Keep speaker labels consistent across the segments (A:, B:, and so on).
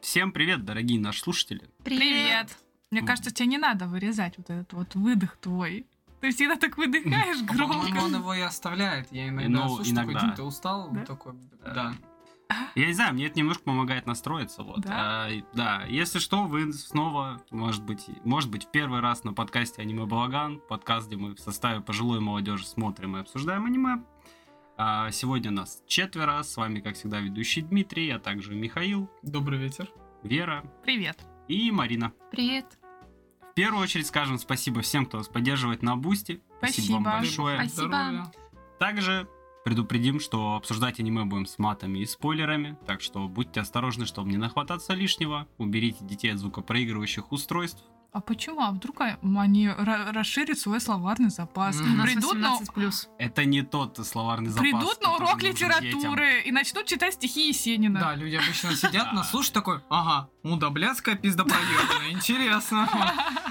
A: Всем привет, дорогие наши слушатели.
B: Привет! Мне
A: М.
B: кажется, тебе не надо вырезать вот этот вот выдох твой. Ты всегда так выдыхаешь
C: А, По-моему, он
B: громко.
C: его и оставляет. Я иногда
A: Ну,
C: слушаю,
A: иногда.
C: такой, Дим, ты устал?
B: Да?
C: Он Такой, да.
A: Э, Я не знаю, мне это немножко помогает настроиться. Вот.
B: Да?
A: А, и- да. Если что, вы снова, может быть, может быть, в первый раз на подкасте Аниме Балаган, подкаст, где мы в составе пожилой молодежи смотрим и обсуждаем аниме. А, сегодня нас четверо, с вами, как всегда, ведущий Дмитрий, а также Михаил,
C: Добрый ветер.
A: Вера
B: Привет.
A: и Марина.
D: Привет.
A: В первую очередь скажем спасибо всем, кто нас поддерживает на Бусти. вам
B: Спасибо.
A: большое.
D: Спасибо.
C: Здоровья.
A: Также предупредим, что обсуждать аниме будем с матами и спойлерами, так что будьте осторожны, чтобы не нахвататься лишнего, уберите детей от звукопроигрывающих устройств.
B: А почему? А вдруг они ра- расширят свой словарный запас?
C: М. У нас
B: Придут на,
D: плюс.
A: Это не тот словарный запас.
B: придут на
A: который
B: урок
A: нужен детям.
B: литературы и начнут читать стихи Есенина.
C: Да, люди обычно сидят,
A: Да.
C: нас слушают, такой, ага, мудоблядская пизда проебанная, интересно.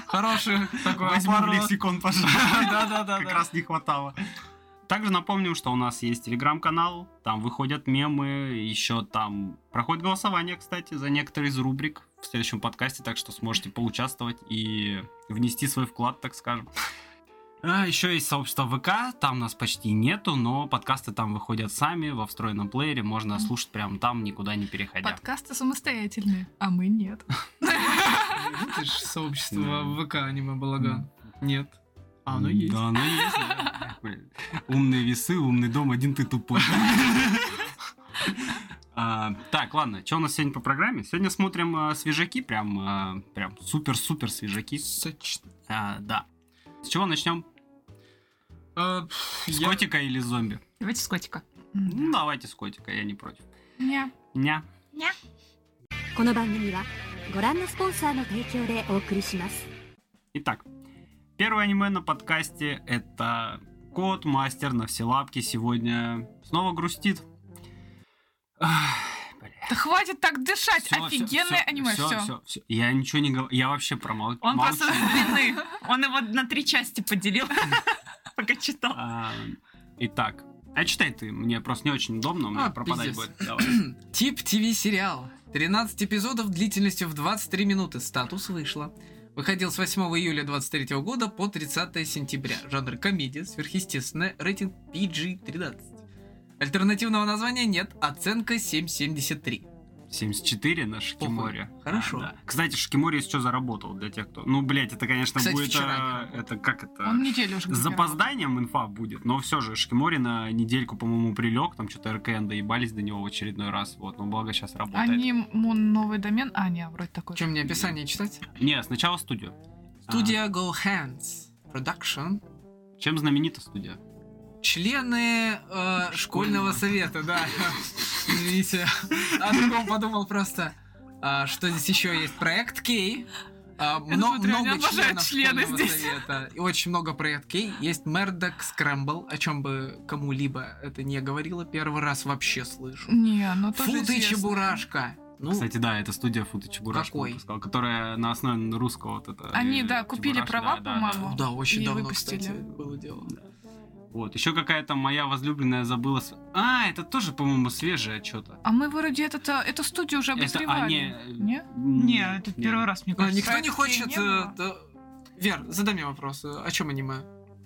C: Хороший такой
A: Возьму в
C: оборот.
A: лексикон, пожалуйста.
C: Да-да-да.
A: Как раз не хватало. Также напомним, что у нас есть телеграм-канал, там выходят мемы, еще там проходит голосование, кстати, за некоторые из рубрик в следующем подкасте, так что сможете поучаствовать и внести свой вклад, так скажем. А, еще есть сообщество ВК, там нас почти нету, но подкасты там выходят сами, во встроенном плеере, можно слушать прямо там, никуда не переходя.
B: Подкасты самостоятельные, а мы нет.
C: Видишь, сообщество
A: Да.
C: ВК аниме балаган? Нет. А, оно есть.
A: Да, оно есть. да. Блин. Умные весы, умный дом, один ты тупой. А, Так, ладно, что у нас сегодня по программе? Сегодня смотрим а, свежаки, прям а, прям супер-супер свежаки.
C: Сочно.
A: А, Да. С чего начнем?
C: Э, пф,
A: С
C: я-
A: котика или зомби?
D: Давайте с котика.
A: Ну, давайте с котика, я не против.
B: Не.
A: Ня.
E: この番組はご覧のスポンサーの提供でお送りします。
A: Итак, первое аниме на подкасте это Кот Мастер на все лапки сегодня снова грустит. Ах, блин.
B: Да хватит так дышать!
A: Всё,
B: Офигенное
A: всё,
B: аниме,
A: всё,
B: все.
A: всё, всё. Я ничего не говорю. Я вообще промолчу.
D: Он просто с длины. Он его на три части поделил, пока читал.
A: Эм, Итак. А читай ты, мне просто не очень удобно, у меня
C: А,
A: пропадать
C: пиздец.
A: будет. Давай.
C: Тип ТВ сериал. 13 эпизодов длительностью в 23 минуты. Статус вышло. Выходил с 8 июля 23 года по 30 сентября. Жанр комедия, сверхъестественное, рейтинг PG-13. Альтернативного названия нет, оценка 7,73.
A: 74 на Шикиморе.
C: Похуй. Хорошо.
A: Да, да. Кстати, Шикимори еще заработал для тех, кто... Ну, блядь, это, конечно,
C: Кстати,
A: будет...
C: вчера не
A: а,
C: работал.
A: это как это?
B: Он неделю уже
A: С
B: гулять.
A: запозданием инфа будет, но все же Шикимори на недельку, по-моему, прилег, там что-то РКН доебались до него в очередной раз, вот, но благо сейчас работает.
B: Они ему новый домен. А, не, вроде такой.
C: Чем мне описание читать?
A: Не, сначала студию.
C: Студия Go Hands Production.
A: А, чем знаменита студия?
C: Члены э, школьного совета, да. Извините. А потом подумал просто, а, что здесь еще есть. Проект Кей. А, мно-
B: смотрю, они
C: много
B: обожают
C: членов
B: члены
C: школьного
B: здесь.
C: совета. И очень много проект Кей. Есть Мердок Скрэмбл, о чем бы кому-либо это не говорило. Первый раз вообще слышу.
B: Не, ну тоже
C: Фу ты
B: известно.
C: чебурашка. Ну,
A: Кстати, да, это студия Фута Чебурашка
C: Какой?
A: выпускала, которая на основе русского вот это...
B: Они,
A: э,
B: да, купили
A: Чебурашки,
B: права,
A: да, да,
B: по-моему.
C: да, очень
B: И
C: давно,
B: выпустили.
C: кстати, было дело.
A: да. Вот, еще какая-то моя возлюбленная забыла... с- А, это тоже, по-моему, свежее что-то.
B: А мы вроде этот, а, эту студию уже
A: Это,
B: обозревали.
A: а, не...
B: Не?
D: Не, это первый раз, мне
C: А,
D: кажется.
C: Никто не
B: проект Кей
C: хочет...
B: не было.
C: э, да- Вер, задай мне вопрос. э, О чем аниме?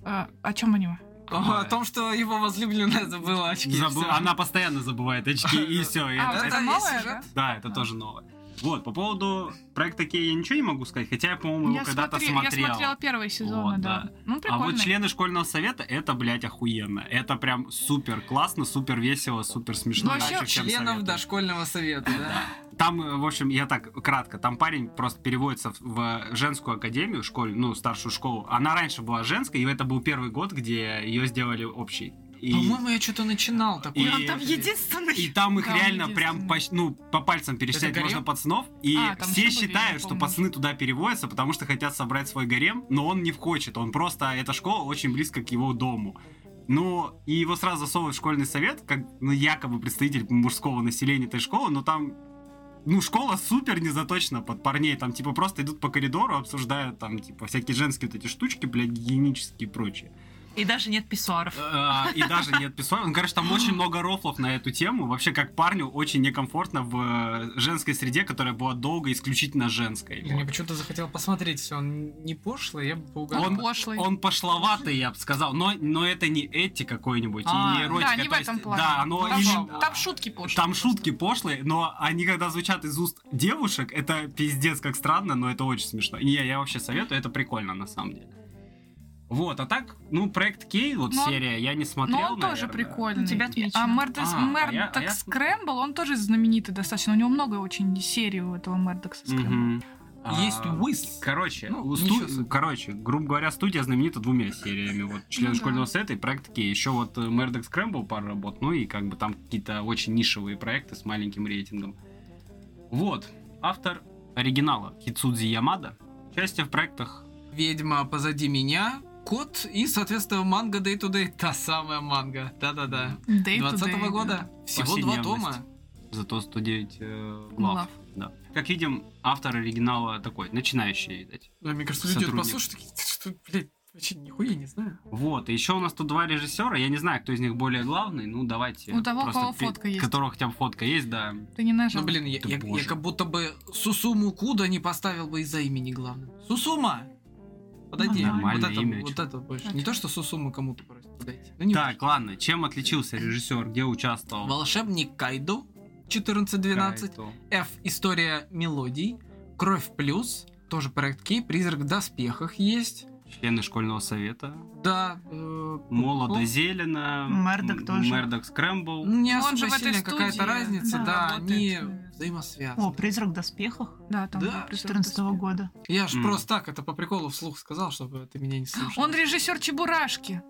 B: А, о чем аниме?
C: О, о том, что его возлюбленная забыла очки.
A: Забыл-
C: всё.
A: Она постоянно забывает очки, и все.
B: А, вот
C: это-
B: это
C: это
B: малое,
C: есть
B: да?
A: Да, это
B: Да.
A: тоже новое. Вот, по поводу проекта Кей я ничего не могу сказать, хотя я, по-моему,
B: Я,
A: его когда-то
B: смотри- я
A: смотрел.
B: смотрела первые сезоны,
A: Вот,
B: да.
A: да.
B: Ну,
A: А
B: прикольно.
A: вот члены школьного совета, это, блядь, охуенно. Это прям супер классно, супер весело, супер смешно.
B: Ну, вообще
A: Иначе всем
C: членов
A: советую.
C: дошкольного совета, да?
A: Там, э, в общем, я так кратко, там парень просто переводится в- в женскую академию, школе, ну, старшую школу. Она раньше была женской, и это был первый год, где ее сделали общей. И,
C: По-моему, я что-то начинал
A: И-
C: такое.
D: Он там единственный.
A: и там их
B: Там
A: реально прям
B: единственный.
A: поч- ну, по пальцам пересчитать
C: Это гарем?
A: можно пацанов. И
B: А, там
A: все
B: еще были, я
A: считают, что
B: помню.
A: пацаны туда переводятся, потому что хотят собрать свой гарем, но он не хочет. Он просто, эта школа очень близко к его дому. Ну, и его сразу засовывают в школьный совет, как ну, якобы представитель мужского населения этой школы, но там ну, школа супер не заточена под парней. Там, типа, просто идут по коридору, обсуждают там, типа, всякие женские вот эти штучки, блядь, гигиенические и прочее.
D: И даже нет писсуаров.
A: Э, И даже нет писсуаров. Ну, короче, там очень много рофлов на эту тему. Вообще, как парню, очень некомфортно в э, женской среде, которая была долго исключительно женской.
C: Мне почему-то захотел посмотреть, все, он не пошлый, я бы поугадал.
A: Он-
B: пошлый.
A: Он пошловатый, я бы сказал, но, но это не эти какой-нибудь, и не
D: А,
A: эротика.
B: да, не в
A: то есть-
B: этом плане.
A: Да, оно
B: Там,
A: именно-
B: шу- там шутки пошлые.
A: Там шутки пошлые, но они когда звучат из уст девушек, это пиздец как странно, но это очень смешно. И я, я вообще советую, это прикольно на самом деле. Вот, а так, ну, проект Кей, вот
B: Но он-
A: серия, я не смотрел,
B: Но он тоже
A: наверное.
B: прикольный.
D: У тебя отмечено.
B: А Мердекс,
A: А, а я- а я-
B: Скрэмбл, он тоже знаменитый достаточно. У него много очень серий у этого Мердекса Скрэмбл.
A: Мгм. А,
C: Есть Уиз.
A: Короче,
C: Ну,
A: у
C: ничего
A: сту-
C: себе.
A: короче, грубо говоря, студия знаменита двумя сериями. Вот член
B: Ну да.
A: школьного совета и проект Кей. Еще вот э, Мердокс Крэмбл пара работ, ну и как бы там какие-то очень нишевые проекты с маленьким рейтингом. Вот. Автор оригинала Кицудзи Ямада. Участие в проектах
C: Ведьма позади меня, кот и, соответственно, манга Day to Day. Та самая манга. Да-да-да.
B: Day to
C: 20
B: Day.
C: года. Всего два
A: Повседневность.
C: тома.
A: зато 109 э, глав.
B: Глав.
A: Да. Как видим, автор оригинала такой, начинающий, видать.
C: Да, Ну, мне кажется,
A: люди
C: люди
A: это послушают
C: послушают такие, что, блядь, вообще нихуя не знаю.
A: Вот, и еще у нас тут два режиссера, я не знаю, кто из них более главный, ну давайте.
B: У того, у
A: просто
B: кого
A: пи-
B: фотка есть.
A: Которого хотя бы фотка есть, да.
B: Ты не нажал.
C: Ну, блин, я,
A: Да
C: я-
A: боже.
C: я как будто бы Сусуму Куда не поставил бы из-за имени главным. Сусума! Подойди.
A: Нормальное
C: вот это,
A: имя,
C: вот
A: чё.
C: это больше.
B: Так.
C: Не то, что Сусума кому-то просит. Подойти. Ну, не важно.
A: Так, ладно, чем отличился режиссер, где участвовал?
C: Волшебник Кайдо 1412.
A: Кайто.
C: F. История мелодий. Кровь плюс. Тоже проект Кей. Призрак в доспехах есть.
A: Члены школьного совета.
C: Да. э,
A: Молодо зелено.
D: Мердок тоже.
A: Мердок
C: ну,
A: Скрэмбл.
C: Не
B: Он
C: особо
B: же в этой
C: сильно какая-то
B: студии,
C: разница.
B: да,
C: Да,
B: работает,
C: они
B: наверное.
C: взаимосвязаны.
D: О, призрак в доспехах
B: Да, там
C: Да,
B: призрак
D: 14
B: Доспеха.
D: года.
C: Я же
A: М.
C: просто так это по приколу вслух сказал, чтобы ты меня не слушал.
B: Он режиссер Чебурашки.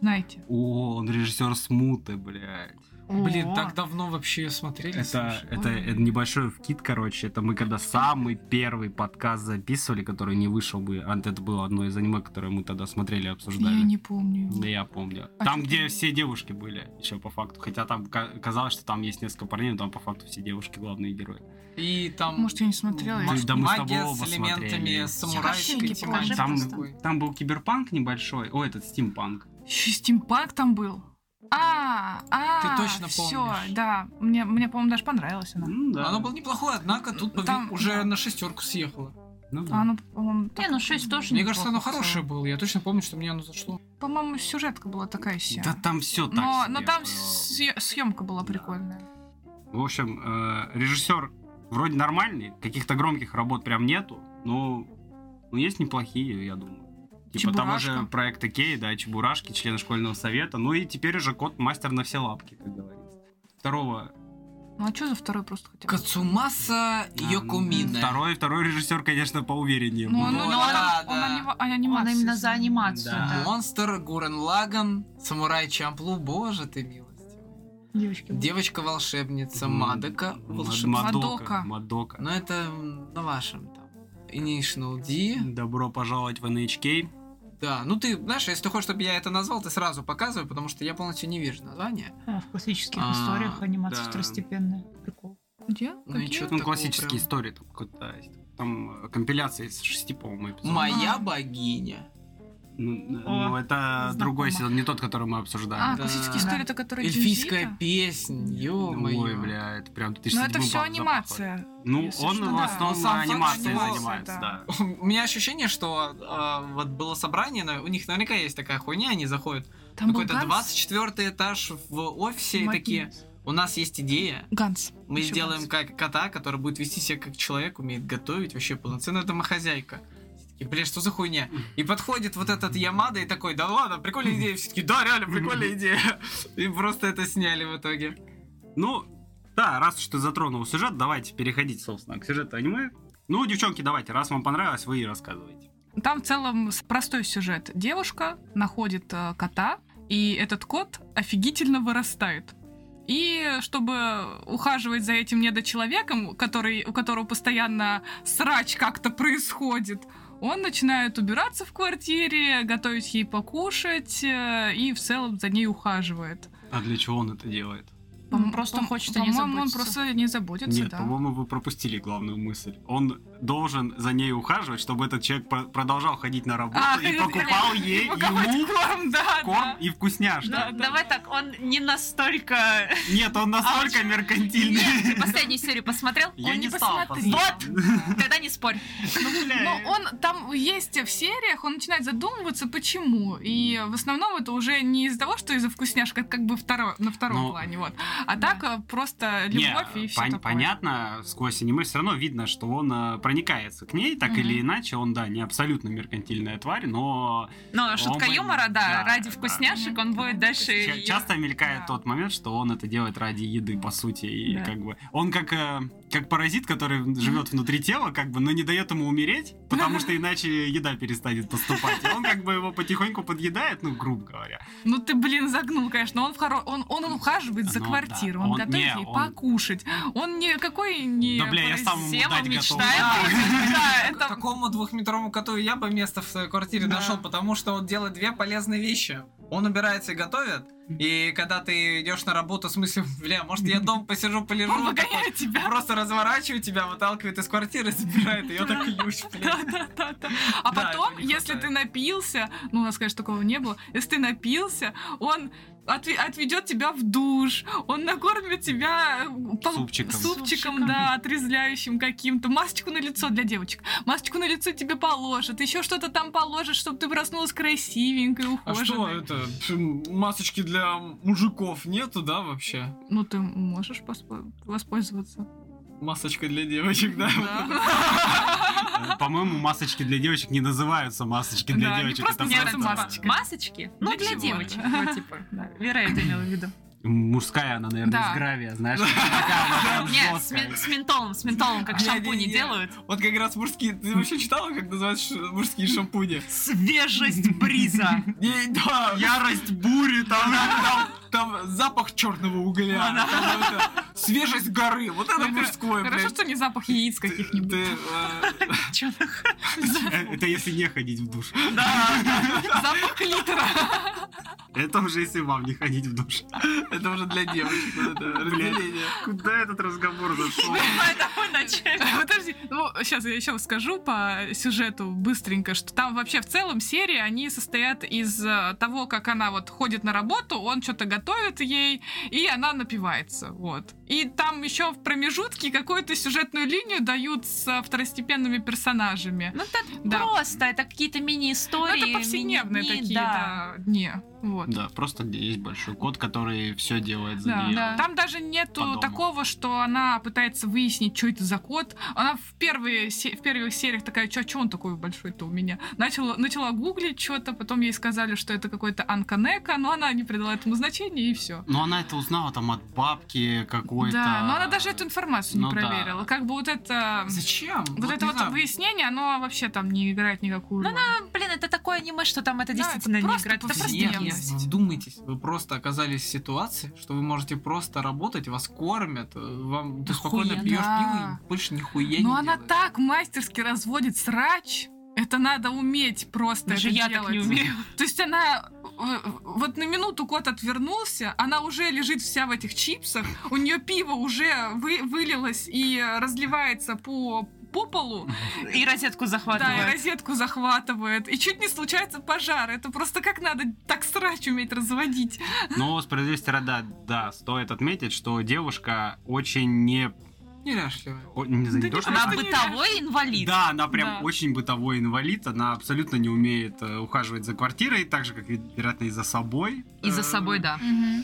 B: Знаете.
A: О, он режиссер Смуты, блядь.
C: Блин,
D: О.
C: так давно вообще смотрели.
A: Это,
C: слушай.
A: это, это небольшой вкид, короче. Это мы когда самый первый подкаст записывали, который не вышел бы. А Это было одно из аниме, которое мы тогда смотрели и обсуждали.
B: Я не помню.
A: Да я помню.
B: А
A: там,
B: чё
A: где
B: ты-
A: все девушки были, еще по факту. Хотя там ка- казалось, что там есть несколько парней, но там по факту все девушки главные герои.
C: И там
B: Может, я не смотрела.
A: Может, да
B: я-
A: э, мы с
C: магия
A: тобой оба
C: с элементами
A: смотрели.
C: самурайской
B: Картинки
C: тематики.
D: покажи
A: Там,
D: просто.
A: там был киберпанк небольшой. О, этот стимпанк.
B: Еще стимпанк там был. А, а,
C: Ты точно
B: все,
C: помнишь.
B: да. Мне, мне, по-моему, даже понравилась она.
A: Ну да.
C: Оно было неплохое, однако тут пове-
B: Там-
C: уже на шестерку съехало.
A: Ну да.
B: А оно, по-моему,
D: Не,
B: так-
D: ну 6 тоже
C: Мне кажется, оно
D: неплохо в
C: хорошее
D: целом.
C: было. Я точно помню, что мне оно зашло.
B: По-моему, сюжетка была такая себе.
A: Да там все так.
B: но,
A: себе
B: но там
A: было.
B: съемка была
A: Да.
B: прикольная.
A: В общем, э, режиссер вроде нормальный, каких-то громких работ прям нету, но ну, есть неплохие, я думаю. Типа того же
B: Чебурашка.
A: проекта Кей, да, Чебурашки, члены школьного совета. Ну и теперь уже кот мастер на все лапки, как говорится. Второго
B: Ну а что за второй просто хотя бы?
C: Кацумаса
A: А, ну,
C: Йокумина.
A: Второй, второй режиссер, конечно, поувереннее
B: Ну,
A: был.
B: он,
C: Ну,
B: он-
C: да,
B: он
C: да.
B: анива- а-
D: Он
B: анимация.
D: именно за анимацию.
A: Да.
D: да.
C: Монстр, Гурен Лаган, Самурай Чамплу, боже ты милость.
B: Девочки.
C: Девочка-волшебница
A: М,
C: Мадока.
A: Мад-
C: волшебница.
A: Мадока.
B: Мадока.
A: Мадока.
C: Но Ну, это м, на вашем там. Initial D.
A: Добро пожаловать в NHK.
C: Да, ну ты, знаешь, если ты хочешь, чтобы я это назвал, ты сразу показывай, потому что я полностью не вижу название.
D: А, В классических
C: А,
D: историях анимация
A: да.
D: второстепенная. Прикол.
B: Где?
C: Ну и
B: Какие?
C: чё?
A: Ну,
C: Такого
A: классические
C: прям.
A: истории. Там, какой-то есть. там э, компиляция из шести, по-моему, эпизодов.
C: Моя
B: А.
C: богиня.
A: Ну, н-
D: О,
A: ну, это
D: знакомо.
A: другой сезон, не тот, который мы
B: А,
A: обсуждали.
C: Да.
B: классические истории, это которые
C: Эльфийская
B: Динзита?
C: песня, ё-моё.
A: Ой, бля, это прям 2007
B: Но Ну, это все
A: бал-
B: анимация.
A: запахло. Ну,
B: Если
A: он
B: что,
A: в
B: да.
A: основном
C: Но сам факт
A: анимацией
C: анимации,
A: занимается,
B: да.
A: да.
C: У меня ощущение, что а, вот было собрание, но у них наверняка есть такая хуйня, они заходят
B: Там
C: на
B: был
C: Ну, какой-то
B: Ганс.
C: 24 этаж в офисе и
B: Магия.
C: такие, у нас есть идея,
B: Ганс.
C: мы
B: Ещё
C: сделаем
B: Ганс.
C: как кота, который будет вести себя как человек, умеет готовить, вообще полноценная домохозяйка. Все такие, Бля, что за хуйня? И подходит вот этот Ямада и такой, да ладно, прикольная идея. Все таки да, реально, прикольная идея. И просто это сняли в итоге.
A: Ну, да, раз уж ты затронул сюжет, давайте переходить, собственно, к сюжету аниме. Ну, девчонки, давайте, раз вам понравилось, вы и рассказывайте.
B: Там в целом с- простой сюжет. Девушка находит э, кота, и этот кот офигительно вырастает. И чтобы ухаживать за этим недочеловеком, который, у которого постоянно срач как-то происходит, он начинает убираться в квартире, готовить ей покушать э, и в целом за ней ухаживает.
A: А для чего он это делает?
B: М,
F: просто
B: по-
F: хочет и не
B: По-моему, он
F: заботится.
B: просто не заботится,
A: Нет,
B: да.
A: по-моему, вы пропустили главную мысль. Он должен за ней ухаживать, чтобы этот человек про- продолжал ходить на работу
B: А,
A: и
B: это
A: покупал ей
B: Покупать
A: ему
B: корм, да,
A: корм
B: да.
A: и вкусняшки.
B: Да, А да.
D: Давай так, он не настолько...
A: Нет, он настолько меркантильный.
D: Нет,
B: типа,
D: ты последнюю серию посмотрел?
A: Я не
D: Он не Ну,
A: стал
D: посмотрел. Вот! Тогда не спорь.
B: Но он там есть в сериях, он начинает задумываться, почему. И в основном это уже не из-за того, что из-за вкусняшка, это как бы второ- на втором
A: Ну,
B: плане. Вот. А так э, просто любовь
A: Не,
B: и все
A: пон-
B: такое.
A: понятно, сквозь аниме все равно видно, что он э, проникается к ней, так
B: Мгм.
A: или иначе, он, да, не абсолютно меркантильная тварь, но
D: Но Ну, а шутка
A: бы-
D: юмора,
A: да,
D: да, ради
A: да.
D: вкусняшек он будет дальше...
A: ча-
D: её-
A: часто мелькает
B: да.
A: тот момент, что он это делает ради еды, по сути, и
D: Да.
A: как бы он как э, как паразит, который живет внутри тела, как бы, но не дает ему умереть, потому что иначе еда перестанет поступать. И он как бы его потихоньку подъедает, ну грубо говоря.
B: Ну ты, блин, загнул, конечно. Он, в хоро... он, он ухаживает за
A: Ну,
B: квартиру,
A: да.
B: он,
A: Он-
B: готовит
A: не,
B: ей
A: он-
B: покушать. Он никакой не...
A: Да бля, я сам ему
D: Всем он
A: дать готов.
D: мечтает. Да,
C: К-
D: это-
C: Такому двухметровому коту я бы место в своей квартире
B: Да.
C: нашел, потому что он делает две полезные вещи. Он убирается и готовит. И когда ты идешь на работу с мыслью, бля, может я дома посижу, полежу,
B: Он
C: он такой
B: выгоняет тебя.
C: просто разворачивает тебя, выталкивает из квартиры, забирает. И я так ключ,
B: Да,
C: блядь.
B: да, да, да. А
C: Да,
B: потом,
C: этого не
B: если
C: хватает.
B: ты напился, ну у нас, конечно, такого не было, если ты напился, он отве- отведет тебя в душ, он накормит тебя э, пол-
A: Супчиком.
B: супчиком, да, отрезвляющим каким-то, масочку на лицо для девочек, масочку на лицо тебе положат, еще что-то там положат, чтобы ты проснулась красивенькой,
C: А что
B: ухоженной.
C: это? Пф, Масочки для мужиков нету, да, вообще?
B: Ну ты можешь поспо- воспользоваться.
C: Масочка для девочек, да?
A: Э, По-моему, масочки для девочек не называются масочки
B: Да,
A: для
B: они
A: девочек.
B: просто
A: это
B: делают масочки.
D: Масочки? Ну, для
B: чего?
D: девочек. Ну, типа, да. Вера это имела в виду.
A: Мужская она, наверное,
B: Да.
A: из гравия, знаешь, такая вот прям
D: Нет, с
A: жесткая.
D: мен- с ментолом, с ментолом, как
C: Не-не-не.
D: шампуни делают.
C: Вот как раз мужские... Ты вообще читала, как называются ш- мужские шампуни?
D: Свежесть бриза.
C: Не, да,
A: Ярость бури там.
C: Там, там запах черного угля, там это свежесть горы, вот это
B: Это
C: мужское,
B: Хорошо,
C: блядь.
B: что не запах яиц
C: Ты-
B: каких-нибудь.
C: ты, э,
D: Чёрных.
A: Э, Это если не ходить в душ.
B: Запах клитора.
A: Это уже если вам не ходить в душ.
C: Это уже для девочек, вот это разделение.
A: Куда этот разговор зашел?
D: Такой начальник.
B: Подожди, ну, сейчас я еще скажу по сюжету быстренько, что там вообще в целом серии, они состоят из э, того, как она вот ходит на работу, он что-то готовит ей, и она напивается, вот. И там еще в промежутке какую-то сюжетную линию дают с э, второстепенными персонажами.
D: Ну, это
B: Да.
D: просто, это какие-то
B: Ну,
D: мини-истории.
B: это повседневные
D: мини-дни,
B: такие,
D: да.
B: да, дни, вот.
A: Да, просто есть большой кот, который все делает за
B: Да.
A: нее.
D: Да.
B: Там даже нету
A: По дому.
B: такого, что она пытается выяснить, что это за код. Она в, первые, се- в первых сериях такая, что он такой большой-то у меня? Начала, начала гуглить что-то, потом ей сказали, что это какой-то анканека, но она не придала этому значения, и все.
A: Но она это узнала там от бабки какой-то.
B: Да, но она даже эту информацию
A: Ну
B: не
A: да.
B: проверила. Как бы вот это...
C: Зачем?
B: Вот, это
C: не
B: вот
C: знаю.
B: выяснение, оно вообще там не играет никакую
D: Ну
B: роль.
D: Ну, Блин, это такое аниме, что там это
B: Да,
D: действительно
B: это
D: не
B: просто
D: играет. Это просто
B: повседневность.
D: мелочь.
B: есть.
C: Вдумайтесь, вы просто оказались в ситуации, что вы можете просто работать, вас кормят, э, вам ты
D: Да
C: спокойно
D: хуя,
C: пьешь
B: да.
C: пиво и больше нихуя
B: Но
C: не
B: она
C: делаешь.
B: так мастерски разводит срач. Это надо уметь просто
D: Даже
B: это
D: я
B: делать.
D: так не умею.
B: То есть она э, вот на минуту кот отвернулся, она уже лежит вся в этих чипсах, у нее пиво уже вы- вылилось и э, разливается по по полу,
D: И розетку
B: да, и
D: захватывает.
B: розетку захватывает, и чуть не случается пожар. Это просто как надо так срач уметь разводить.
A: Но справедливости рада, да, стоит отметить, что девушка очень не...
C: Неряшливая.
A: о- не
B: Да
A: знаю, не
B: не
A: то, что-
D: Она
B: Просто не
D: бытовой инвалид.
A: Да, она прям
B: Да.
A: очень бытовой инвалид, она абсолютно не умеет э, ухаживать за квартирой, так же, как, вероятно, и за собой.
D: И за
A: Э,
D: собой, да.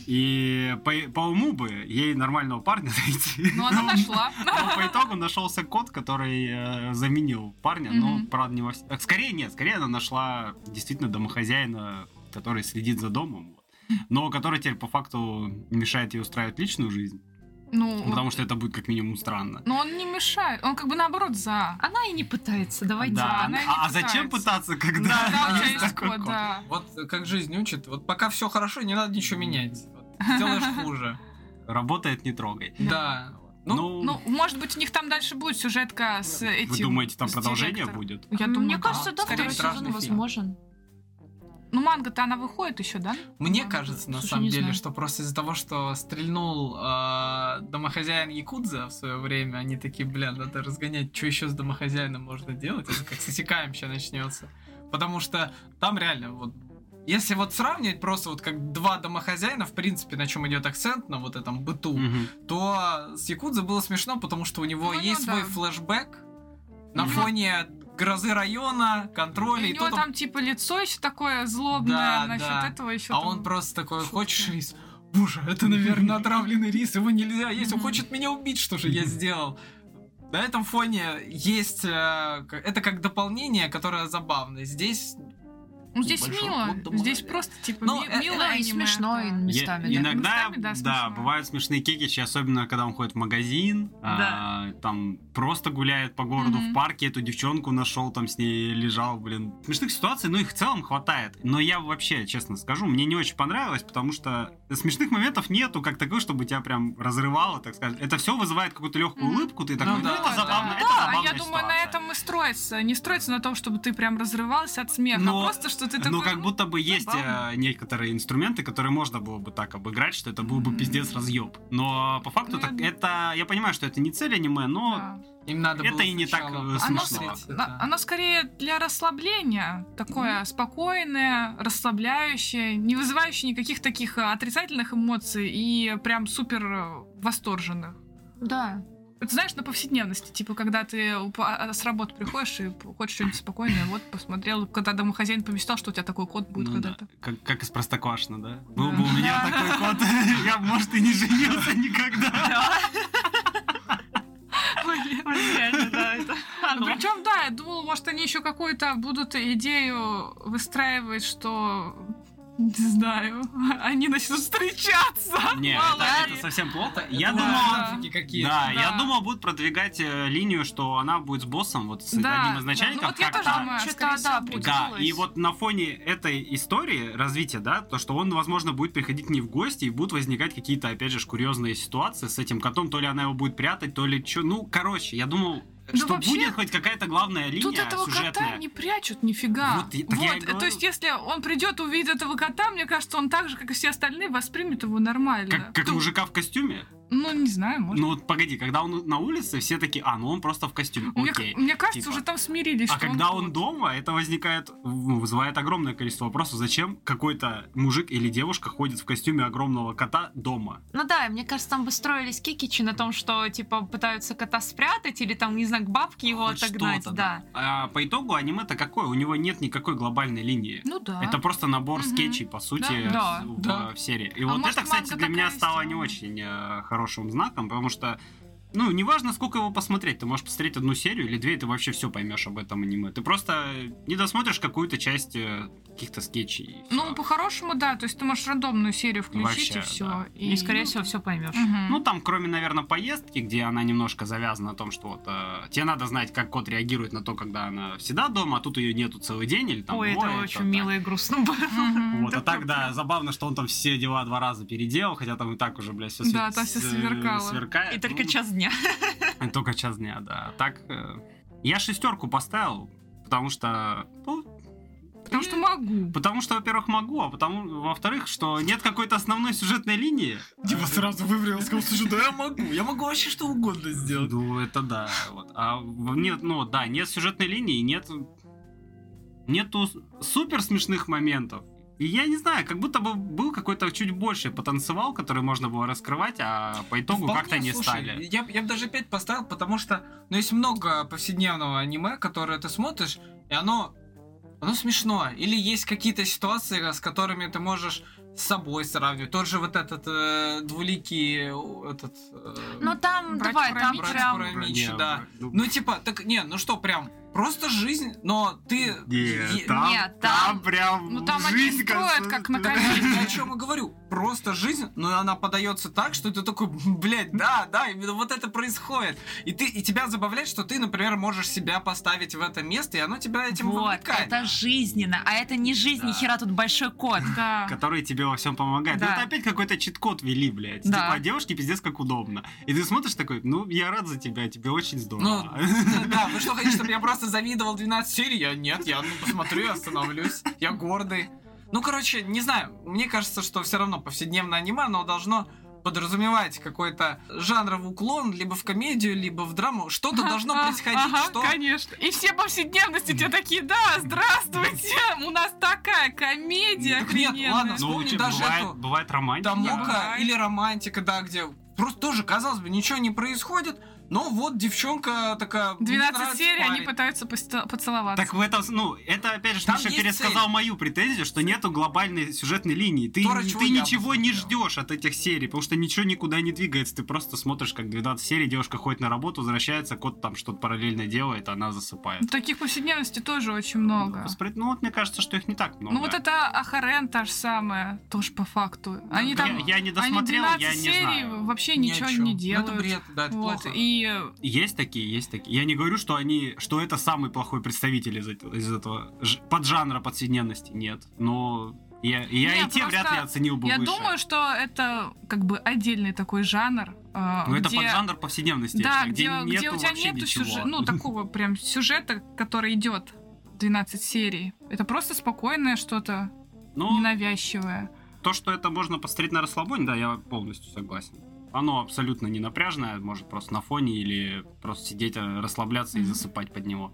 A: И по, по уму бы ей нормального парня найти.
B: Но она нашла.
A: Но Ну, по итогу нашелся кот, который э, заменил парня, но
B: Мгм.
A: правда не во вс- э, Скорее нет, скорее она нашла действительно домохозяина, который следит за домом, вот. но который теперь по факту мешает ей устраивать личную жизнь,
B: Ну,
A: потому что это будет как минимум странно.
B: но он не мешает, он как бы наоборот за.
D: Она и не пытается, давайте.
A: да,
B: она и не
A: а, а зачем
B: пытается.
A: пытаться, когда
B: Да, да, у тебя
A: есть
B: есть
A: такой
B: кот,
A: кот?
B: да.
C: Вот э, как жизнь учит, вот пока все хорошо, не надо ничего менять. Вот, Сделаешь хуже.
A: Работает, не трогай.
C: Да. Ну,
A: Ну,
B: Ну, может быть, у них там дальше будет сюжетка с этим.
A: вы думаете, там
B: с
A: продолжение
B: директором?
D: ну,
A: будет?
B: Я думаю,
D: Мне кажется, да,
B: Скорее
D: второй
B: всего.
C: всего.
D: сезон возможен.
B: Ну, манга-то она выходит еще, да?
C: Мне
B: Манга-
C: кажется, на
B: Слушай,
C: самом
B: не
C: деле,
B: знаю.
C: что просто из-за того, что стрельнул э, домохозяин Якудза в свое время, они такие, бля, надо разгонять, что еще с домохозяином можно делать, это как с Исикаем сейчас начнется. Потому что там реально вот если вот сравнивать просто вот как два домохозяина, в принципе, на чем идет акцент, на вот этом быту,
A: Мгм.
C: то с Якудза было смешно, потому что у
B: Ну,
C: него
B: ну
C: есть свой
B: да.
C: флешбэк на
A: Мгм.
C: фоне грозы района,
B: У
C: контроля и
B: него
C: то там
B: там типа лицо еще такое злобное
C: Да,
B: насчет
C: да.
B: этого еще.
C: А он просто такой,
B: шутки.
C: хочешь рис? Боже, это, наверное, отравленный рис, его нельзя есть, он
B: Мгм.
C: хочет меня убить, что же я сделал. На этом фоне есть... э, к- Это как дополнение, которое забавно. Здесь...
B: Ну, здесь
C: большой
B: мило,
C: кот дома
B: здесь
C: ходит.
B: просто типа
C: Ну,
B: ми-
C: э,
B: милое
D: Да, и
B: аниме,
D: смешно, и
B: да.
D: местами. да.
B: И-
A: Иногда,
B: местами, да,
A: да,
B: смешно.
A: бывают смешные кекичи, особенно когда он ходит в магазин, а, там просто гуляет по городу
B: Мгм.
A: в парке, эту девчонку нашел, там с ней лежал, блин. Смешных ситуаций, ну их в целом хватает. Но я вообще, честно скажу, мне не очень понравилось, потому что смешных моментов нету, как такой, чтобы тебя прям разрывало, так сказать. Это все вызывает какую-то легкую
B: Мгм.
A: улыбку, ты такой, ну,
C: да,
A: это
C: да,
A: забавно,
B: да.
A: это
B: Да,
A: забавная
B: я думаю, на
A: ситуация».
B: этом и строится. Не строится на том, чтобы ты прям разрывался от смеха,
A: Но-
B: а просто что ты такой...
A: Но ну, как будто бы есть
B: забавно.
A: э, некоторые инструменты, которые можно было бы так обыграть, что это был бы
B: М.
A: пиздец разъеб. Но по факту
B: Ну, я
A: так,
B: думаю.
A: это я понимаю, что это не цель аниме, но
B: Да.
C: Им надо
A: Это
C: было
A: и не так,
C: сначала
A: э,
B: Оно,
A: ну, смешно.
C: посмотреть,
B: с- на-
C: да.
B: оно скорее для расслабления, такое спокойное, расслабляющее, не вызывающее никаких таких э, отрицательных эмоций и прям супер э, восторженных.
D: Да.
B: Это знаешь, на повседневности, типа, когда ты у- по- с работы приходишь и хочешь что-нибудь спокойное, вот посмотрел, когда домохозяин помечтал, что у тебя такой кот будет
A: ну да,
B: когда-то.
A: как, как из Простоквашино, да? Был бы у
B: Да.
A: меня такой кот, я, бы, может, и не женился никогда.
D: Вот реально, да, это оно.
B: Причем, Ну, да, я думала, может, они еще какую-то будут идею выстраивать, что не знаю, они начнут встречаться.
A: Не,
B: Мало
A: это-
B: ли.
A: это совсем плохо.
C: Это
A: Я
C: вот
A: думал,
C: фанфики какие-то.
A: да, я
B: Да.
A: думал, будут продвигать э, линию, что она будет с боссом, вот с
B: Да,
A: одним из
B: да. Ну,
A: начальников,
B: вот я
A: как
B: тоже
A: та-
B: думаю,
D: Чё,
B: что
D: скорее всего,
B: да,
D: будет.
B: прикольно.
A: Да,
D: Прикололась.
A: и вот на фоне этой истории развития, да, то, что он, возможно, будет приходить не в гости, и будут возникать какие-то, опять же, ж, курьезные ситуации с этим котом, то ли она его будет прятать, то ли что. Ну, короче, я думал,
B: Ну,
A: что
B: вообще,
A: будет хоть какая-то главная линия
B: Тут этого кота
A: сюжетная.
B: не прячут нифига.
A: Вот и- так я и
B: э,
A: говорю.
B: то есть, если он придет увидит этого кота, мне кажется, он так же, как и все остальные, воспримет его нормально.
A: Как, как
B: Кто-
A: мужика в костюме?
B: Ну, не знаю, может.
A: Ну вот погоди, когда он на улице, все такие, а, ну он просто в костюме,
B: мне,
A: окей.
B: мне кажется,
A: типа.
B: уже там смирились.
A: А
B: что
A: когда он
B: кот.
A: дома, это возникает, ну, вызывает огромное количество вопросов, зачем какой-то мужик или девушка ходит в костюме огромного кота дома?
D: Ну да, и мне кажется, там бы строились кикичи на том, что типа пытаются кота спрятать или там, не знаю, к бабке его
A: Хоть
D: отогнать,
A: что-то,
D: да.
A: А по итогу аниме-то какое? У него нет никакой глобальной линии.
B: Ну да.
A: Это просто набор
B: Мгм.
A: скетчей, по сути,
B: Да.
A: в, э,
C: Да.
A: в серии. И
B: А
A: вот
B: может,
A: это, кстати,
B: манга
A: для меня
B: такая
A: стало не
B: сделана?
A: очень э, хорошим знаком, потому что, ну, неважно, сколько его посмотреть, ты можешь посмотреть одну серию или две, и ты вообще все поймешь об этом аниме. Ты просто не досмотришь какую-то часть э, каких-то скетчей. и всё.
B: Ну, по-хорошему, да. То есть ты можешь рандомную серию включить
A: Вообще,
B: и все.
A: да.
D: И, ну, скорее всего, все поймешь.
A: Ну, там, кроме, наверное, поездки, где она немножко завязана о том, что вот э, тебе надо знать, как кот реагирует на то, когда она всегда дома, а тут ее нету целый день или там
D: Ой, это
A: двое,
D: очень
A: то-то.
D: мило и грустно было.
A: Вот, а
D: Это
A: так, да, забавно, что он там все дела два раза переделал, хотя там и так уже, блядь, все
B: Да, там всё сверкало.
D: И только час дня.
A: дня. э, ну, Только час дня, да. А Так, э, я шестерку поставил, потому что, ну,
B: Потому
A: и-
B: что могу.
A: Потому что, во-первых, могу, а потому, во-вторых, что нет какой-то основной сюжетной линии.
C: Дима сразу выврел, сказал, слушай, да я могу, я могу вообще что угодно сделать.
A: Ну, это да. Вот. А в- нет, ну да, нет сюжетной линии, нет нету с- супер смешных моментов. И я не знаю, как будто бы был какой-то чуть больше потанцевал, который можно было раскрывать, а по итогу
C: Вполне,
A: как-то не
C: слушай,
A: стали.
C: Я, б- я бы даже 5 поставил, потому что ну, есть много повседневного аниме, которое ты смотришь, и оно, оно смешно. Или есть какие-то ситуации, с которыми ты можешь с собой сравнивать. Тот же вот этот э, двуликий э, этот... э,
D: Ну там,
B: Брать
D: давай, там
B: Курамичи.
D: прям...
C: Брать Курамичи,
A: Не,
C: да.
A: ну,
C: Ну, типа, так, не, ну что, прям, просто жизнь, но ты...
A: не,
C: е-
A: там,
D: нет,
A: там
D: там-
A: прям
B: Ну, там они
A: жизнь
B: строят, как на
C: Так
B: Конечно.
C: я о чем и говорю. Просто жизнь, но она подается так, что ты такой, блядь, да, да, именно вот это происходит. И, ты, и тебя забавляет, что ты, например, можешь себя поставить в это место, и оно тебя этим
D: Вот,
C: вовлекает.
D: это жизненно. А это не жизнь, ни
A: Да.
D: хера тут большой кот.
B: Да.
A: который тебе во всем помогает.
D: Да.
A: Ну, это опять какой-то чит-код вели, блядь.
D: Да.
A: Типа, а девушке пиздец как удобно. И ты смотришь такой, ну, я рад за тебя, тебе очень
C: Ну,
A: здорово.
C: да, вы что хотите, чтобы я просто завидовал 12 серий? Я нет, я ну, посмотрю и остановлюсь. Я гордый. Ну, короче, не знаю. Мне кажется, что все равно повседневное аниме, оно должно подразумевать какой-то жанровый уклон, либо в комедию, либо в драму. Что-то должно
B: Ага,
C: происходить,
B: А, ага,
C: что...
B: конечно. И все повседневности те такие, да, здравствуйте, у нас такая комедия
C: Так нет,
B: охрененная».
C: ладно,
A: Ну,
C: Вспомни
A: типа,
C: даже
A: бывает,
C: эту-
A: бывает романтика.
C: Там
B: Да.
C: мука или романтика, да, где просто тоже, казалось бы, ничего не происходит, но вот девчонка такая... не
B: 12
C: нравится
B: серий, они
C: парень.
B: пытаются посто- поцеловаться.
A: Так в этом, ну, это опять же
C: Там
A: Миша
C: есть
A: пересказал
C: цель.
A: мою претензию, что нету глобальной сюжетной линии. Ты,
C: То, ради
A: ты
C: чего я бы
A: ничего не
C: смотрел.
A: ждешь от этих серий, потому что ничего никуда не двигается. Ты просто смотришь, как 12 серий, девушка ходит на работу, возвращается, кот там что-то параллельно делает, она засыпает.
B: Ну, Таких повседневностей тоже очень много.
A: Воспри- Ну вот мне кажется, что их не так много.
B: Ну вот это Ахарен та же самая, тоже по факту. Они
A: я,
B: там...
A: я не
B: Они
A: досмотрел,
B: 12
A: я не
B: серий
A: знаю.
B: вообще
C: Ни о
B: ничего
C: чем.
B: не
C: Ну,
B: делают.
C: Это бред, да, это
B: вот,
C: плохо.
B: и э,
A: Есть такие, есть такие. Я не говорю, что они, что это самый плохой представитель из, эт- из этого ж- поджанра повседневности. Нет, но я, я
B: Не,
A: и те вряд ли
B: просто
A: оценил бы
B: я
A: выше.
B: думаю, что это как бы отдельный такой жанр, э,
A: Ну, это
B: где-
A: поджанр повседневности,
B: Да,
A: я
B: где,
A: считаю,
B: где у тебя
A: вообще
B: нету
A: ничего.
B: сюжета, ну, такого прям сюжета, который идет 12 серий. Это просто спокойное что-то,
A: Ну,
B: ненавязчивое.
A: то, что это можно посмотреть на расслабоне, да, я полностью согласен. Оно абсолютно не напряжное, может просто на фоне или просто сидеть, э, расслабляться и
B: Мгм.
A: засыпать под него.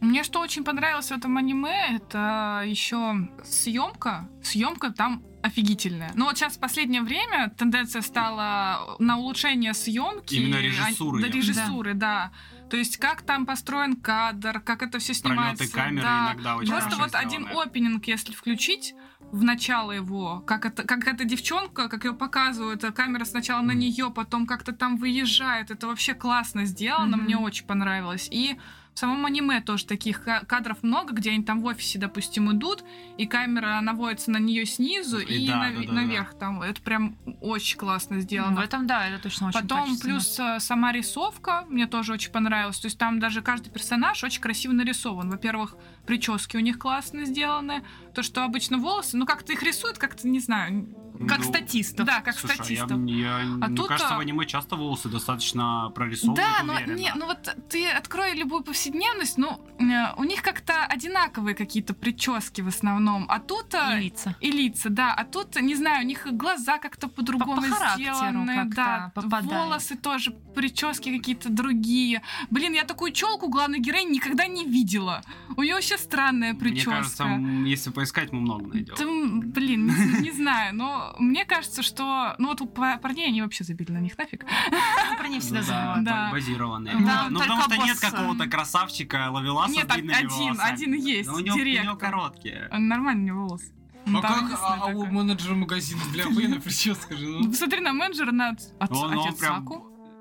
B: Мне что очень понравилось в этом аниме, это еще съемка. Съемка там офигительная. Но вот сейчас в последнее время тенденция стала на улучшение съемки.
A: Именно режиссуры,
B: Да,
A: я
B: режиссуры, да. То есть как там построен кадр, как это все снимается.
A: Пролеты камеры
B: да.
A: иногда очень
B: Просто
A: хорошо
B: вот один
A: сделаны.
B: опенинг, если включить в начало его, как, это, как эта девчонка, как ее показывают, а камера сначала на
A: Мгм.
B: нее, потом как-то там выезжает. Это вообще классно сделано,
D: Мгм.
B: мне очень понравилось. И в самом аниме тоже таких ка- кадров много, где они там в офисе, допустим, идут, и камера наводится на нее снизу и,
A: И да,
B: нав-
A: да, да, да.
B: наверх там. Это прям очень классно
D: Ну,
B: сделано.
D: в этом, да, это точно очень
B: Потом
D: качественно.
B: плюс э, сама рисовка мне тоже очень понравилась. То есть там даже каждый персонаж очень красиво нарисован. Во-первых, прически у них классно сделаны. То, что обычно волосы, ну как-то их рисуют, как-то не знаю.
D: Как
A: Ну,
D: статистов.
B: Да, как
A: слушай, а
B: статистов.
A: Я, я- мне
B: тут,
A: кажется,
B: а-
A: в аниме часто волосы достаточно прорисованы.
B: Да, но не, ну вот ты открой любую повседневность, ну э, у них как-то одинаковые какие-то прически в основном, а тут э,
D: И лица.
B: и лица, да. А тут, не знаю, у них глаза как-то по-другому
D: По- по характеру
B: сделаны,
D: как-то
B: да.
D: попадает.
B: Волосы тоже, прически какие-то другие. Блин, я такую челку главной героини никогда не видела. У нее вообще странная
A: Мне
B: прическа.
A: кажется, м, если поискать, мы много найдем.
B: Да, м, блин, не, не знаю, но мне кажется, что... Ну вот у па- парней они вообще забили на них нафиг.
D: Ну, Про них всегда
A: Ну
D: забывают.
B: Да.
A: б- базированные.
B: Да,
A: Да, ну
D: только
A: потому что нет
D: босса.
A: какого-то красавчика ловеласа
B: э, Нет,
A: с длинными
B: один-
A: волосами.
B: один есть,
A: Но у него, у него
B: директор.
A: короткие.
B: Нормальный у него волос.
C: А
B: Да,
C: как
B: единственное
C: а, а у
B: такое.
C: менеджера магазина, бля, хуйная прическа же,
B: Ну,
C: ну.
B: Посмотри на менеджера, на отец
A: Ну, он- он прям-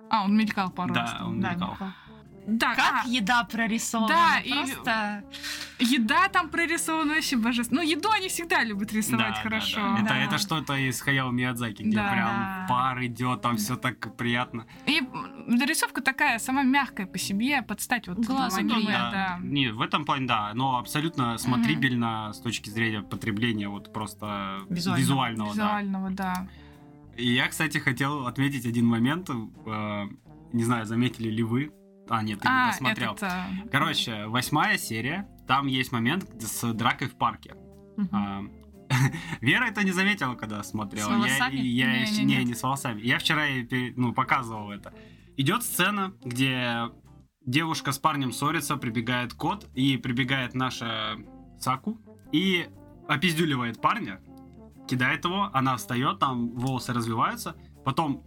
B: А, он мелькал пару раз.
A: Да,
B: там.
A: он
D: Да,
A: мелькал.
D: Михаил.
B: Да, а,
D: Как еда прорисована. ну,
B: Да, и-
D: Просто...
B: Еда там прорисована вообще божественно. Ну, еду они всегда любят рисовать
A: Да,
B: хорошо.
A: да, да. Это,
D: Да.
A: это что-то из Хаяо Миядзаки, где
B: Да.
A: прям пар идет, там все так приятно.
B: И м, дорисовка такая, сама мягкая по себе, под стать вот
D: Глазу
B: этому аниме,
D: приятно.
B: да.
A: Не, в этом плане, да, но абсолютно смотрибельно с точки зрения потребления вот просто
D: Визуально.
A: визуального. да.
B: Визуального, да.
A: И я, кстати, хотел отметить один момент. э, не знаю, заметили ли вы. А, нет, ты не
B: А,
A: досмотрел.
B: этот, а,
A: Короче, восьмая серия. Там есть момент где- с дракой в парке.
D: Мгм.
A: А, Вера это не заметила, когда смотрела.
D: С волосами?
A: Я, я
B: Не,
A: ещё-
B: не,
A: не,
B: нет.
A: не с волосами. Я вчера ей пере- ну, показывал это. Идет сцена, где девушка с парнем ссорится, прибегает кот, и прибегает наша Саку, и опиздюливает парня, кидает его, она встает, там волосы развиваются, потом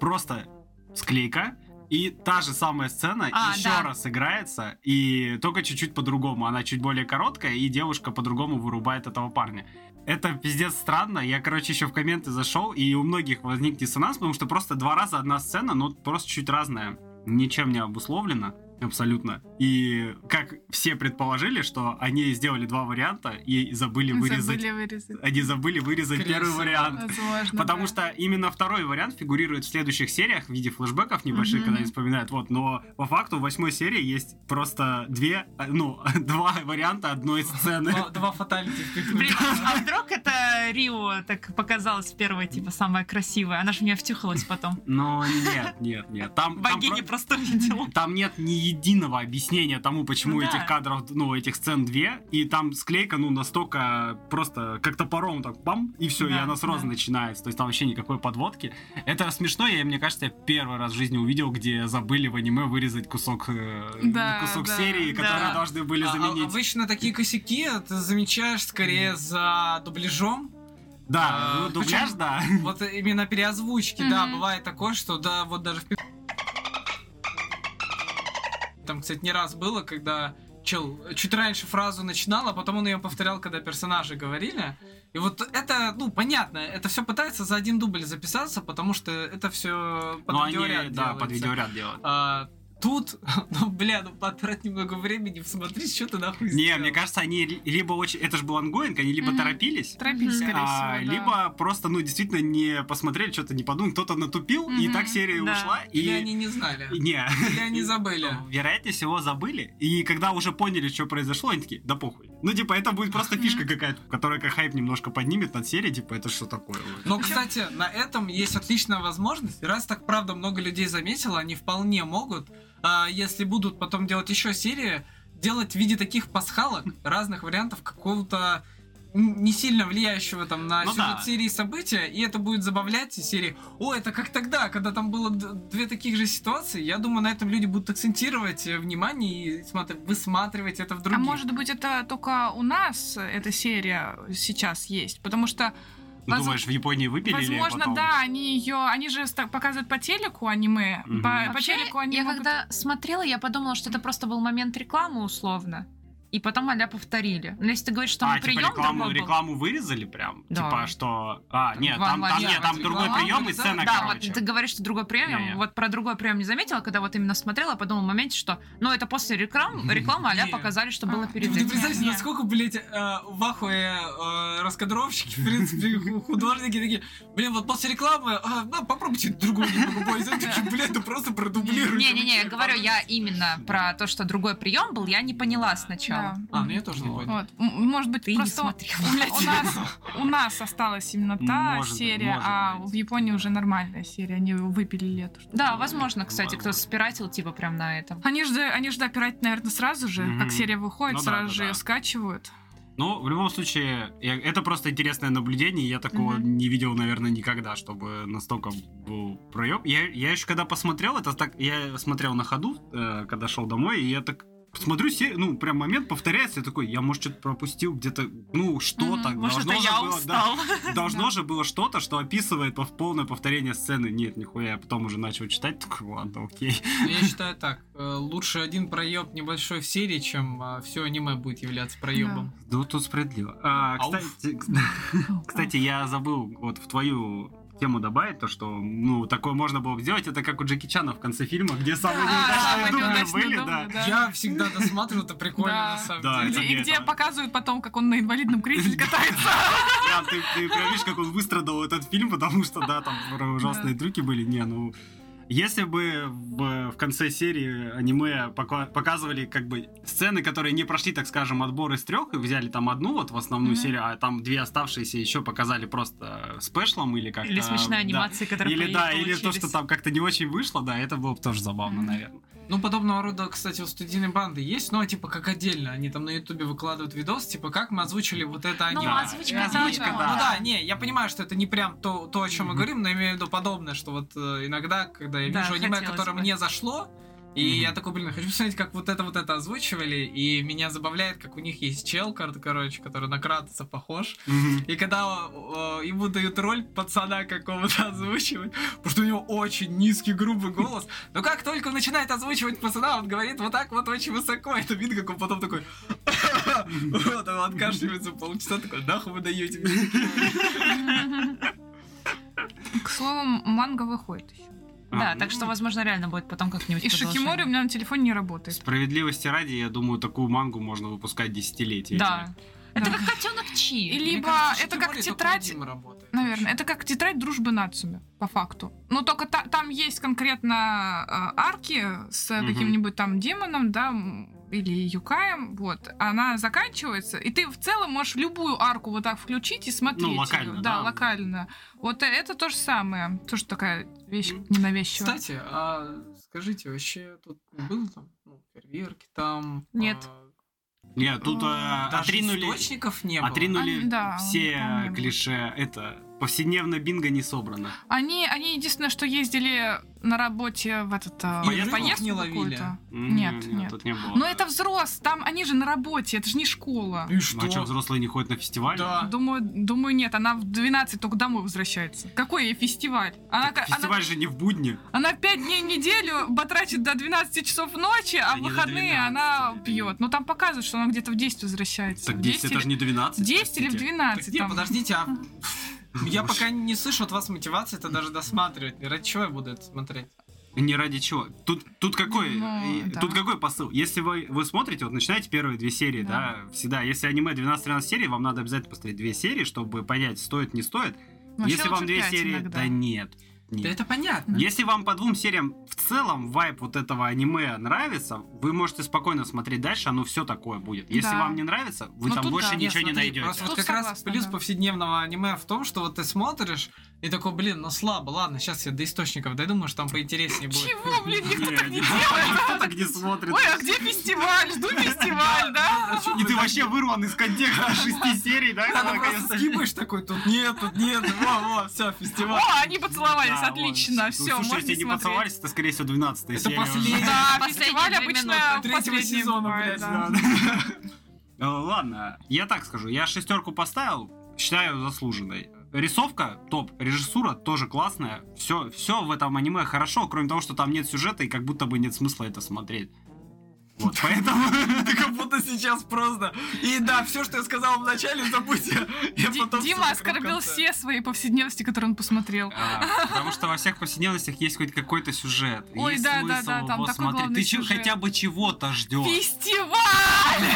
A: просто склейка, и та же самая сцена
D: А,
A: еще
D: да.
A: раз играется, и только чуть-чуть по-другому. Она чуть более короткая, и девушка по-другому вырубает этого парня. Это пиздец странно. Я, короче, еще в комменты зашел, и у многих возник диссонанс, потому что просто два раза одна сцена, но просто чуть разная. Ничем не обусловлена. Абсолютно. И как все предположили, что они сделали два варианта и забыли вырезать.
B: Забыли вырезать.
A: Они забыли вырезать
C: Скорее
A: первый
C: всего.
A: вариант.
B: Возможно,
A: Потому
B: да.
A: что именно второй вариант фигурирует в следующих сериях в виде флешбеков небольших,
D: Мгм.
A: когда они вспоминают. Вот, но по факту в восьмой серии есть просто две, а, ну, два варианта одной сцены.
C: Два, два фаталити.
D: Блин, а вдруг это Рио так показалось первое, типа, самое красивое? Она же в меня втюхалась потом.
A: Но нет, нет, нет. Там, там,
D: Богиня
A: про-
D: просто увидела.
A: там нет ни единого объяснения тому, почему
B: Ну да.
A: этих кадров, ну, этих сцен две, и там склейка, ну, настолько просто как топором так бам, и все, и
B: Да,
A: она сразу
B: да.
A: начинается, то есть там вообще никакой подводки. Это смешно, я, мне кажется, я первый раз в жизни увидел, где забыли в аниме вырезать кусок, э,
B: Да,
A: кусок
B: да,
A: серии,
B: да.
A: который должны были
C: А- а-
A: заменить.
C: обычно такие косяки а, ты замечаешь скорее за дубляжом.
A: Да,
C: а,
A: ну, дубляж,
C: причём-
A: да.
C: Вот именно переозвучки, да,
D: Мгм.
C: бывает такое, что да, вот даже в пи- Там, кстати, не раз было, когда чел чуть раньше фразу начинал, а потом он ее повторял, когда персонажи говорили. И вот это, ну, понятно, это все пытается за один дубль записаться, потому что это все под
A: Но Ну, они,
C: видеоряд
A: да,
C: делается.
A: под видеоряд делают.
C: А, тут, ну, бля, ну, потрать немного времени, смотри, что ты нахуй
A: Не,
C: сделал.
A: мне кажется, они ли- либо очень... Это же был ангоинг, они либо
D: Мгм.
A: торопились,
B: Торопились,
D: Мгм.
B: скорее
A: а,
B: всего, да.
A: либо просто, ну, действительно не посмотрели, что-то не подумали, кто-то натупил, и
D: Мгм,
A: так серия
D: да.
A: ушла, и...
C: Или они не знали,
A: Не.
C: или они забыли.
A: Вероятнее всего, забыли. И когда уже поняли, что произошло, они такие, да похуй. Ну, типа, это будет просто фишка какая-то, которая как хайп немножко поднимет над серией, типа, это что такое?
C: Но, Ну, кстати, на этом есть отличная возможность. Раз так, правда, много людей заметило, они вполне могут, а, если будут потом делать еще серии, делать в виде таких пасхалок разных вариантов какого-то н- не сильно влияющего там на
A: Ну
C: сюжет
A: да.
C: серии события, и это будет забавлять из серии. О, это как тогда, когда там было д- две таких же ситуации. Я думаю, на этом люди будут акцентировать э, внимание и смотр- высматривать это в
B: А
C: других.
B: может быть, это только у нас эта серия сейчас есть? Потому что,
A: Ну,
B: возм-
A: думаешь, в Японии выпилили
B: возможно,
A: потом?
B: да, они ее. Они же ста- показывают по телеку аниме.
A: Мгм.
B: По, по
D: Вообще,
B: телеку они
D: я
B: могут-
D: когда смотрела, я подумала, что это просто был момент рекламы условно. И потом а повторили. Но если ты говоришь, что
A: а,
D: мы
A: типа,
D: прием
A: рекламу,
D: другой был.
A: рекламу вырезали прям?
D: Да.
A: Типа, что... А, нет,
D: В
A: там, там,
D: онлайне
A: нет, там
C: вырезали.
A: другой
C: Реклама
A: прием и
C: вырезали.
A: сцена,
D: Да,
A: короче.
D: вот ты говоришь, что другой прием.
A: Не-не.
D: Вот про другой прием не заметила, когда вот именно смотрела, подумала в моменте, что ну это после реклам, рекламы а
C: Не.
D: показали, что было
B: А,
D: перед
C: Ну, Ты, ты
D: этим.
C: представляешь,
B: Не.
C: насколько, блядь, э, в ахуе э, раскадровщики, в принципе, ху- художники такие, блин, вот после рекламы, а, на, попробуйте другую немного поискать». такие, блядь, да просто продублируйте. вы
D: Не-не-не, я
C: чё,
D: говорю, я
C: ебанулись?»
D: именно про то, что другой прием был, я не поняла сначала.
B: Да.
C: А, ну я тоже не
A: Вот.
C: понял.
B: Вот. М- Может быть,
D: Ты не
B: просто
D: смотрела.
B: у нас, у нас осталась именно та
A: Ну, Может быть,
B: серия,
A: может
B: а
A: быть.
B: в Японии уже нормальная серия. Они выпилили эту. штуку.
D: Да, возможно, кстати, кто
A: Возможно.
D: спиратил типа прям на этом.
B: Они же, они же допирать, наверное, сразу же,
A: Мгм.
B: как серия выходит,
A: Ну да,
B: сразу
A: да,
B: же
A: да.
B: ее скачивают.
A: Ну, в любом случае, я- это просто интересное наблюдение. Я такого
B: Мгм.
A: не видел, наверное, никогда, чтобы настолько был проеб. Я, я еще когда посмотрел, это так, я смотрел на ходу, э, когда шел домой, и я так смотрю, се- ну, прям момент повторяется, я такой, я, может, что-то пропустил где-то, ну, что-то.
B: Мгм.
A: должно же было, да. Должно
B: Да.
A: же было что-то, что описывает пов- полное повторение сцены. Нет, нихуя, я потом уже начал читать, такой, ладно, окей.
C: Ну, Я считаю так, э, лучше один проеб небольшой в серии, чем все аниме будет являться проебом.
A: Ну, тут справедливо. А,
C: Ауф.
A: кстати, Кстати, я забыл вот в твою тему добавить то, что ну такое можно было бы сделать, это как у Джеки Чана в конце фильма, где самые
B: А,
A: неудачные
B: самые
A: дубли
B: неудачные
A: были,
B: дубли,
A: да.
B: да.
C: Я всегда досматривал, это прикольно
B: Да.
C: на самом
A: Да,
C: деле.
B: Где,
A: это
B: и
A: нет,
B: где
A: а.
B: показывают потом, как он на инвалидном кресле катается.
A: Да, ты, ты прям видишь, как он выстрадал этот фильм, потому что, да, там ужасные трюки были. Не, ну... Если бы в, в конце серии аниме пока- показывали как бы сцены, которые не прошли, так скажем, отбор из трех, и взяли там одну вот в основную
B: Мгм.
A: серию, а там две оставшиеся еще показали просто спешлом или как-то...
D: Или смешные
A: а, да.
D: анимации, которые
A: Или
D: по-
A: да, или то,
D: получились.
A: что там как-то не очень вышло, да, это было бы тоже забавно,
B: Мгм.
A: наверное.
C: Ну, подобного рода, кстати, у студийной банды есть, но типа как отдельно. Они там на Ютубе выкладывают видос, типа как мы озвучили вот это
D: Ну,
C: аниме.
A: Да.
D: озвучка,
B: Да,
D: да,
B: озвучка,
D: да.
A: да.
C: Ну да, не, я понимаю, что это не прям то, то о чем мы
A: Мгм.
C: говорим, но я имею в виду подобное, что вот э, иногда, когда я
D: Да,
C: вижу аниме,
D: хотелось
C: которое
D: бы.
C: мне зашло, и
A: Мгм.
C: я такой, блин, хочу посмотреть, как вот это вот это озвучивали, и меня забавляет, как у них есть чел, кор- короче, который на Кратоса похож, и когда э, ему дают роль пацана какого-то озвучивать, потому что у него очень низкий грубый голос, но как только он начинает озвучивать пацана, он говорит вот так вот очень высоко, это видно, как он потом такой, вот а он откашливается полчаса, такой, нахуй вы даете мне
B: Ну К слову, манга выходит еще.
D: Да,
A: А,
D: так
A: ну,
D: что, возможно, реально будет потом как-нибудь.
B: И Шикимори у меня на телефоне не работает.
A: Справедливости ради, я думаю, такую мангу можно выпускать десятилетия.
D: Да. Это
B: Да.
D: как котенок Чи.
B: И
C: Мне
B: либо
C: кажется,
B: А, это
C: тем
B: как
C: более только у
B: тетрадь,
C: Димы работает
B: Наверное,
C: вообще.
B: это как тетрадь дружбы нациями, по факту. Но только та- там есть конкретно э, арки с
A: Мгм.
B: каким-нибудь там демоном, да, м, или юкаем, вот. Она заканчивается, и ты в целом можешь любую арку вот так включить и смотреть. её.
A: локально,
B: да.
A: да.
B: локально. Вот э, это то же самое. Тоже такая вещь ненавязчивая.
C: Кстати, а скажите, вообще тут было там ну, Фейерверки там.
D: Нет.
C: а,
A: Нет, тут э,
C: Даже
A: отринули,
C: источников не было.
A: отринули
D: А, да,
A: все
D: там не было.
A: клише. Это повседневно бинго не собрано.
B: Они, они единственное, что ездили на работе в этот э,
A: И рыбок
B: поездку
C: не ловили.
B: какую-то.
A: М,
B: Нет, нет.
A: тут не было.
B: Но это взрос, там они же на работе, это же не школа.
C: И
A: Ну, а чё, взрослые не ходят на фестиваль?
C: Да.
B: Думаю, думаю, нет, она в 12 только домой возвращается. Какой ей фестиваль? Она, ка-
A: Фестиваль же не в будни.
B: она, 5 дней в неделю батрачит до 12 часов ночи, а
A: Да
B: в
A: не до
B: выходные
A: 12,
B: она
A: да.
B: пьет. Но там показывают, что она где-то в 10 возвращается.
A: Так
B: В
A: 10 это
B: или-
A: же не 12.
B: 10 или в
A: простите.
B: 12
C: не,
B: там.
C: подождите, а я
A: Уж.
C: пока не слышу от вас мотивации это даже досматривать. И Ради чего я буду это смотреть?
A: Не ради чего. Тут, тут какой,
B: Ну,
A: э,
B: да.
A: тут какой посыл? Если вы, вы смотрите, вот начинаете первые две серии, да.
B: Да.
A: всегда. Если аниме 12-13 серий, вам надо обязательно посмотреть две серии, чтобы понять, стоит, не стоит.
B: Вообще
A: Если вам
B: лучше
A: две
B: Ну, пять
A: серии,
B: иногда.
A: да нет. нет.
C: Да это понятно.
A: Если вам по двум сериям в целом вайп вот этого аниме нравится, вы можете спокойно смотреть дальше, оно все такое будет. Если
B: Да.
A: вам не нравится, вы
B: Ну,
A: там
B: тут
A: больше
B: да.
A: ничего не
C: Смотри,
A: найдете.
C: Просто вот
B: Тут
C: как раз
B: согласна,
C: плюс
B: да.
C: повседневного аниме в том, что вот ты смотришь и такой, блин, ну слабо, ладно, сейчас я до источников дойду, может там поинтереснее будет.
B: Чего, блин, никто так не
A: Никто
B: делает?
A: так не смотрит.
B: Ой, а где фестиваль? Жду фестиваль, да?
A: И ты вообще вырван из контекста шести серий, да?
C: Надо
A: когда,
C: просто
A: конечно,
C: скипаешь такой, тут нет, тут нет, во, во, все, фестиваль.
B: О, они поцеловались,
A: Да,
B: отлично,
A: ладно.
B: все,
A: Слушай,
B: можно
A: если не
B: смотреть.
A: поцеловались, это, скорее всего, 12
C: Это последний.
B: Да,
D: Последние
B: фестиваль
D: две
B: обычно
D: минуты.
B: в
C: Третьего
B: последнем
C: сезона,
B: бывает,
C: блядь,
B: да.
C: да.
A: Э, Ладно, я так скажу. Я шестерку поставил, считаю заслуженной. Рисовка топ, режиссура тоже классная. Все, все в этом аниме хорошо, кроме того, что там нет сюжета и как будто бы нет смысла это смотреть. Вот, поэтому...
C: Ты как будто сейчас просто... И да, все, что я сказал в начале, забудьте. Я
B: Ди-
C: потом всё
B: Дима
C: вокруг
B: оскорбил
C: конца.
B: все свои повседневности, которые он посмотрел.
A: А, Потому что во всех повседневностях есть хоть какой-то сюжет.
B: Ой,
A: есть
B: да, да,
A: смысл
B: да,
A: его
B: там такой
A: смотреть. Ты
B: главный
A: чё-
B: сюжет.
A: хотя бы чего-то ждешь.
B: Фестиваль!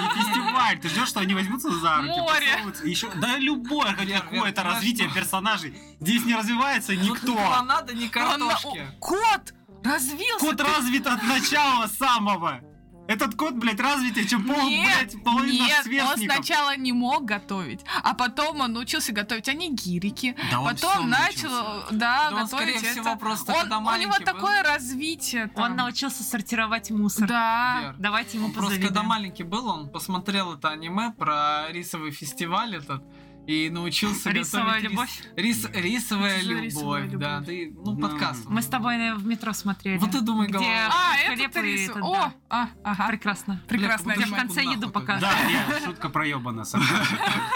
A: Не фестиваль, ты ждешь, что они возьмутся за руки,
B: Море.
A: поцелуются. Еще, да любое хоть
C: Вер,
A: какое-то
C: Вер,
A: развитие персонажей. Здесь не развивается
C: Тут
A: никто.
C: Ни клонада, ни картошки.
B: Он- о, Кот! Развился!
A: Кот развит от начала самого. Этот кот, блядь, развитее, чем пол,
B: Нет,
A: блядь, половина
B: Нет, он
A: сверстников.
B: сначала не мог готовить, а потом он научился готовить анигирики.
C: А
A: Да он всё
B: Потом начал,
A: научился.
B: да,
C: Да он, скорее
B: готовить
C: всего,
B: это.
C: просто
B: Он-
C: когда
B: у него
C: маленький был.
B: такое развитие.
D: Он
B: там.
D: научился сортировать мусор.
B: Да.
C: Вер.
D: Давайте ему
C: Он просто
D: позавидуем.
C: когда маленький был, он посмотрел это аниме про рисовый фестиваль этот и научился
D: Рисовая
C: готовить рис-
D: любовь.
C: Рис... Рисовая,
B: Что за
C: любовь,
B: рисовая
C: да.
B: любовь?
C: Ты, ну,
A: Да.
C: подкаст.
D: Мы с тобой наверное, в метро смотрели.
C: Вот и думай
D: где
C: головой.
B: А,
D: хлеб
B: это
D: и
B: рис.
D: это,
B: О,
D: да.
B: а, ага.
D: Прекрасно.
B: Прекрасно.
C: Бля,
D: Я в
C: Нахуй,
D: конце еду
C: нахуй,
D: покажу.
A: Да, нет, шутка проебана. сама.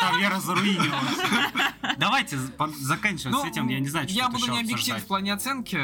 A: Там я разруинилась. Давайте по- заканчивать
C: Ну,
A: с этим, я не знаю, что
C: Я
A: тут
C: буду
A: ещё
C: не объектив
A: обсуждать.
C: в плане оценки.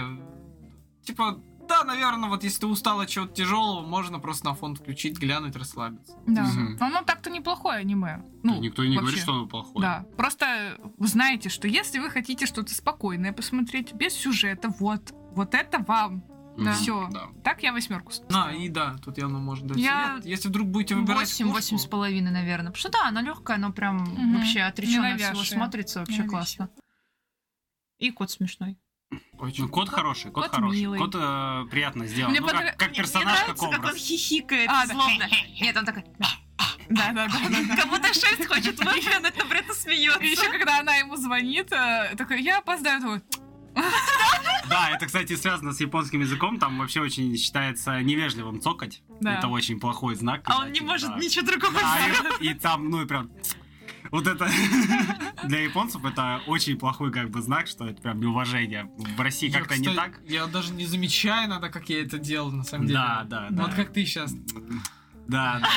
C: Типа, да, наверное, вот если ты устал от чего-то тяжелого, можно просто на фон включить, глянуть, расслабиться.
B: Да.
A: Мгм.
B: Оно так-то неплохое аниме. Ну,
A: Никто и не говорит,
B: вообще.
A: что оно плохое.
B: Да. Просто знаете, что если вы хотите что-то спокойное посмотреть, без сюжета, вот, вот это вам.
A: Мгм,
B: Да. Всё.
A: да.
B: Так я восьмерку ставлю.
C: А, и да, тут я, ну, может дать
D: Я-
C: совет. Если вдруг будете выбирать
D: Восемь, восемь с
C: книжку,
D: половиной, наверное. Потому что да, она легкая, она прям
B: Мгм.
D: вообще отреченно всего
B: Ненавязчивая.
D: смотрится, вообще
B: Ненавязчивая.
D: классно. И кот смешной.
A: Ну,
C: очень.
A: кот хороший, кот,
B: Кот
A: хороший.
B: милый.
A: Кот э, приятно сделан.
B: Мне
A: ну, как-
B: понрав-
A: как, персонаж,
D: Мне нравится,
A: как
D: как
A: образ.
D: он хихикает
B: А, да.
D: злобно. Нет, он такой...
B: Да, да, да.
D: Как будто шесть хочет выплюнуть, но при этом
B: И еще,
D: смеется.
B: когда она ему звонит, э, такой, я опоздаю, такой,
A: Да, это, кстати, связано с японским языком. Там вообще очень считается невежливым цокать.
B: Да.
A: Это очень плохой знак.
D: А он не
A: кстати,
D: может
A: да.
D: ничего другого
A: Да,
D: сделать.
A: и, и там, ну и прям... Вот это для японцев это очень плохой как бы знак, что это прям неуважение. В России
C: Я,
A: как-то не
C: кстати,
A: так.
C: Я даже не замечаю иногда, как я это делал, на самом деле. Ну,
A: Да, да,
C: Вот
A: да.
C: как ты сейчас.
A: Да, да.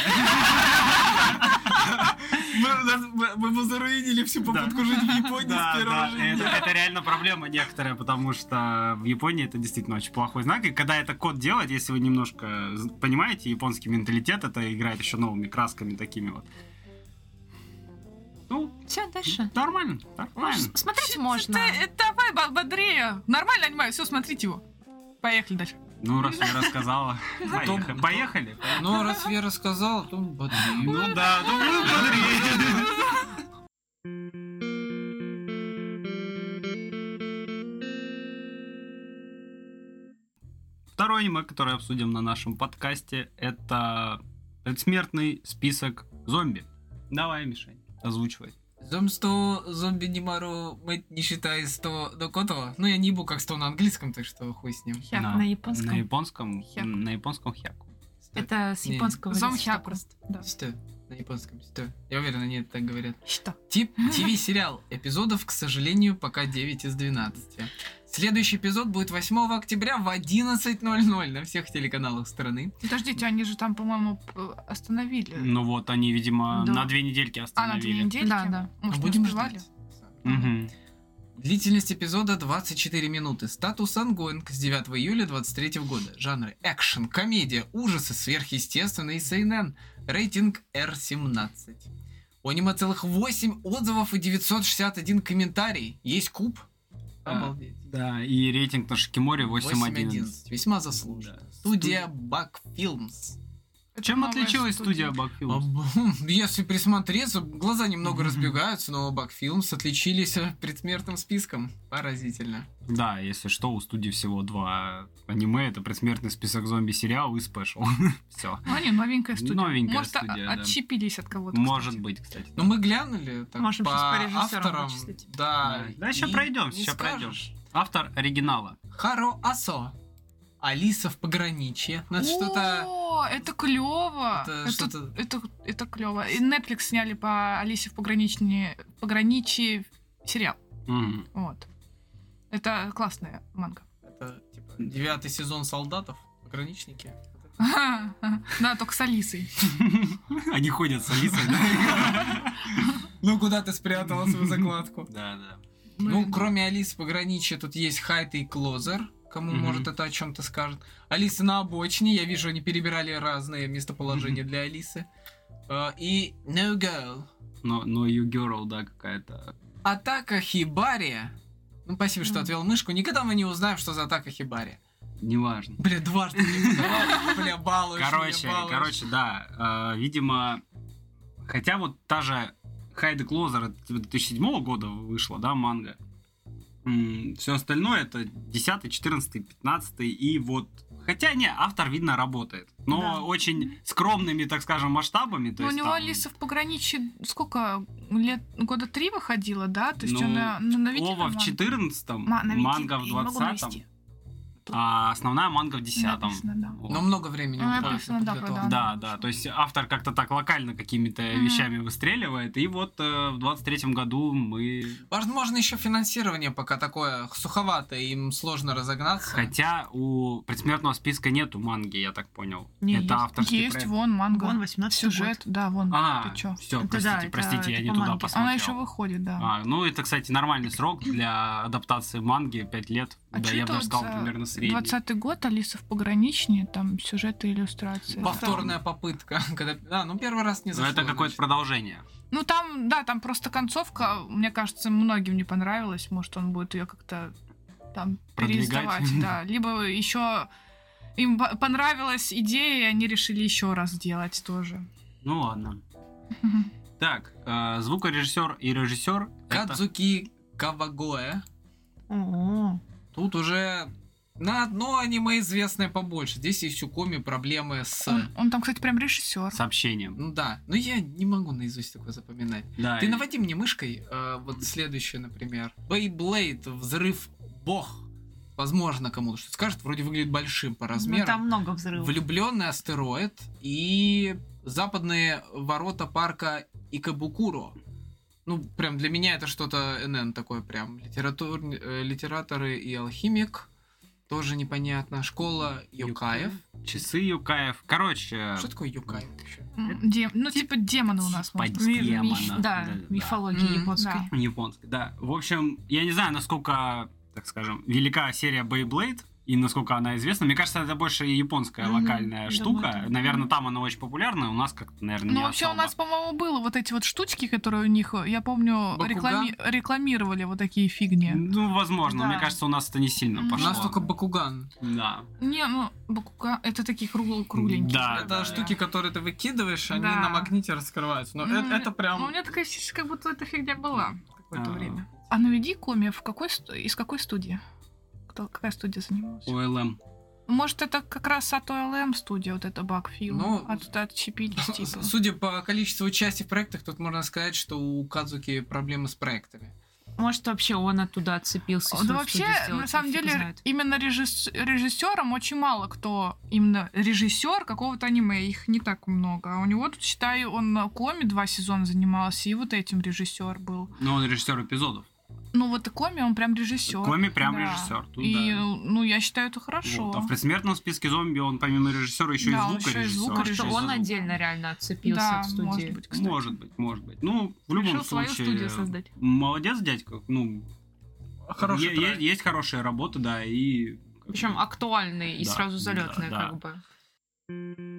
C: Мы, нас- мы- мы бы заруинили всю попытку жить в Японии
A: Да,
C: с первого
A: да,
C: же
A: это,
C: дня.
A: это реально проблема некоторая, потому что в Японии это действительно очень плохой знак. И когда это код делает, если вы немножко з- понимаете японский менталитет, это играет еще новыми красками такими вот. Ну,
D: Все, дальше.
A: нормально, нормально.
D: Смотреть можно.
B: Ты, э, давай бо- бодрее. Нормально аниме, все, смотрите его. Поехали дальше.
A: Ну, раз я рассказала.
C: Потом-
A: поех- Поехали.
C: Ну, раз я рассказал, то блин.
A: Ну да, ну вы мудрее. Второе аниме, которое обсудим на нашем подкасте, это предсмертный список зомби. Давай, Мишень, озвучивай.
C: Зомсто, зомби Нимару, мы не считая 100 до Котова. Ну, я не ебу как 100 на английском, так что хуй с ним.
A: На-
D: На японском.
A: На японском,
B: Хяку.
A: на японском хяку.
C: 100
D: Это с
C: Не.
D: японского.
B: Зомхяку.
D: «Сто» просто. Да.
C: Что? На японском что? Я уверена, нет, так говорят.
D: Что?
C: Тип ТВ-сериал. Эпизодов, к сожалению, пока 9 из 12. Следующий эпизод будет 8 октября в 11.00 на всех телеканалах страны.
B: Подождите, они же там, по-моему, п- остановили.
A: Ну вот, они, видимо,
D: Да.
A: на две недельки
B: А, на две
A: остановили. А
B: недели?
D: Да, да.
B: Может, не
C: А Будем
B: успевали?
C: ждать.
A: Мгм.
C: Длительность эпизода 24 минуты. Статус ongoing с 9 июля 23 года. Жанры экшен, комедия, ужасы, сверхъестественные и сейнен. Рейтинг R17. У аниме целых 8 отзывов и 961 комментарий. Есть куб.
A: А,
C: Обалдеть.
A: Да, и рейтинг на Шикиморе 8.11.
C: 8.11. Весьма заслуженно.
A: Да.
C: Студия Бак Films.
B: Это
A: Чем
B: новая
A: отличилась студия Бакфилм?
C: Если присмотреться, глаза немного
A: Мгм.
C: разбегаются, но Бак Films отличились э, предсмертным списком. Поразительно.
A: Да, если что, у студии всего два аниме. Это «Предсмертный список зомби» сериал и спешл. Все.
B: Ну, они новенькая студия.
A: Новенькая
B: Может, а-
A: студия, да.
B: отщепились от кого-то.
A: Может
B: кстати.
A: быть, кстати.
C: Ну, мы глянули так,
D: Можем
C: по
D: щас по режиссёрам
C: авторам.
D: вычислить.
C: Да.
A: Да, ща
C: и
A: пройдём,
C: не
A: ща пройдём.
C: скажешь.
A: Автор оригинала.
C: Харо Асо. Алиса в пограничье. Надо что-то...
B: О, это клево.
C: Это
B: Это,
C: что-то-
B: это, это клево. И Netflix сняли по Алисе в пограничне, пограничье сериал.
A: Мгм.
B: Вот. Это классная манга.
C: Это, типа, девятый сезон солдатов. Пограничники.
B: Да, только с Алисой.
A: Они ходят с Алисой, да?
C: Ну, куда ты спрятала свою закладку?
A: Да, да.
C: Ну, кроме Алисы в пограничье, тут есть Хайт и Клозер. Кому,
A: Мгм.
C: может, это о чем-то скажет. Алиса на обочине. Я вижу, они перебирали разные местоположения для Алисы. Э, И No Girl.
A: Но, но You Girl, да, какая-то.
C: Атака Хибари. Ну, спасибо, что
D: Мгм.
C: отвел мышку. Никогда мы не узнаем, что за атака Хибари.
A: Неважно.
C: Бля, дважды не подавал. Бля, балуешь меня,
A: Короче,
C: балуешь.
A: короче, да. э, видимо, хотя вот та же Хайде Клозер 2007 года вышла, да, манга. Все остальное это 10, 14, 15 и вот... Хотя не, автор, видно, работает. Но
B: Да.
A: очень скромными, так скажем, масштабами. То
B: Ну, у
A: есть
B: него
A: там-
B: Алиса в пограничье сколько лет? Года три выходила, да? То есть
A: Ну,
B: он на, на, на Вики-
A: Ова в
B: ман-
A: 14
B: ма- на Вики-
A: манга в
B: я не могу
A: 20
B: навести.
A: а основная манга в 10
B: Написано, да.
A: Вот.
C: Но много времени
B: Ну, я
C: уходит
B: просто
C: на
B: да,
C: подготовку.
A: Да,
B: да.
A: да, то есть автор как-то так локально какими-то
B: Мгм.
A: вещами выстреливает, и вот э, в 23-м году мы...
C: Возможно, еще финансирование пока такое суховатое, им сложно разогнаться.
A: Хотя у предсмертного списка нету манги, я так понял.
D: Не,
A: это
D: есть.
A: авторский
B: Есть,
A: проект.
B: вон манга.
D: Гон 18
B: Сюжет, да, вон.
A: А,
B: ты чё?
A: все,
D: Это
A: простите,
D: да, это-
A: простите, я
D: это типа
A: не
D: по
A: туда
D: манге.
A: посмотрел.
B: Она еще выходит, да.
A: А, ну, это, кстати, нормальный срок для адаптации манги, 5 лет.
B: А
A: да,
B: чё
A: я
B: это
A: бы даже
B: вот
A: сказал,
B: за
A: примерно средний.
B: 20 год, Алиса в пограничне, там сюжеты и иллюстрации.
C: Повторная попытка. Когда... Да, ну первый раз не
A: Но
C: зашло.
A: это какое-то
C: значит.
A: продолжение.
B: Ну там, да, там просто концовка, мне кажется, многим не понравилась. Может, он будет ее как-то там
A: Продвигать.
B: переиздавать, да. Либо еще им по- понравилась идея, и они решили еще раз сделать тоже.
A: Ну, ладно. Так, э, звукорежиссер и режиссер... это-
C: Кадзуки Кавагоэ.
D: О,
C: Тут уже на одно аниме известное побольше. Здесь есть у Коми проблемы с...
B: Он, он там, кстати, прям режиссер.
A: Сообщением.
C: Ну да, но я не могу наизусть такое запоминать.
A: Да,
C: Ты
A: и-
C: наводи мне мышкой, э, вот следующее, например. Beyblade, взрыв бог. Возможно, кому-то что скажет, вроде выглядит большим по
D: ну,
C: размеру.
D: там много взрывов.
C: Влюбленный астероид и западные ворота парка Икабукуро. Ну, прям для меня это что-то НН такое прям. Литератур... э, Литераторы и алхимик. Тоже непонятно. Школа Юкаев.
A: Часы Юкаев. Короче...
C: Что такое Юкаев вообще?
B: М, дем- ну, типа демоны у нас.
A: Типа
B: может.
A: демоны.
D: Ми-
A: Демона.
D: миф-
A: Да,
D: Да,
A: да, да.
D: мифология
C: Мгм.
D: японская.
B: Да.
A: Японской, да. В общем, я не знаю, насколько, так скажем, велика серия Beyblade и насколько она известна. Мне кажется, это больше японская
D: Мгм,
A: локальная
D: думаю,
A: штука.
D: да.
A: Наверное, там она очень популярна, у нас как-то, наверное, не
B: Ну, вообще, у
A: особо.
B: нас, по-моему, было вот эти вот штучки, которые у них, я помню,
C: Бакуган?
B: реклами- рекламировали вот такие фигни.
A: Ну, возможно.
B: Да.
A: Мне кажется, у нас это не сильно
B: Мгм.
C: У
A: пошло.
C: нас только Бакуган.
A: Да.
B: Не, ну, Бакуган, это такие кругл- кругленькие.
A: Да,
C: это
A: А, да,
C: штуки, которые ты выкидываешь, они
B: Да.
C: на магните раскрываются. Но
B: Ну,
C: э- это прям...
B: Ну, у меня такая ощущение, как будто эта фигня была какое-то
A: А.
B: время. А наведи коми в какой ст- из какой студии? Кто, какая студия занималась?
A: ОЛМ.
B: Может, это как раз от ОЛМ студия, вот это Бакфилм.
C: Ну,
B: от, отщепились, типа.
C: Судя по количеству участий в проектах, тут можно сказать, что у Кадзуки проблемы с проектами.
D: Может, вообще он оттуда отцепился. и
B: Да
D: свою
B: вообще,
D: студию сделать,
B: на самом
D: фиг
B: деле,
D: знает.
B: именно режисс- режиссером очень мало кто, именно режиссер какого-то аниме, их не так много. А у него тут, считаю, он на Коми два сезона занимался, и вот этим режиссер был.
A: Ну, он режиссер эпизодов.
B: Ну вот и Коми, он прям режиссер.
A: Коми прям
B: Да.
A: режиссер. Тут,
B: И,
A: да.
B: ну, я считаю, это хорошо.
A: Вот, А в предсмертном списке зомби он помимо режиссера еще
B: Да,
A: и
B: он
A: звукорежиссер.
B: еще и
D: Может,
B: звукорежиссер.
D: он отдельно реально отцепился
B: да,
D: от студии.
B: может быть, кстати.
A: Может быть, может быть. Ну, в любом
D: Решил свою
A: случае.
D: студию создать.
A: Молодец, дядька. Ну,
C: Хороший
A: е- е-
C: трек.
A: есть хорошая работа, да, и. как бы,
D: Причем актуальный и
A: Да,
D: сразу залетный,
A: да, да.
D: как бы.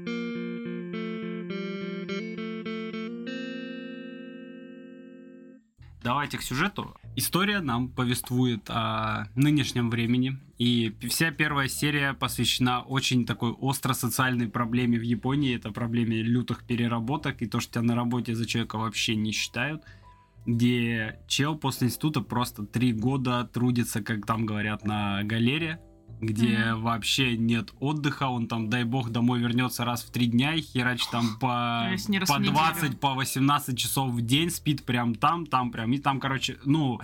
A: Давайте к сюжету. История нам повествует о нынешнем времени. И вся первая серия посвящена очень такой остро социальной проблеме в Японии. Это проблеме лютых переработок и то, что тебя на работе за человека вообще не считают. Где чел после института просто три года трудится, как там говорят, на галере, где
B: Мгм.
A: вообще нет отдыха, он там, дай бог, домой вернется раз в три дня и херачит там по,
D: То есть не раз
A: Э, по
D: в неделю.
A: 20, по 18 часов в день, спит прям там, там прям, и там, короче, ну,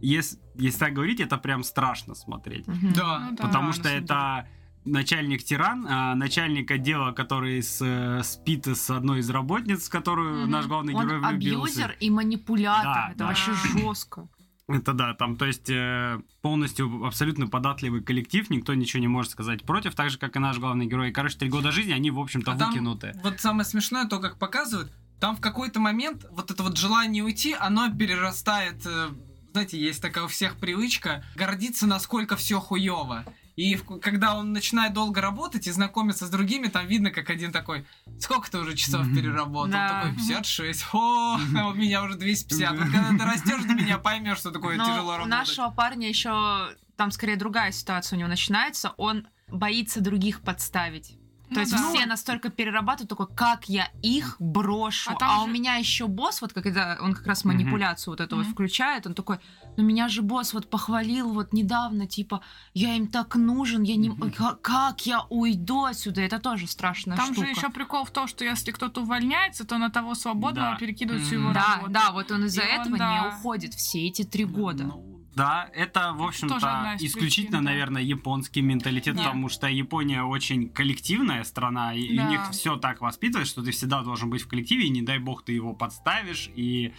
A: если, если так говорить, это прям страшно смотреть.
B: Ну
C: Да.
B: да.
A: Потому
D: на
A: что
D: самом
A: это начальник тиран, а, начальник отдела, который с, э, спит с одной из работниц, в которую
B: Мгм.
A: наш главный герой
D: Он
A: влюбился.
D: абьюзер и манипулятор.
A: Да,
D: это
A: да.
D: вообще жестко.
A: Это да, там, то есть э, полностью абсолютно податливый коллектив, никто ничего не может сказать против, так же, как и наш главный герой. И, Короче, три года жизни, они, в общем-то,
C: А там-
A: выкинуты.
C: Вот самое смешное, то, как показывают, там в какой-то момент вот это вот желание уйти, оно перерастает, э, знаете, есть такая у всех привычка, гордиться, насколько все хуево. И в- когда он начинает долго работать и знакомиться с другими, там видно, как один такой, сколько ты уже часов
A: Мгм.
C: переработал?
D: Да.
C: Такой, 56. О, у меня уже 250. Вот когда ты растешь до меня, поймешь, что такое
D: Но
C: тяжело
D: у
C: работать.
D: нашего парня еще там скорее другая ситуация у него начинается. Он боится других подставить.
B: Ну
D: То есть
B: да.
D: все настолько перерабатывают, такой, как я их брошу.
B: А
D: А,
B: там
D: у
B: же-
D: меня еще босс, вот когда он как раз
A: Мгм.
D: манипуляцию вот эту вот
B: Мгм.
D: включает, он такой, ну меня же босс вот похвалил вот недавно, типа, я им так нужен, я не...
A: Мгм.
D: Ка- Как я уйду отсюда? Это тоже страшная
B: Там
D: штука.
B: же еще прикол в том, что если кто-то увольняется, то на того свободного
A: Да.
B: перекидывают всю
C: Мгм.
B: его
D: Да,
B: работу.
D: да, вот он из-за
B: И он,
D: этого
B: да.
D: не уходит все эти три года.
A: Ну, да, это, в
B: одна
A: общем-то,
B: из
A: исключительно,
B: причин, да.
A: наверное, японский менталитет,
B: Да.
A: потому что Япония очень коллективная страна, и
B: Да.
A: у них все так воспитывает, что ты всегда должен быть в коллективе, и не дай бог ты его подставишь, и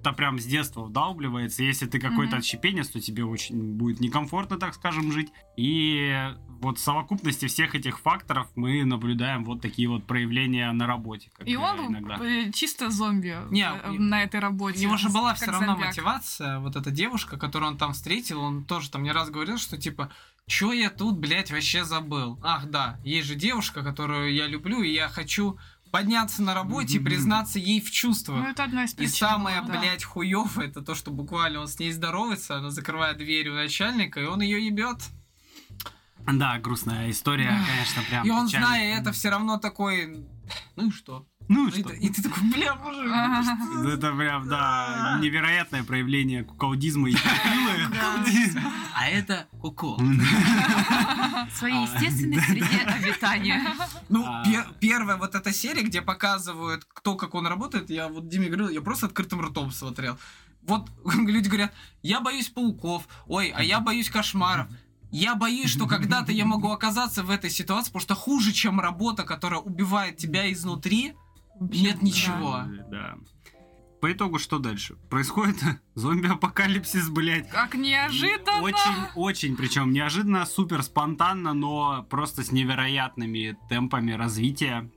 A: это прям с детства вдалбливается. Если ты какой-то
B: Мгм.
A: отщепенец, то тебе очень будет некомфортно, так скажем, жить. И вот в совокупности всех этих факторов мы наблюдаем вот такие вот проявления на работе. как
B: И
A: я
B: он
A: иногда.
B: э, чисто зомби
C: Не,
B: э,
C: у-
B: на этой
C: У
B: работе.
C: него же была все
B: ну, как
C: равно
B: зомбяк.
C: мотивация, вот эта девушка, которую он там встретил, он тоже там не раз говорил, что типа, чё я тут, блядь, вообще забыл? Ах, да, есть же девушка, которую я люблю, и я хочу подняться на работе и
A: Мгм.
C: признаться ей в
B: Ну,
C: чувствах.
B: это одна из
C: И
B: причин.
C: самое,
B: да.
C: блядь, хуёвое, это то, что буквально он с ней здоровается, она закрывает дверь у начальника, и он ее ебет.
A: Да, грустная история,
C: Ах,
A: конечно, прям.
C: И он,
A: печальная.
C: зная это, все равно такой, ну и что?
A: Ну
C: Ну
A: и
C: и
A: что?
C: ты- И ты такой, бля, боже,
B: Ага.
A: Ну, Это прям, да, невероятное проявление куколдизма и пилы.
C: А это куку.
D: В своей
A: А,
D: естественной
A: да,
D: среде обитания.
C: Ну,
A: А.
C: пер- первая вот эта серия, где показывают, кто как он работает, я вот Диме говорил, я просто открытым ртом смотрел. Вот люди говорят, я боюсь пауков, ой, а я боюсь кошмаров. Я боюсь, что когда-то я могу оказаться в этой ситуации, потому что хуже, чем работа, которая убивает тебя изнутри, нет ничего.
A: Да. По итогу что дальше? Происходит зомби-апокалипсис, блядь.
B: Как неожиданно.
A: Очень, очень, причем неожиданно, супер спонтанно, но просто с невероятными темпами развития.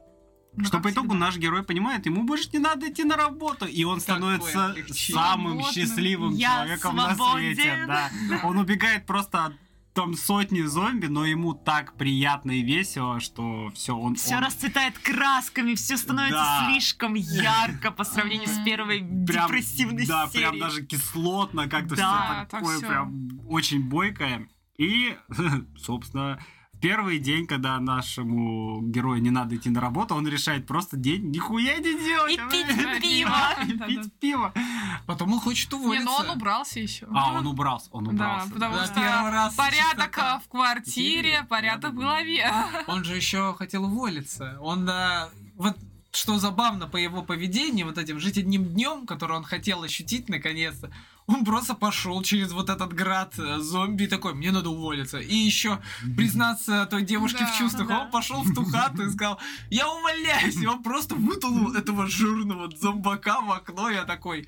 B: Ну,
A: что
B: как
A: по итогу
B: всегда.
A: наш герой понимает, ему больше не надо идти на работу, и он
C: Такое
A: становится
C: облегчение.
A: самым
B: Свободным.
A: счастливым
D: Я
A: человеком на
D: свободен.
A: свете. Да. Он убегает просто от там сотни зомби, но ему так приятно и весело, что все, он...
D: Все
A: он
D: расцветает красками, все становится
A: Да.
D: слишком ярко по сравнению с первой
A: прям-
D: депрессивной
A: Да,
D: серией.
A: прям даже кислотно как-то
D: Да,
A: все
B: так
A: такое
B: всё.
A: прям очень бойкое. И, собственно, в первый день, когда нашему герою не надо идти на работу, он решает просто день нихуя не делать.
D: И пить
B: пиво.
A: И
B: Да, да.
A: пить пиво.
C: потом он хочет
B: Не,
C: уволиться.
B: ну он убрался еще.
A: А, он убрался, он
B: Да,
A: убрался.
C: Да,
B: потому что
C: первый раз
B: порядок
C: чистота.
B: а, в квартире,
A: Квартире,
B: порядок
A: порядок.
B: в голове.
C: Он же еще хотел уволиться. Он а, вот что забавно по его поведению, вот этим жить одним днем, который он хотел ощутить наконец-то, Он просто пошел через вот этот град э, зомби и такой, мне надо уволиться. И еще признаться той девушке
B: Да,
C: в чувствах.
D: да.
C: Он пошел в ту хату и сказал, я умоляюсь. И он просто вытолкнул этого жирного зомбака в окно. Я такой,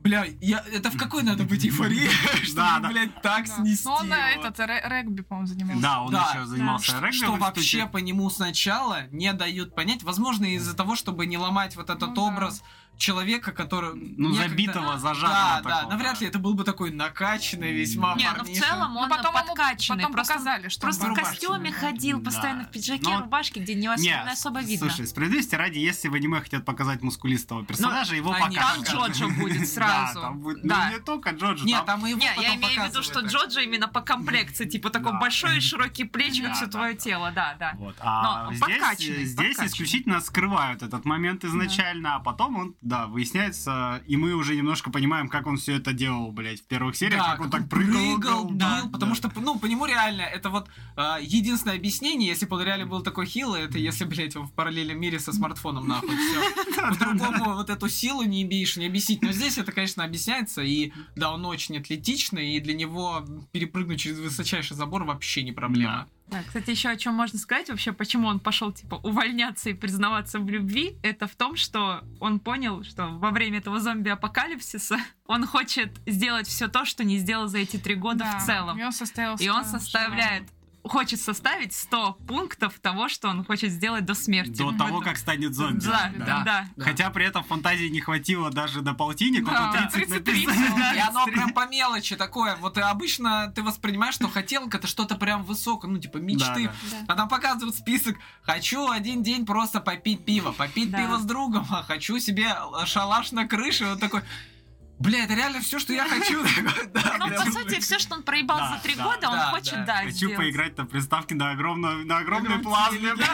C: бля, я, это в какой надо быть эйфории,
A: Да,
C: чтобы,
A: да.
C: блядь, так
B: Да.
C: снести
B: Но он э,
C: его?
B: этот ре- регби, по-моему, занимался.
A: Да, он
C: Да.
A: еще занимался регби.
C: что
A: в институте.
C: вообще по нему сначала не дают понять, возможно, из-за того, чтобы не ломать вот этот
B: Ну да.
C: образ человека, который...
A: Ну,
C: некогда-
A: забитого,
C: Да,
A: зажатого
C: да,
A: такого.
C: навряд ли это был бы такой накачанный весьма
D: Не, ну в
C: парниша.
D: целом
B: Но
D: он
B: потом ему-
D: подкачанный.
B: потом
D: просто
B: показали, что
D: просто
B: он
D: в
C: рубашке,
D: костюме ходил,
A: Да.
D: постоянно в пиджаке,
A: Но-
D: рубашке, где не особо,
A: Не,
D: не особо видно.
A: Слушай, справедливости ради, если в аниме хотят показать мускулистого персонажа, его
C: они
A: покажут.
C: там
D: Джоджо будет сразу.
A: Да, там будет,
D: Да.
A: ну, не только Джоджо,
C: Нет,
A: там-
C: там и его
D: Не, я
C: потом
D: имею в виду, что
C: показывают.
D: Джоджо именно по комплекции, типа такой
A: Да.
D: большой и широкий плечи, как
A: Да,
D: все
A: да,
D: твое
A: да.
D: тело, да, да.
A: Вот. А
D: Но
A: здесь, э,
D: подкачанный,
A: здесь
D: подкачанный.
A: исключительно скрывают этот момент изначально, а потом он, да, выясняется, и мы уже немножко понимаем, как он все это делал, блядь, в первых сериях,
C: Да,
A: как он так прыгал,
C: бил,
A: да,
C: потому
A: да.
C: что, ну, по нему реально, это вот а, единственное объяснение, если бы он реально был такой хилый, это если, блядь, он в параллельном мире со смартфоном, нахуй, все. По-другому вот эту силу не имеешь, не объяснить. Но здесь это, конечно, объясняется, и да, он очень атлетичный, и для него перепрыгнуть через высочайший забор вообще не проблема.
D: Да, кстати, еще о чем можно сказать вообще, почему он пошел типа увольняться и признаваться в любви, это в том, что он понял, что во время этого зомби-апокалипсиса он хочет сделать все то, что не сделал за эти три года
B: Да.
D: в целом.
B: И он составил
D: И он
B: свой
D: составляет, хочет составить 100 пунктов того, что он хочет сделать до смерти.
A: До того, как станет зомби.
D: ну, Да,
A: Да.
D: да, да.
A: Хотя при этом фантазии не хватило даже до полтинник,
B: Да,
A: он 30
B: 33
A: написал.
B: всего.
C: И оно прям по мелочи такое. Вот и обычно ты воспринимаешь, что хотелка это что-то прям высокое, ну, типа мечты.
A: Да, да.
C: А там показывают список. Хочу один день просто попить пиво. Попить
D: Да.
C: пиво с другом. А хочу себе шалаш на крыше. Он такой... Бля, это реально все, что я хочу. Да,
D: Ну,
C: прям.
D: по сути, все, что он проебал
A: Да,
D: за три
A: да,
D: года, он
C: да,
D: хочет,
C: да.
D: да,
A: Хочу
D: сделать.
A: поиграть на приставке на огромную, на огромную
C: Огромный
A: плазме.
C: телек.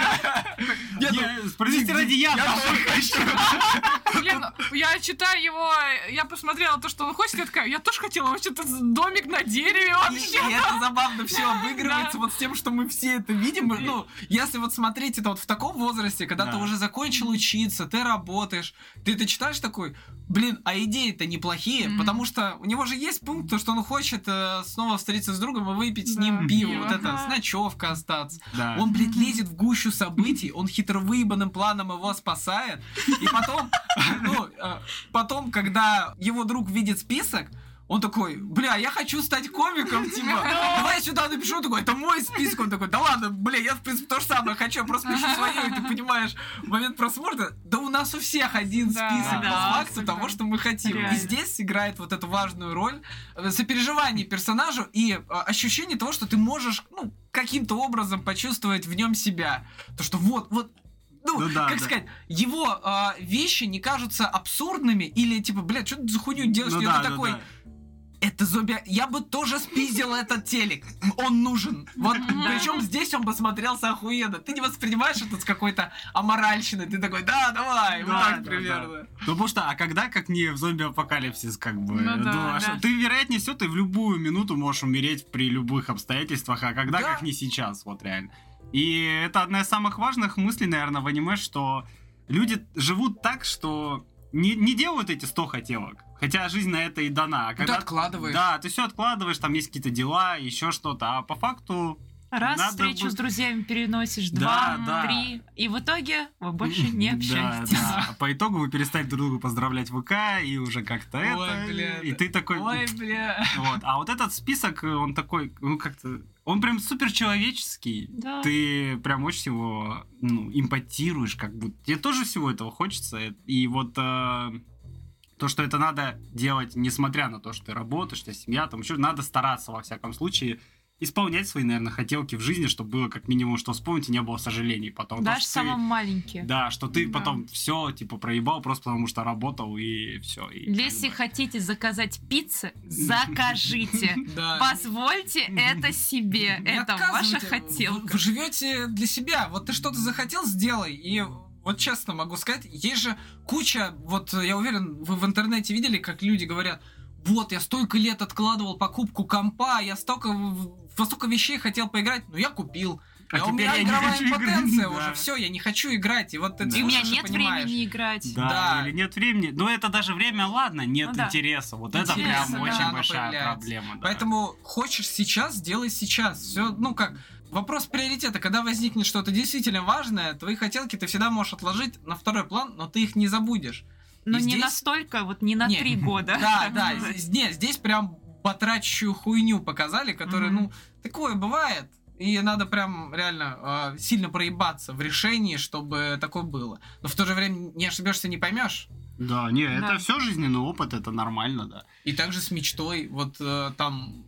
A: Не, справедливости ради, я тоже хочу.
B: Блин, ну, я читаю его, я посмотрела то, что он хочет, я такая, я тоже хотела вообще этот домик на дереве
C: И,
B: вообще.
C: и это забавно все обыгрывается вот с тем, что мы все это видим. И, Ну, если вот смотреть это вот в таком возрасте, когда ты
A: Да.
C: уже закончил учиться, ты работаешь, ты это читаешь такой, блин, а идеи-то неплохие,
B: Мгм.
C: потому что у него же есть пункт, то, что он хочет э, снова встретиться с другом и выпить с
B: Да,
C: ним пиво,
B: пиво.
C: вот это,
D: Ага.
C: с ночевка остаться.
A: Да.
C: Он, блядь, лезет в гущу событий, он хитро выебанным планом его спасает. И потом, ну, э, потом, когда его друг видит список, он такой, бля, я хочу стать комиком, типа, давай я сюда напишу, Он такой, это мой список, он такой, да ладно, бля, я, в принципе, то же самое хочу, я просто пишу свое, и ты понимаешь, в момент просмотра, да у нас у всех один
B: Да,
C: список
D: да,
C: по факту
B: абсолютно.
C: того, что мы хотим. И
D: Реально.
C: здесь играет вот эту важную роль э, сопереживание персонажу и э, ощущение того, что ты можешь, ну, каким-то образом почувствовать в нем себя. То, что вот, вот, ну,
A: Ну да,
C: как
A: да.
C: сказать, его э, вещи не кажутся абсурдными или типа, блядь, что ты за хуйню делаешь?
A: Ну
C: И
A: да,
C: ты
A: да,
C: такой,
A: да.
C: это зомби, я бы тоже спиздил этот телек, он нужен. Вот, причем здесь он бы смотрелся охуенно. Ты не воспринимаешь это с какой-то аморальщиной, ты такой, да, давай, вот
A: Да,
C: так
A: да,
C: примерно.
A: Ну, потому что, а когда, как не в зомби-апокалипсис, как бы,
B: Ну да,
A: а
B: да.
A: что- ты, вероятнее всего, ты в любую минуту можешь умереть при любых обстоятельствах, а когда,
C: Да.
A: как не сейчас, вот реально. И это одна из самых важных мыслей, наверное, в аниме, что люди живут так, что не, не делают эти 100 хотелок, хотя жизнь на это и дана. А
C: Ну, Ты
A: когда...
C: откладываешь.
A: Да, ты все откладываешь, там есть какие-то дела, еще что-то, а по факту...
D: Раз
A: Надо
D: встречу
A: бы-
D: с друзьями переносишь,
A: Да,
D: два,
A: да.
D: три, и в итоге вы больше не
A: Да,
D: общаетесь.
A: да. По итогу вы перестали друг друга поздравлять в ВК, и уже как-то
C: Ой,
A: это...
C: бля,
A: и
C: да.
A: ты такой...
C: Ой, бля.
A: Вот. А вот этот список, э, он такой, ну как-то, он прям суперчеловеческий.
D: Да.
A: Ты прям очень всего ну, импотируешь, как будто. Тебе тоже всего этого хочется. э, И вот э, то, что это надо делать, несмотря на то, что ты работаешь, у тебя семья, там еще надо стараться, во всяком случае, исполнять свои, наверное, хотелки в жизни, чтобы было как минимум что вспомнить и не было сожалений потом. Потому
D: Даже
A: что ты-
D: самым маленьким.
A: Да, что ты
B: Да.
A: потом все, типа, проебал просто потому, что работал и все.
D: Если хотите заказать пиццы, закажите.
C: Да.
D: Позвольте это себе.
C: Не
D: Это ваша
C: отказывайте. Вы,
D: хотелка.
C: вы живете для себя. Вот ты что-то захотел, сделай. И вот честно могу сказать, есть же куча, вот э, я уверен, вы в интернете видели, как люди говорят, вот я столько лет откладывал покупку компа, я столько в- во столько вещей хотел поиграть, но я купил.
A: А
C: Я- у
A: теперь
C: меня
A: я не
C: игровая
A: хочу играть,
C: импотенция
A: да.
C: уже, все, я не хочу играть. И вот ты
A: И
D: И у меня
C: слушаешь и
D: нет
C: понимаешь.
D: времени играть.
A: Да,
C: Да.
A: или нет времени. Но это даже время, ладно, нет
D: Ну да.
A: интереса. Вот это
D: Интереса,
A: прям
D: да,
A: очень
C: оно
A: большая
C: появляется.
A: проблема. да.
C: Поэтому хочешь сейчас, делай сейчас. Все, ну как, вопрос приоритета. Когда возникнет что-то действительно важное, твои хотелки ты всегда можешь отложить на второй план, но ты их не забудешь.
D: Но
C: И
D: Ну, не
C: здесь-
D: настолько, вот не на
C: Не.
D: три года.
C: Да,
D: так
C: да,
D: сказать.
C: здесь, не, здесь прям батрачью хуйню показали, которая,
D: Мгм.
C: ну, такое бывает. И надо прям реально э, сильно проебаться в решении, чтобы такое было. Но в то же время не ошибешься, не поймешь.
A: Да, не,
D: Да.
A: это все жизненный опыт, это нормально, да.
C: И также с мечтой, вот э, там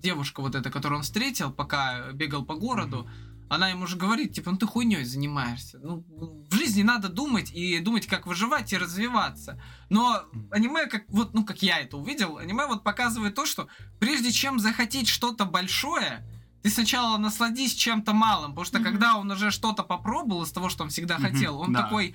C: девушка вот эта, которую он встретил, пока бегал по городу, она ему же говорит, типа, ну ты хуйней занимаешься. Ну, в жизни надо думать и думать, как выживать и развиваться. Но аниме, как вот, ну, как я это увидел, аниме вот показывает то, что прежде чем захотеть что-то большое, ты сначала насладись чем-то малым, потому что
D: Мгм.
C: когда он уже что-то попробовал из того, что он всегда
A: Мгм,
C: хотел, он
A: да.
C: такой,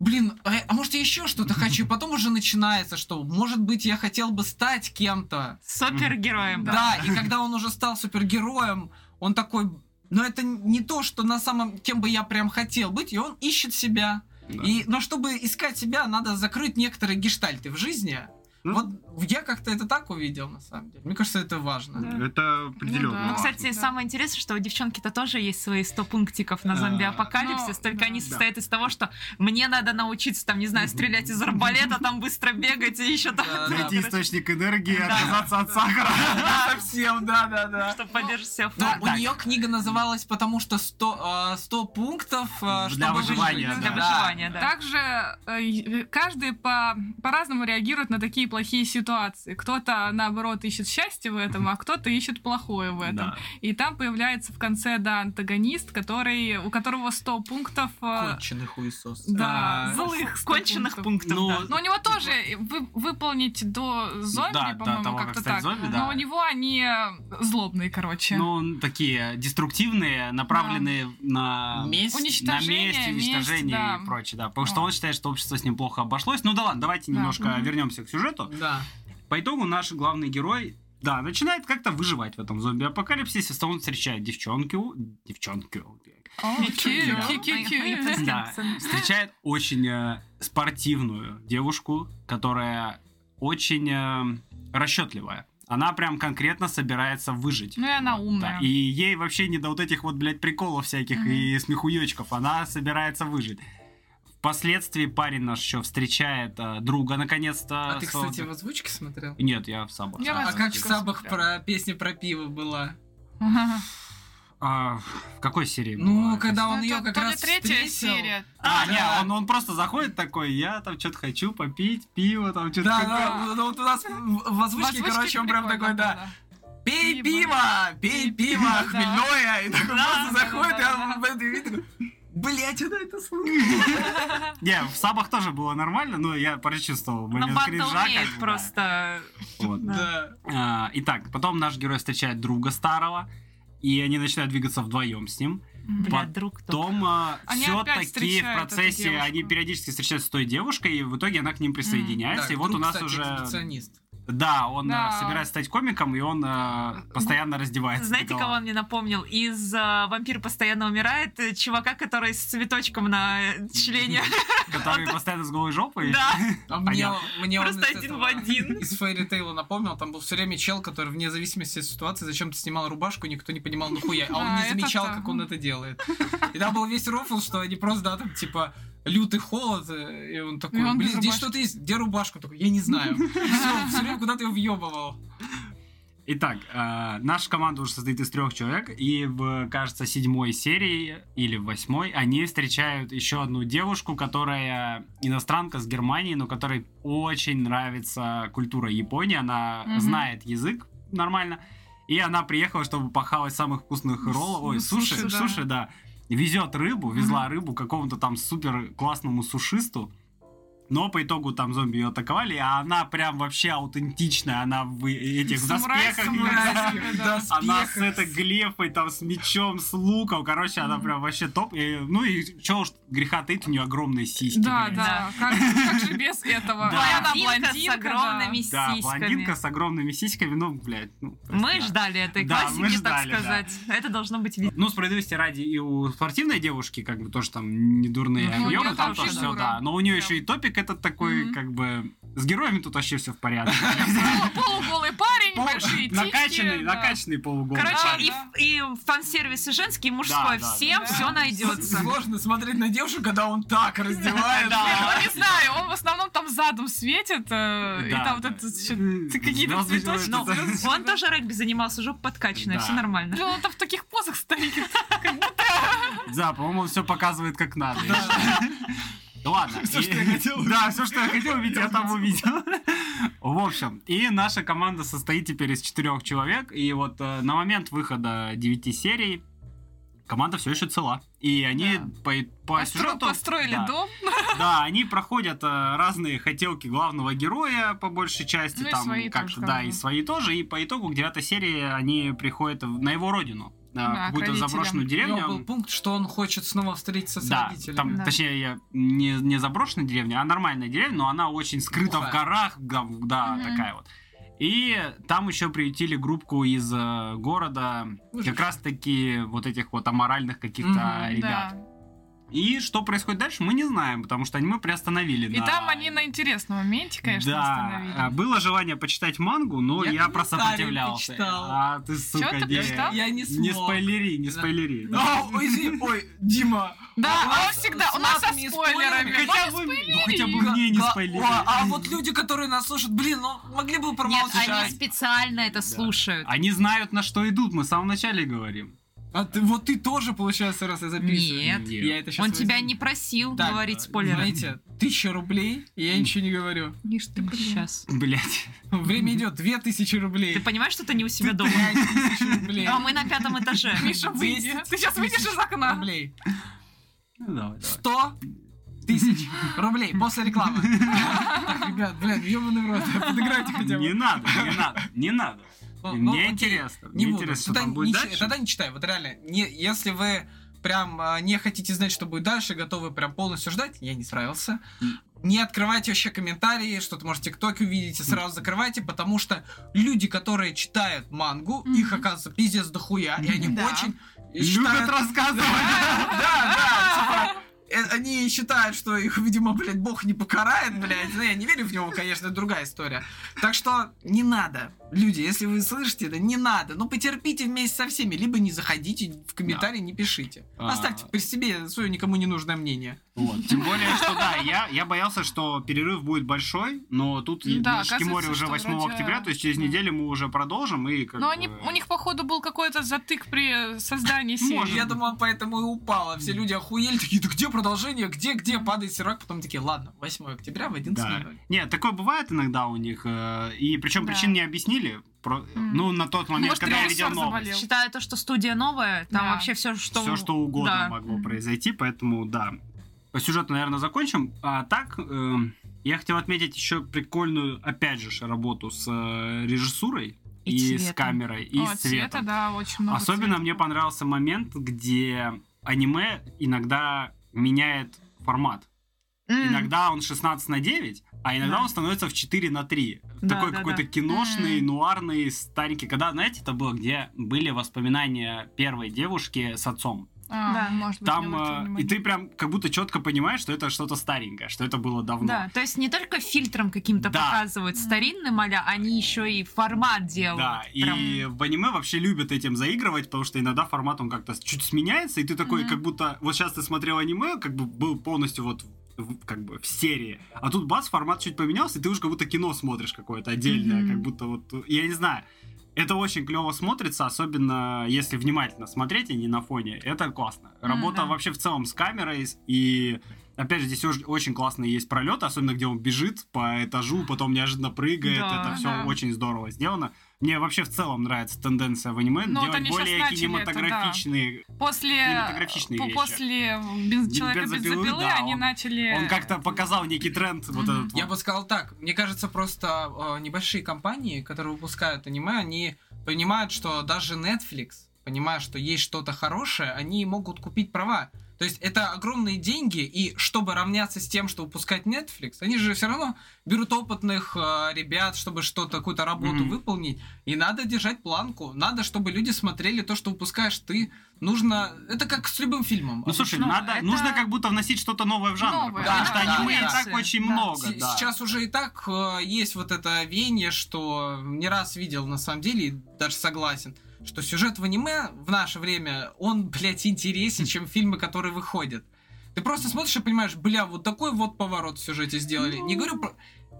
C: блин, а, а может я еще что-то хочу, и потом уже начинается, что может быть я хотел бы стать кем-то.
D: Супергероем, да.
C: Да, и когда он уже стал супергероем, он такой, но это не то, что на самом, кем бы я прям хотел быть, и он ищет себя.
A: Да.
C: И, но чтобы искать себя, надо закрыть некоторые гештальты в жизни.
A: Ну.
C: Вот я как-то это так увидел, на самом деле. Мне кажется, это важно.
D: Да.
A: Это определенно.
B: да.
D: Ну,
A: важно.
D: кстати,
B: Да.
D: самое интересное, что у девчонки-то тоже есть свои 100 пунктиков на
A: Да.
D: зомби-апокалипсис,
B: Но,
D: только
B: да.
D: они
A: Да.
D: состоят из того, что мне надо научиться, там, не знаю, стрелять из арбалета, там, быстро бегать и еще там...
C: Да,
A: Найти источник энергии,
D: Да.
A: отказаться от сахара.
C: Совсем, да, да, да.
D: Чтобы поддержать себя в
C: Но
A: Да,
D: форме.
C: Ну, у
A: так.
C: нее книга называлась потому что 100, э, 100 пунктов, э,
A: Для
C: чтобы
A: выживания,
C: выжить.
D: Для
A: да.
D: выживания, да.
B: Также э, и- каждый по, по-разному реагирует на такие плохие ситуации. Кто-то, наоборот, ищет счастье в этом, а кто-то ищет плохое в этом.
A: Да.
B: И там появляется в конце, да, антагонист, который, у которого 100 пунктов... э,
C: Конченый хуесос.
B: Да,
C: А,
B: злых, 100
D: Конченных
B: пунктов.
D: пунктов,
A: Ну,
D: да.
B: Но у него тоже вы- выполнить до зомби,
A: Да, до
B: по-моему,
A: того, как
B: как-то
A: стать
B: так.
A: зомби, да.
B: Но у него они злобные, короче.
A: Ну, такие деструктивные, направленные на...
C: Месть.
B: Уничтожение,
A: на месть,
B: месть,
A: уничтожение
B: да.
A: и прочее, да. Потому
B: Да.
A: что он считает, что общество с ним плохо обошлось. Ну да ладно, давайте
B: Да.
A: немножко
B: Мгм.
A: вернемся к сюжету.
C: Да.
A: По итогу наш главный герой, да, начинает как-то выживать в этом зомби-апокалипсисе. Он встречает девчонку, девчонку,
B: О, ки-
A: да.
B: ки- ки- ки.
D: Мои-
A: Да. встречает очень э, спортивную девушку, которая очень э, расчетливая. Она прям конкретно собирается выжить.
B: Ну и она
A: Вот, да.
B: умная.
A: И ей вообще не до вот этих вот, блядь, приколов всяких
B: Мгм.
A: и смехуёчков. Она собирается выжить. Впоследствии парень наш еще встречает э, друга наконец-то.
C: А ты,
A: своего-
C: кстати, в озвучке смотрел?
A: Нет, я в Сабах.
B: Я в
C: А
B: озвучке
C: как в Сабах
B: смотрела.
C: про песня про пиво была?
B: Ага.
A: А, в какой серии? была
C: Ну,
A: эта
C: когда
B: Ну,
C: он ее
B: это
C: как
B: то ли
C: раз
B: третья
C: встретил.
B: серия.
A: А,
C: Да.
A: не, он, он просто заходит такой, я там что-то хочу попить, пиво, там что-то
C: Да,
A: такое.
C: да, ну, вот у нас в в
B: В
C: озвучке,
B: озвучке
C: короче, он прям
B: прикольно
C: такой, да,
B: было.
C: пей
B: Пиво.
C: пиво,
B: Пей
C: пей пиво,
B: пиво, да.
C: хмельное, и такой
B: Да,
C: просто
B: да,
C: заходит,
B: да,
C: и
B: да.
C: он в этой видео, блять, она это слышит.
A: Не, в Сабах тоже было нормально, но я прочувствовал
D: Но
A: момент
D: банда
A: кринжа, как
D: умеет
A: бы,
D: Ну, просто...
A: да. Вот.
C: Да.
A: А, Итак, потом наш герой встречает друга старого, и они начинают двигаться вдвоем с ним.
B: Мгм.
D: Бля, друг то.
A: Потом
B: Они опять
A: все-таки а, в
B: встречают эту
A: процессе
B: девушку.
A: они периодически встречаются с той девушкой, и в итоге она к ним присоединяется. и вот
C: друг,
A: у нас
C: кстати,
A: уже...
C: экспедиционист.
A: Да, он
B: Да.
A: а, собирается стать комиком, и он а, постоянно раздевается. типа,
D: Знаете,
A: догола.
D: кого он мне напомнил? Из э, «Вампир постоянно умирает» э, чувака, который с цветочком на э, члене.
A: Который постоянно с голой жопой.
D: Да,
C: А мне, мне он
D: просто
C: из
D: один
C: этого-
D: в один.
C: Из Фейри Тейла напомнил, там был все время чел, который вне зависимости от ситуации зачем-то снимал рубашку, никто не понимал нахуя, а он
B: А,
C: не
B: это
C: замечал,
B: так.
C: как он это делает. И там был весь рофл, что они просто, да, там, типа, лютый холод, э, и он такой,
B: Ну, И он без
C: блин, здесь
B: рубашки».
C: что-то есть, где рубашка? Такой, я не знаю. Все, все время куда-то его въебывал.
A: Итак, э, наша команда уже состоит из трех человек, и в, кажется, седьмой серии или в восьмой они встречают еще одну девушку, которая иностранка с Германии, но которой очень нравится культура Японии, она
B: Мгм.
A: знает язык нормально, и она приехала, чтобы похавать самых вкусных
B: Ну,
A: роллов, ой,
B: ну,
A: суши,
B: суши,
A: суши,
B: да.
A: да. Везет рыбу, везла
B: Мгм.
A: рыбу какому-то там супер классному сушисту, Но по итогу там зомби ее атаковали, а она прям вообще аутентичная. Она в этих
B: Самурай с
A: доспехах.
B: самурайскими, да.
A: Она с этой глефой, там, с мечом, с луком. Короче, она
B: Мгм.
A: прям вообще топ. И, ну и чё уж греха таить, у нее огромные сиськи.
B: Да,
A: типа, блядь.
B: да. Как, как же без этого?
A: Да.
B: И она
D: с огромными
B: да.
A: Да, блондинка
D: сиськами.
A: с огромными сиськами, ну, блядь. Ну, то есть,
D: Мы
A: да.
D: ждали этой
A: Да, мы
D: классики,
A: ждали, да.
D: так сказать. Это должно быть видно.
A: Ну, справедливости ради, и у спортивной девушки, как бы, тоже там не дурные объемы,
C: Ну,
B: у неё
A: там
B: хорошая
A: тоже все,
B: фигура.
A: да. Но у нее
B: Прям.
A: еще и топик этот такой,
B: Мгм.
A: как бы, с героями тут вообще все в порядке.
B: Полу- Полуголый парень,
A: Пол-
B: большие титьки.
A: Накачанный,
B: да.
A: накачанный полугол.
D: Короче,
B: да,
D: и,
B: да.
D: в- и фан-сервис и женский, и
A: Да,
D: мужской.
A: да,
D: всем
B: да.
D: все найдется.
C: Сложно смотреть на девушку, когда он так раздевает.
B: Ну, не знаю, он в основном там задом светит, э, и
A: Да,
B: там вот
A: да.
B: это всё- ты какие-то цветочки.
D: Ну, он тоже регби занимался, жопа подкачанная,
A: Да.
D: все нормально.
B: Да, Ну, он там в таких позах стоит.
A: Да, по-моему, он все показывает как надо. Ну ладно.
C: Всё,
A: И-
C: что я хотел.
A: Да, все, что я хотел увидеть, я там увидел. В общем, и наша команда состоит теперь из четырех человек. И вот э, на момент выхода девяти серий команда все еще цела. И они
B: Да.
A: по, по
B: Постро-
A: сюжету...
B: Построили
A: да.
B: дом,
A: Да, они проходят э, разные хотелки главного героя, по большей части,
B: Ну и
A: там
B: свои тоже,
A: как-то,
B: как
A: да,
B: бы.
A: и свои тоже. И по итогу к девятой серии они приходят в- на его родину, э,
B: Да, к
A: какую-то
B: родителям.
A: заброшенную
C: У него
A: деревню.
C: был пункт, что он хочет снова встретиться с
A: Да,
C: родителями.
A: там,
B: Да.
A: точнее, я не, не заброшенная деревня, а нормальная деревня, но она очень скрыта
C: Глухая.
A: в горах, га- да,
B: Мгм.
A: такая вот. И там еще приютили группку из э, города,
C: Ужас.
A: как раз-таки вот этих вот аморальных каких-то
C: Мгм,
A: ребят. И что происходит дальше, мы не знаем, потому что аниме приостановили.
B: И
A: на-
B: там они на интересном моменте, конечно,
A: да, а,
B: остановились.
A: было желание почитать мангу, но
C: Я
A: я,
C: комментарий
A: просопротивлялся.
C: почитал.
A: А ты, сука,
B: ты
A: не-
B: почитал?
C: Я не
A: Не
C: смог.
A: спойлери, не
C: Да.
A: спойлери. да.
C: А, Ой, извини, ой, Дима.
B: Да,
C: у
B: а он
C: нас
B: всегда,
C: с
B: у нас со
C: матами и
B: спойлерами.
C: спойлерами.
A: Хотя
B: Можно
A: бы,
B: спойлерить?
A: ну, хотя бы
C: Га-
A: мне не
C: га-
A: спойлери.
C: О, А вот люди, которые нас слушают, блин, ну могли
D: Нет,
C: бы
D: они
C: промолчать.
D: специально это
A: Да.
D: слушают.
A: Они знают, на что идут, мы в самом начале говорим.
C: А ты, вот ты тоже, получается, раз я записываю.
D: Нет.
C: Я это щас
D: Он
C: возьму.
D: тебя не просил
C: Так,
D: говорить
C: э,
D: спойлеры.
C: Знаете, тысяча рублей, и я ничего не говорю.
D: Миш, ты сейчас.
A: Блять.
C: Время идет, две тысячи
D: Ты
C: рублей.
D: понимаешь, что ты не у себя дома?
C: Пять тысяч рублей.
D: А мы на пятом этаже.
B: Миша, выйди.
C: 10
B: Ты сейчас выйдешь
C: тысяч
B: из окна.
C: Рублей.
A: Ну, давай, давай.
C: Сто тысяч рублей после рекламы. Так, ребят, блядь, ёбаный в рот, подыграйте хотя
A: Не
C: бы.
A: надо, не надо, не надо.
C: Ну, ну,
A: Мне
C: окей.
A: интересно.
C: Не
A: Мне
C: буду.
A: интересно, что
C: Тогда
A: там
C: не
A: будет
C: чи-
A: дальше.
C: Тогда не читай, вот реально. Не, если вы прям а, не хотите знать, что будет дальше, готовы прям полностью ждать, я не справился.
A: М.
C: Не открывайте вообще комментарии, что-то, может, ТикТок увидите, сразу закрывайте, потому что люди, которые читают мангу,
B: Мгм.
C: их, оказывается, пиздец дохуя, и они
B: Да.
C: очень
A: Любят
C: считают-
A: рассказывать.
C: Да, да, типа, э, они считают, что их, видимо, блядь, бог не покарает, блядь. Ну, я не верю в него, конечно, это другая история. Так что не надо, люди, если вы слышите это, не надо. Ну, потерпите вместе со всеми, либо не заходите в комментарии, не пишите.
A: А.
C: Оставьте при себе свое никому не нужное мнение.
A: Вот. Тем более, что да, я, я боялся, что перерыв будет большой, но тут
B: Ну да,
A: Шикимори
B: оказывается,
A: уже
B: что
A: 8
B: вроде-
A: октября, то есть через
B: да.
A: неделю мы уже продолжим и как
B: Но
A: бы-
B: они, у них, походу, был какой-то затык при э, создании
A: Может.
B: серии.
C: Я думал, поэтому и упало. Все люди охуели, такие, да где продолжение, где, где, падает сервак. Потом такие, ладно, 8 октября в 11.00.
A: Да. Нет, такое бывает иногда у них, э, и причем
B: Да.
A: причин не объяснили. Про-
B: М.
A: Ну, на тот момент,
B: Может,
A: когда я
B: режиссер
A: видел новость.
B: заболел.
D: Считаю то, что студия новая, там
B: Да.
D: вообще все, что...
A: все что угодно
D: Да.
A: могло
B: Мгм.
A: произойти, поэтому да. По сюжету, наверное, закончим. А так, эм, я хотел отметить еще прикольную, опять же, ж, работу с э, режиссурой
D: И
A: и, с
D: цветом.
A: камерой, и
B: О,
A: с
B: цвета,
A: цветом.
B: да, очень много.
A: Особенно
B: цвета.
A: мне понравился момент, где аниме иногда меняет формат.
D: М,
A: Иногда он 16 на 9, а иногда
D: Да.
A: он становится в 4 на 3.
D: Да,
A: Такой
D: да,
A: какой-то
D: да.
A: киношный,
B: Мгм.
A: нуарный, старенький. Когда, знаете, это было, где были воспоминания первой девушки с отцом.
B: А,
D: Да.
B: может быть,
A: Там
B: не обратила
A: э, и
B: внимания.
A: ты прям как будто четко понимаешь, что это что-то старенькое, что это было давно.
D: Да, то есть не только фильтром каким-то
A: Да.
D: показывают старинным а они еще и формат делают.
A: Да,
D: Прям.
A: и в аниме вообще любят этим заигрывать, потому что иногда формат он как-то чуть сменяется, и ты такой,
B: Мгм.
A: как будто вот сейчас ты смотрел аниме, как бы был полностью вот в- как бы в серии, а тут бац, формат чуть поменялся, и ты уже как будто кино смотришь какое-то отдельное,
D: Мгм.
A: как будто вот, я не знаю, это очень клево смотрится, особенно если а внимательно смотреть, и не на фоне. Это классно.
B: М,
A: Работа
B: да.
A: вообще в целом с камерой с- и Опять же, здесь уж очень классный есть пролет, особенно где он бежит по этажу, потом неожиданно прыгает.
B: Да,
A: это все
B: да.
A: очень здорово сделано. Мне вообще в целом нравится тенденция в аниме
B: Ну, вот
A: делать
B: они щас
A: более
B: начали это,
A: кинематографичные.
B: После,
A: Кинематографичные
B: по-
A: вещи.
B: после бен- человека
A: бензопилы,
B: бензопилы,
A: да,
B: они
A: он-
B: начали...
A: Он как-то показал некий тренд вот
B: Э. Мгм.
A: этот
C: Я
A: вот.
C: бы сказал так. Мне кажется, просто э, небольшие компании, которые выпускают аниме, они понимают, что даже Netflix, понимая, что есть что-то хорошее, они могут купить права. То есть это огромные деньги, и чтобы равняться с тем, что выпускать Netflix, они же все равно берут опытных э, ребят, чтобы что-то, какую-то работу
A: Мгм.
C: выполнить. И надо держать планку. Надо, чтобы люди смотрели то, что выпускаешь ты. Нужно... Это как с любым фильмом.
A: Ну слушай,
D: Ну,
A: надо,
D: это-
A: нужно как будто вносить что-то новое в жанр,
B: Новое,
A: потому
C: да,
A: что
C: да,
A: аниме и
C: да.
A: так очень
D: Да.
A: много.
C: Се-
A: да.
C: Сейчас уже и так э, есть вот это веяние, что не раз видел на самом деле, и даже согласен, что сюжет в аниме в наше время, он, блядь, интереснее, чем фильмы, которые выходят. Ты просто смотришь и понимаешь, бля, вот такой вот поворот в сюжете сделали. Не говорю про...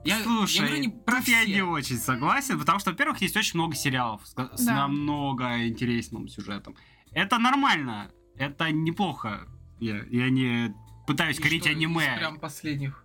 C: Я, я
A: Слушай,
C: говорю не про
A: тут я
C: все.
A: не очень согласен, потому что, во-первых, есть очень много сериалов с, с
B: Да.
A: намного интересным сюжетом. Это нормально, это неплохо. Я, я не пытаюсь
C: И
A: корить
C: что,
A: аниме.
C: из Прям последних.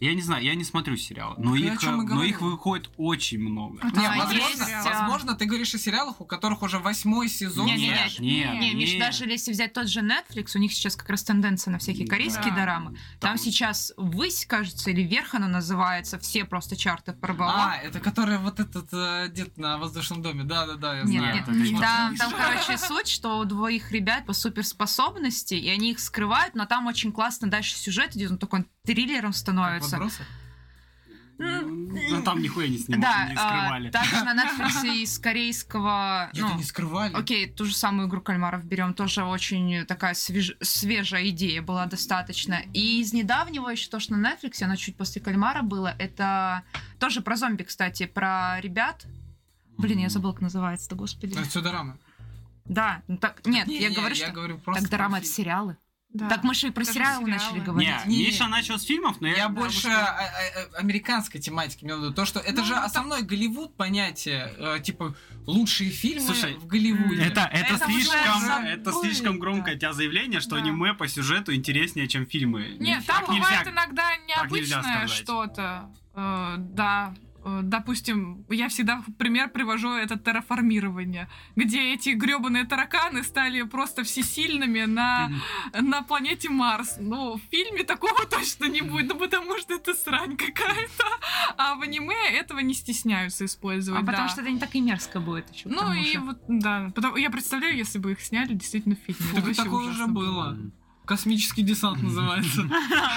C: Я
A: Я не знаю, я не смотрю сериалы, но,
C: Так я о
A: их,
C: чём и
A: э, но
C: говорю.
A: их выходит очень много.
B: Ну,
C: Не,
B: Да,
C: возможно,
B: есть, а.
C: возможно, ты говоришь о сериалах, у которых уже восьмой сезон.
D: Не, не,
C: знаешь,
D: нет, Не, Миш, даже если взять тот же Netflix, у них сейчас как раз тенденция на всякие корейские
B: Да.
D: дорамы. Там, сейчас «Высь», кажется, или «Вверх» она называется, все просто чарты порвала.
C: А, это который вот этот э, дед на воздушном доме. Да, да, да, я
D: Нет,
C: знаю.
A: нет,
C: это
A: нет.
C: не
D: Там,
C: смотрел.
D: там, короче, суть, что у двоих ребят по суперспособности, и они их скрывают, но там очень классно дальше сюжет идет, он такой он триллером
C: Как
D: становится.
C: подбросок?
A: Ну, там нихуя не снимали,
D: Да,
A: не
D: а,
A: скрывали.
D: также на Netflix из корейского...
C: Я
D: ну,
C: это не скрывали.
D: Окей, ту же самую игру кальмаров берем, тоже очень такая свеж- свежая идея была достаточно. И из недавнего еще то, что на Netflix, оно чуть после кальмара было, это тоже про зомби, кстати, про ребят. Блин, я забыл, как называется, да господи.
C: Это все дорама.
D: Да, ну так, нет,
C: Не,
D: я
C: не,
D: говорю,
C: я
D: что...
C: говорю просто.
D: Так дорама
C: про
D: это
C: фильм.
D: сериалы.
B: Да.
D: Так мы же и про
B: Это же
D: сериалы
B: сериалы.
D: начали
B: Не,
D: говорить.
A: Не,
C: Не.
A: Миша начал с фильмов, но я,
C: Я
A: думаю,
C: больше
A: что-
C: а- а- а- американской тематики. Мне вот это То, что это
B: Ну,
C: же
B: ну, там-
C: основной Голливуд понятие. э, Типа лучшие фильмы
A: Слушай,
C: в Голливуде.
A: Это, это,
B: Это уже
A: слишком,
B: забыто.
A: это слишком громкое у тебя заявление, что
B: Да.
A: аниме по сюжету интереснее, чем фильмы.
B: Нет, там
A: так
B: бывает
A: нельзя.
B: иногда
A: нельзя
B: необычное
A: сказать.
B: что-то. Э, да, Э, допустим, я всегда в пример привожу это терраформирование, где эти гребаные тараканы стали просто всесильными на, на планете Марс. Ну, в фильме такого точно не будет, ну, потому что это срань какая-то. А в аниме этого не стесняются использовать.
D: А потому
B: да.
D: что это не так и мерзко будет еще.
B: Ну и вот, да, потому- я представляю, если бы их сняли действительно в фильме.
C: Фу,
B: это вообще
C: такое
B: ужасно
C: уже было. Космический десант называется.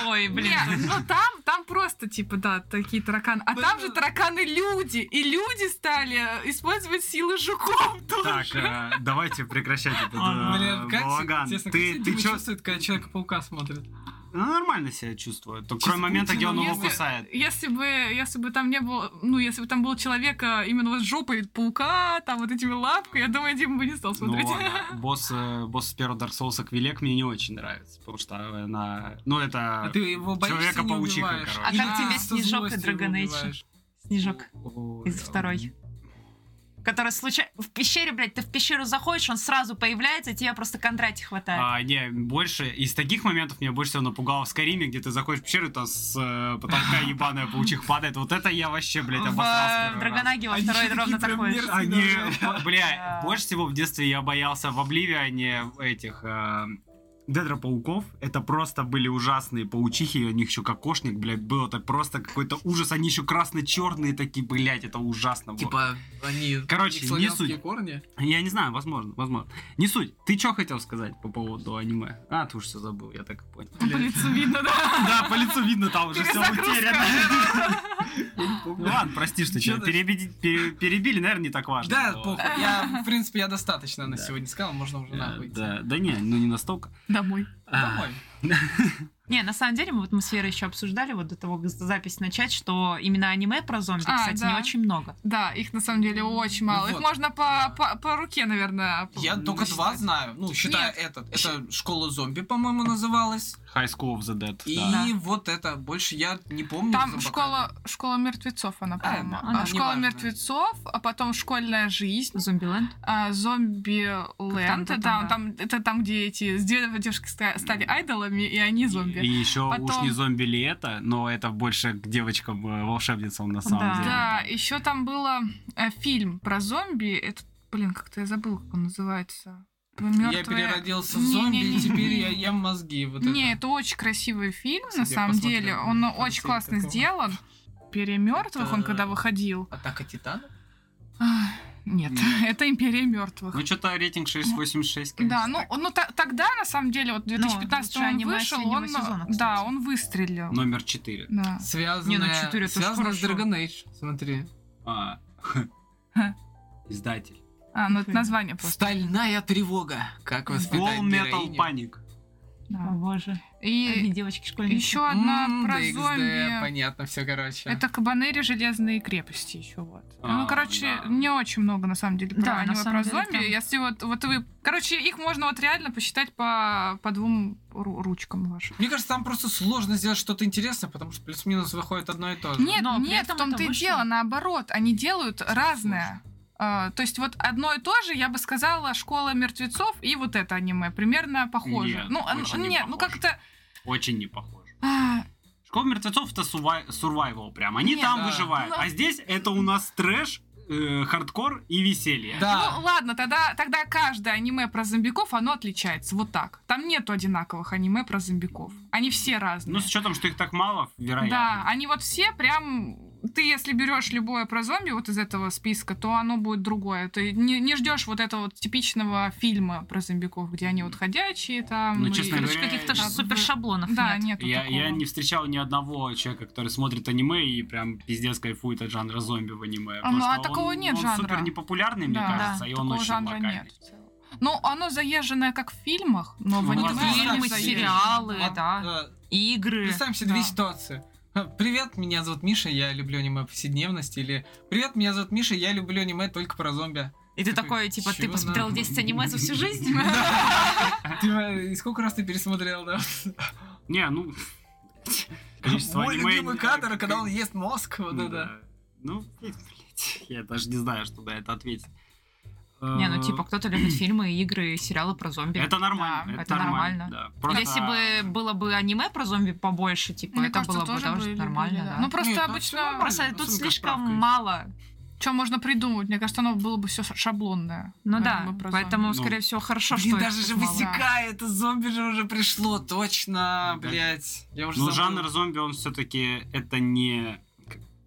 D: Ой, блин.
B: Нет, ну там, там просто, типа, да, такие тараканы. А
C: Да.
B: там же тараканы люди. И люди стали э, использовать силы жуков
A: Так,
B: тоже.
A: э, давайте прекращать этот
C: А,
A: э,
C: Блин, как
A: балаган.
C: интересно, как
A: Ты,
C: себя
A: ты
C: Дима
A: чё-
C: чувствует, когда Человека-паука смотрит?
A: Ну, нормально себя чувствую. Только кроме
C: Чисто
A: момента, где он
C: Путина
A: его
B: если-
A: кусает.
B: Если бы, если бы там не было, ну, если бы там был человека именно вот с жопой паука, там вот этими лапками, я думаю, Дима бы не стал
A: Ну,
B: смотреть.
A: ладно. босс, э, босс с первого Dark Souls Квилек мне не очень нравится, потому что она... Ну, это...
C: А ты его боишься, не
A: Человека-паучиха,
C: убиваешь.
A: короче.
D: А
C: Или
D: как
C: ты
D: тебе
C: со
D: Снежок
C: злости
D: и
C: его
D: Dragon Age?
C: убиваешь?
D: Снежок.
C: Ой,
D: Из второй. Который случайно... В пещере, блядь, ты в пещеру заходишь, он сразу появляется, тебя просто кондрати хватает.
A: А, не, больше из таких моментов меня больше всего напугало в Скариме, где ты заходишь в пещеру, и там с э, потолка ебаная паучих падает. Вот это я вообще, блядь,
D: в
A: обосрался. первый
D: э,
A: раз.
D: Драгонаге во
C: Они
D: второй
C: же такие
D: ровно
C: прям
D: такой же.
C: мерзкие.
A: Они,
C: Да.
A: А бля,
D: Да.
A: больше всего в детстве я боялся в Обливиане этих э, Дедропауков. Это просто были ужасные паучихи, у них еще кокошник, блядь, был. Это просто какой-то ужас. Они еще красно-черные такие, блядь, это ужасно было.
C: Типа, они...
A: Короче,
C: их
A: не
C: славянские
A: суть.
C: корни.
A: Я не знаю, возможно, возможно. Не суть. Ты что хотел сказать по поводу аниме? А, ты уж все забыл, я так и понял.
B: По лицу видно, да.
A: Да, по лицу видно, там уже все
B: Перезагрузка.
A: утеряно. Ну Ладно, прости, что тебя
C: Чё ты-
A: перебеди- пере- перебили, наверное, не так важно.
C: Да,
A: было.
C: похуй. Я, в принципе, я достаточно на
A: Да.
C: сегодня сказал, можно уже
A: Э,
C: нахуй. идти.
A: Да, да не, ну не настолько.
B: Домой.
A: А,
C: Домой.
D: Не, на самом деле, мы вот мы с Верой еще обсуждали вот до того, как запись начать, что именно аниме про зомби,
B: А,
D: кстати,
B: да.
D: не очень много.
B: Да, их на самом деле очень мало.
C: Ну
B: Их
C: вот.
B: можно по, по, по руке, наверное.
C: Я
A: А,
B: п-
C: только два
B: насчитать.
C: знаю. Ну, считая
B: Нет.
C: этот. Это «Школа зомби», по-моему, называлась.
A: High School of the Dead.
C: И
A: да.
C: вот это, больше я не помню.
B: Там
C: зомбаками.
B: школа, школа мертвецов, она, по-моему.
D: да, она,
B: А, школа
C: неважно.
B: мертвецов, а потом школьная жизнь,
D: Зомбиленд.
B: а, зомби-ленд.
D: Как там,
B: да,
D: да.
B: там, это там, где эти две девушки ста- стали айдолами, и они зомби.
A: И еще уж
B: Потом-
A: не зомби ли это, но это больше к девочкам-волшебницам на самом
D: Да.
A: деле.
B: Да, еще А, там было э, фильм про зомби. Это, блин, как-то я забыл, как он называется.
C: Я
B: Мертвые...
C: переродился в
B: Не,
C: зомби,
B: не, не,
C: и теперь
B: не.
C: я ем мозги. Вот
B: Не,
C: это.
B: это очень красивый фильм,
C: Кстати,
B: на
C: я
B: самом
C: посмотрел,
B: деле.
C: ну,
B: Он
C: на
B: очень
C: теле
B: классно
C: такого.
B: сделан. Перемертвых он
C: Это-
B: когда выходил.
C: Атака Титана?
B: Ах, Нет, это империя мертвых.
A: Ну, что-то рейтинг 6.86, конечно.
B: Да, ну, ну та- тогда на самом деле вот в 2015
D: Ну, лучшая
B: он
D: анимация
B: вышел,
D: седьмого
B: он
D: сезона, кстати.
B: да, он выстрелил.
A: Номер 4.
B: Да.
C: Связанная,
D: Не, ну четыре это ж
C: связанная с
D: хорошо.
C: Dragon Age. Смотри.
A: А. Издатель.
B: А, ну это название просто.
C: Стальная тревога. Как воспитать
A: Full Metal
C: героиню.
A: Panic.
D: О,
B: Да.
D: боже. Одни
B: И
D: девочки школьники.
B: еще одна
C: М,
B: про
C: DXD,
B: зомби.
C: Понятно все, короче.
B: Это Кабанери Железные крепости еще вот.
A: А,
B: ну, короче,
A: да.
B: не очень много на самом деле про
D: Да, на
B: аниме
D: самом
B: про
D: деле,
B: зомби.
D: прям.
B: Если вот, вот вы. Короче, их можно вот реально посчитать по, по двум ру- ручкам вашим.
C: Мне кажется, там просто сложно сделать что-то интересное, потому что плюс-минус выходит одно и то же.
B: Нет,
D: Но при
B: нет, в
D: этом
B: том-то
D: это
B: и
D: вышло.
B: дело, наоборот, они делают разное. А, то есть вот одно и то же, я бы сказала, школа мертвецов и вот это аниме примерно похоже.
A: Нет,
B: ну, ан-
A: очень не
B: нет, ну
A: похоже.
B: как-то
A: Очень не похоже.
B: а,
A: Школа мертвецов это сувай- survival прям. Они
B: Нет,
A: там
C: да.
A: выживают.
B: Ну-
A: А здесь это у нас трэш, э, хардкор и веселье.
C: Да.
B: Ну ладно, тогда, тогда каждое аниме про зомбиков, оно отличается. Вот так. Там нету одинаковых аниме про зомбиков. Они все разные.
A: Ну, с учетом, что их так мало,
B: да,
A: вероятно.
B: они вот все прям... Ты, если берешь любое про зомби вот из этого списка, то оно будет другое. Ты не, не ждешь вот этого вот типичного фильма про зомбиков, где они вот ходячие там.
A: Ну,
B: и-
A: честно
D: Короче,
A: говоря,
D: каких-то ж
A: Да,
D: супер шаблонов
B: Да,
D: нет.
B: нету
A: Я,
B: такого.
A: я не встречал ни одного человека, который смотрит аниме и прям пиздец кайфует от жанра зомби в аниме.
B: А, ну,
A: Просто
B: а такого
A: он-
B: нет
A: он
B: жанра.
A: супер непопулярный, мне
B: Да.
A: кажется,
D: Да,
A: и он
B: такого
A: очень
B: жанра
A: локальный.
B: нет. в целом. Ну, оно заезженное как в фильмах, но в
A: Ну,
B: аниме
A: вот
B: оно не
D: Фильмы,
B: заезжено.
D: сериалы,
C: Вот,
D: да,
C: э,
D: игры.
C: Представим себе две
B: Да.
C: ситуации. Ха, Привет, меня зовут Миша, я люблю аниме повседневности. Или Привет, меня зовут Миша, я люблю аниме только про зомби.
D: И ты
C: Такой,
D: такой, типа, ты
C: чё
D: посмотрел
C: нам?
D: 10 аниме за всю жизнь?
C: Типа, и сколько раз ты пересмотрел, да?
A: Не, ну... Количество
C: Мой
A: аниме...
C: любимый кадр, когда он ест мозг. Вот
A: Ну,
C: это.
A: да. Ну, блядь, я даже не знаю, что на это ответить.
D: Не, ну типа, кто-то любит фильмы, игры, сериалы про зомби.
A: Э, Это нормально.
B: Да,
A: это
D: это
A: нормально.
D: нормально.
A: да. Просто-
D: Если бы было бы аниме про зомби побольше, типа,
B: Мне
D: это
B: кажется,
D: было бы
B: тоже
D: даже
B: были,
D: нормально,
B: были, да.
D: да.
B: Ну, просто
C: Нет, ну, всё
B: обычно...
C: нормально.
D: Просто
C: ну,
D: тут
A: сумка
D: слишком
A: справка есть.
D: мало.
B: Что можно придумать? Мне кажется, оно было бы все шаблонное.
D: Ну да,
B: Аниме про
D: поэтому,
A: Ну,
D: скорее всего, хорошо,
C: Блин,
D: что их
C: даже же
D: так мало.
C: высекает, это зомби же уже пришло, точно,
A: Ну, да.
C: блять. Я уже
A: Ну,
C: забыл.
A: жанр зомби, он все-таки это не...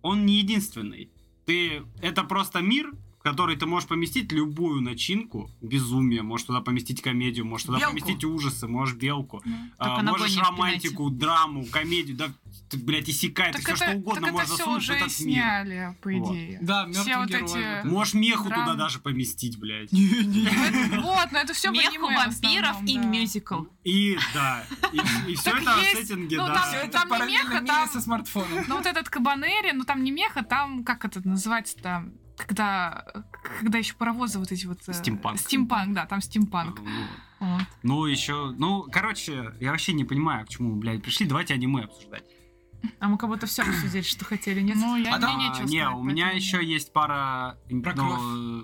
A: Он не единственный. Ты... Это просто мир, в который ты можешь поместить любую начинку. Безумие. Можешь туда поместить комедию, можешь туда
C: Белку.
A: поместить ужасы, можешь белку.
B: зомби.
A: а,
D: Только
A: можешь
D: ногой не
A: романтику, драму, комедию. Да, ты, блядь, иссякает.
B: Так
A: все что угодно
B: так
A: можешь
B: это все
A: засунуть в
B: уже и
A: этот мир.
B: сняли, по
A: Вот.
B: идее.
C: Да, мертвый
B: Все вот
C: герой.
B: эти-
C: это.
A: Можешь меху
B: Драма.
A: туда даже поместить, блядь.
B: Поэтому- Вот, но это все
D: Меху, вампиров и мюзикл.
A: И да, и, все
B: Так
A: это в
B: есть.
A: сеттинге,
B: Ну,
A: да.
B: там-
C: Все это
B: там не
C: параллельно
B: меха,
C: мире
B: там-
C: со смартфоном.
B: Ну вот этот Кабанери, ну там не меха, там, как это называется-то, когда, когда еще паровозы вот эти вот... э,
A: Стимпанк.
B: Стимпанк, да, там стимпанк. Вот.
A: Ну, еще, ну, короче, я вообще не понимаю, к чему мы, блядь, пришли. Давайте аниме обсуждать.
D: А мы как будто все обсудили, что хотели, нет?
B: Ну, я
C: А там-
B: мне нечего
A: не,
B: сказать
A: у меня
B: по этому.
A: еще есть пара...
C: Про
A: ну,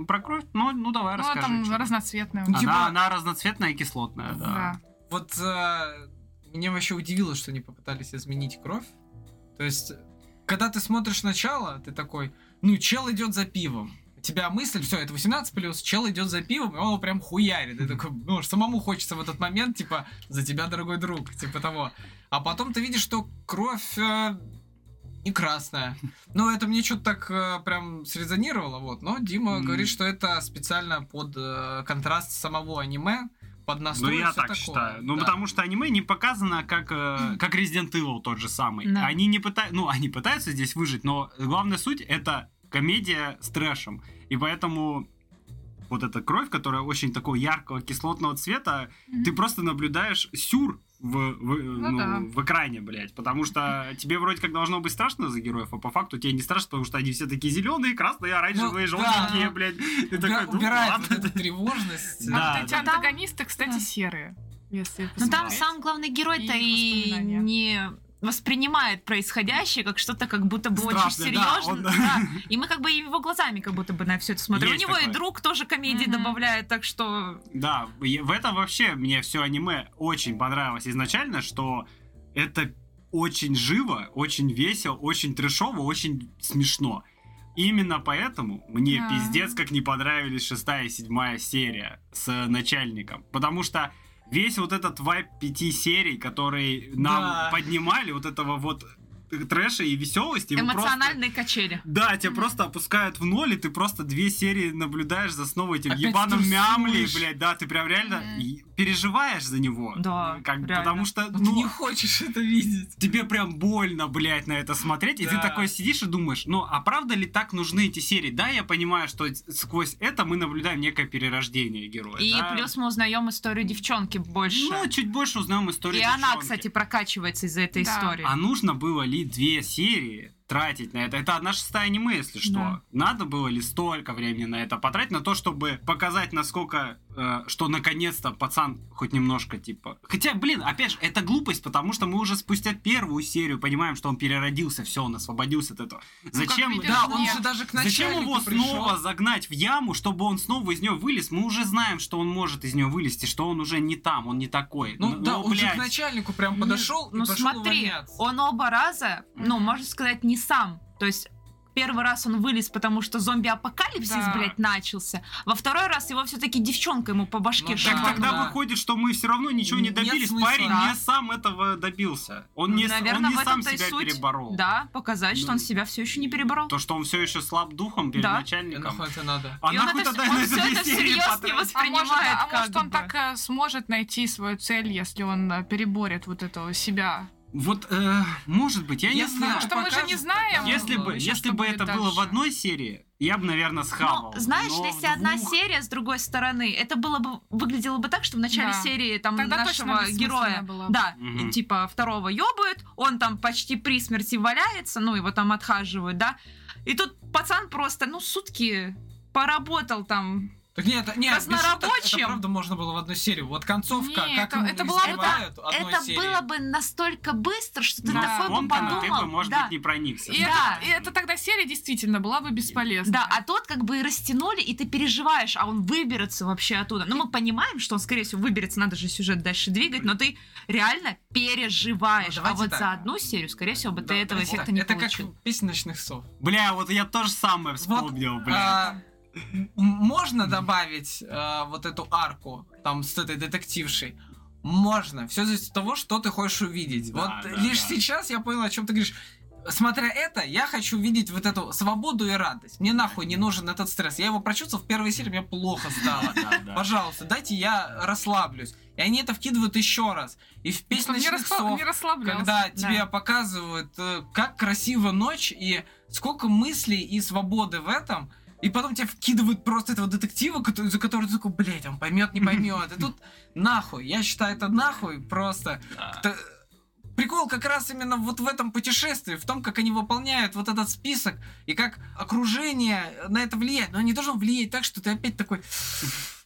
A: э, Про кровь? Ну, ну давай,
B: Ну,
A: расскажи.
B: там
A: чё.
B: разноцветная.
C: Ну,
A: Она,
C: типа-
A: она разноцветная и кислотная, да.
B: Да.
C: Вот э, меня вообще удивило, что они попытались изменить кровь. То есть, когда ты смотришь начало, ты такой, ну, чел идет за пивом. У тебя мысль, все, это 18 плюс, чел идет за пивом, и он его прям хуярит. Ты такой, ну, уж самому хочется в этот момент, типа, за тебя, дорогой друг, типа того. А потом ты видишь, что кровь э, не красная. Ну, это мне что-то так э, прям срезонировало, вот. Но Дима
A: М.
C: говорит, что это специально под э, контраст самого аниме, под
A: Ну,
C: настрой.
A: я
C: всё
A: так
C: такое.
A: считаю. Ну,
C: Да.
A: потому что аниме не показано, как, э, как Resident Evil тот же самый.
D: Да.
A: Они не пытаются... Ну, они пытаются здесь выжить, но главная суть — это комедия с трэшем. И поэтому вот эта кровь, которая очень такого яркого кислотного цвета, ты просто наблюдаешь сюр в, в- ну,
B: да.
A: в экране, блядь. Потому что тебе вроде как должно быть страшно за героев, а по факту тебе не страшно, потому что они все такие зеленые, красные, оранжевые,
C: Ну,
A: желтенькие,
C: да.
A: блядь. Ты
C: Убира-
A: такой, ну
C: убирает
A: ладно.
C: вот эту тревожность.
A: Да,
B: а вот эти
D: да.
B: антагонисты, кстати,
D: Да.
B: серые. если
D: Ну там
B: посмотреть.
D: сам главный герой-то
B: И
D: и,
B: воспоминания.
D: не воспринимает происходящее как что-то как будто бы очень
A: Страшное, да,
D: серьезно.
A: он-
D: да. И мы как бы его глазами как будто бы на все это смотрим.
A: Есть
D: У него и
A: такое.
D: друг тоже комедии
B: Мгм.
D: добавляет, так что
A: Да, и в этом вообще мне все аниме очень понравилось изначально, что это очень живо, очень весело, очень трешово, очень смешно. Именно поэтому мне
B: Да.
A: пиздец как не понравились шестая и седьмая серия с начальником. Потому что весь вот этот вайп пяти серий, который нам
C: Да.
A: поднимали, вот этого вот трэша и веселости. его просто-
D: эмоциональные качели.
A: Да, тебя просто опускают в ноль, и ты просто две серии наблюдаешь за снова этим
C: Опять
A: ебаным
C: тусуешь.
A: мямли, блядь, да, ты прям реально
B: Мгм.
A: и- переживаешь за него. Э,
D: Да,
A: Как бы,
D: реально.
A: потому что,
C: Но ты
A: ну,
C: не хочешь это видеть.
A: тебе прям больно, блядь, на это смотреть, и ты
C: Да.
A: такой сидишь и думаешь, ну, а правда ли так нужны эти серии? Да, я понимаю, что т- сквозь это мы наблюдаем некое перерождение героя.
D: И
A: да.
D: плюс мы узнаем историю девчонки больше.
A: Ну, чуть больше узнаем
D: и
A: историю
D: она,
A: девчонки.
D: кстати, прокачивается из-за этой
B: Да.
D: истории.
A: А нужно было ли две серии тратить на это? Это одна шестая аниме, если что.
D: Да.
A: Надо было ли столько времени на это потратить, на то, чтобы показать, насколько, э, что наконец-то пацан хоть немножко, типа... Хотя, блин, опять же, это глупость, потому что мы уже спустя первую серию понимаем, что он переродился, все, он освободился от этого.
C: Ну,
A: Зачем...
B: Ну, видишь,
A: да,
C: Да, он
B: Нет.
C: же даже к
A: Зачем
C: начальнику
A: его
C: пришел.
A: снова загнать в яму, чтобы он снова из нее вылез? Мы уже знаем, что он может из нее вылезти, что он уже не там, он не такой.
C: Ну
A: Н-
C: да,
A: но,
C: он же
A: блядь,
C: к начальнику прям
D: Не-
C: подошел и
D: Ну
C: пошел
D: смотри,
C: увольняться.
D: он оба раза, ну, можно сказать, не сам. То есть первый раз он вылез, потому что зомби-апокалипсис,
B: Да.
D: блядь, начался. Во второй раз его все-таки девчонка ему по башке
C: Ну да.
A: Так
D: шибанула.
A: тогда
C: да.
A: выходит, что мы все равно ничего не
C: Нет
A: добились.
C: смысла.
A: Парень
D: Да.
A: не сам этого добился. Он не, с-
D: Наверное,
A: он
D: в
A: не сам
D: этом-то и
A: себя
D: суть.
A: переборол.
D: Да, показать, что
A: Ну,
D: он себя все еще не переборол.
A: То, что он все еще слаб духом перед
D: Да.
C: И
A: начальником.
C: нахуй это надо.
A: А
D: И он
A: нахуй
D: это
A: тогда
D: всё-
A: на
D: он
A: эту
D: всё это
A: серию
D: всерьез не
A: потратить?
D: воспри-
B: А может,
D: воспринимает
B: а может,
D: как
B: он
D: бы.
B: так э, сможет найти свою цель, если он э, переборет вот этого себя.
A: Вот, э, может быть, я не
C: Если-
A: знаю.
D: ну,
B: Потому что мы же не
C: покажет,
B: знаем.
C: да.
A: Если бы,
B: еще,
A: если
B: что
A: бы
B: будет
A: это было в
B: дальше.
A: одной серии, я бы, наверное, схавал.
D: Ну, знаешь,
A: Но
D: если
A: в
D: одна
A: двух-
D: серия с другой стороны, это было бы выглядело бы так, что в начале
B: Да.
D: серии там
B: Тогда точно
D: нашего
B: бессмысленная
D: героя,
B: была бы.
D: да,
A: Мгм.
D: и типа второго ёбают, он там почти при смерти валяется, ну его там отхаживают, да, и тут пацан просто, ну сутки поработал там,
C: Так нет, нет, без шуток, это
D: Разнорабочим?
C: правда можно было в одну серию. Вот концовка,
B: Не,
C: как
B: это-
C: ему
B: это была бы
C: изливают одной
D: это
C: серии.
D: было бы настолько быстро, что ты
A: Но
B: Да,
D: такой бы
A: фоном-то
D: подумал,
A: ты бы, может
D: да.
A: быть, не проникся.
B: И,
D: Да.
B: это, А, и это тогда серия действительно была бы бесполезна.
D: Да, а тот как бы и растянули, и ты переживаешь, а он выберется вообще оттуда. Ну, мы понимаем, что он, скорее всего, выберется, надо же сюжет дальше двигать, но ты реально переживаешь.
C: Ну,
D: а
C: давайте
D: вот
C: так.
D: за одну серию, скорее всего, бы
C: Да,
D: ты этого
C: давайте
D: эффекта
C: так,
D: не
C: Это
D: получил.
C: как песня ночных сов.
A: Бля, вот я тоже самое вспомнил, бля.
C: А, м- можно добавить а, вот эту арку там с этой детектившей? Можно. Все зависит от того, что ты хочешь увидеть.
A: Да,
C: вот
A: да,
C: лишь
A: да.
C: сейчас я понял, о чем ты говоришь. Смотря это, я хочу видеть вот эту свободу и радость. Мне нахуй не нужен этот стресс. Я его прочувствовал в первой серии, мне плохо стало.
A: Да, да.
C: Пожалуйста, дайте я расслаблюсь. И они это вкидывают еще раз. И в песню
B: Чтоб не,
C: «Ночных
B: расслаб-
C: сов»,
B: не расслаблялся.
C: когда тебе показывают, э, как красиво ночь и сколько мыслей и свободы в этом. И потом тебя вкидывают просто этого детектива, кото- за который ты такой, блядь, он поймет, не поймет. И тут нахуй. Я считаю, это нахуй просто.
A: Да.
C: Это- Прикол как раз именно вот в этом путешествии, в том, как они выполняют вот этот список и как окружение на это влияет. Но они должно влиять так, что ты опять такой,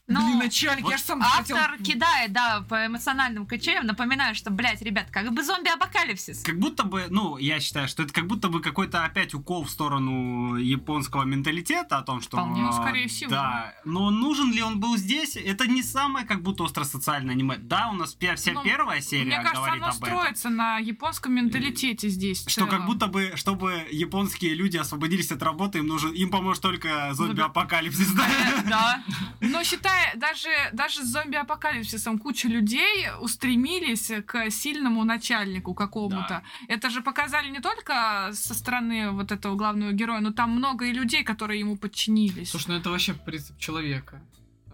D: Ну,
C: блин, начальник, я же сам хотел...
D: Автор кидает, да, по эмоциональным качелям. Напоминаю, что, блядь, ребят, как бы зомби-апокалипсис.
A: Как будто бы, ну, я считаю, что это как будто бы какой-то опять укол в сторону японского менталитета о том, что...
B: Вполне.
A: а,
B: Ну, скорее всего.
A: Да, но нужен ли он был здесь? Это не самое как будто остросоциальное аниме. Да, у нас пе- вся
B: Ну,
A: первая серия
B: Мне кажется,
A: говорит
B: оно
A: об этом.
B: строится на японском менталитете здесь. в
A: Что как
B: целом.
A: будто бы, чтобы японские люди освободились от работы, им нужен, им поможет только зомби-апокалипсис. да?
D: Да.
B: Но считая, даже, даже с зомби-апокалипсисом куча людей устремились к сильному начальнику какому-то. Это же показали не только со стороны вот этого главного героя, но там много и людей, которые ему подчинились.
C: Слушай, ну это вообще принцип человека.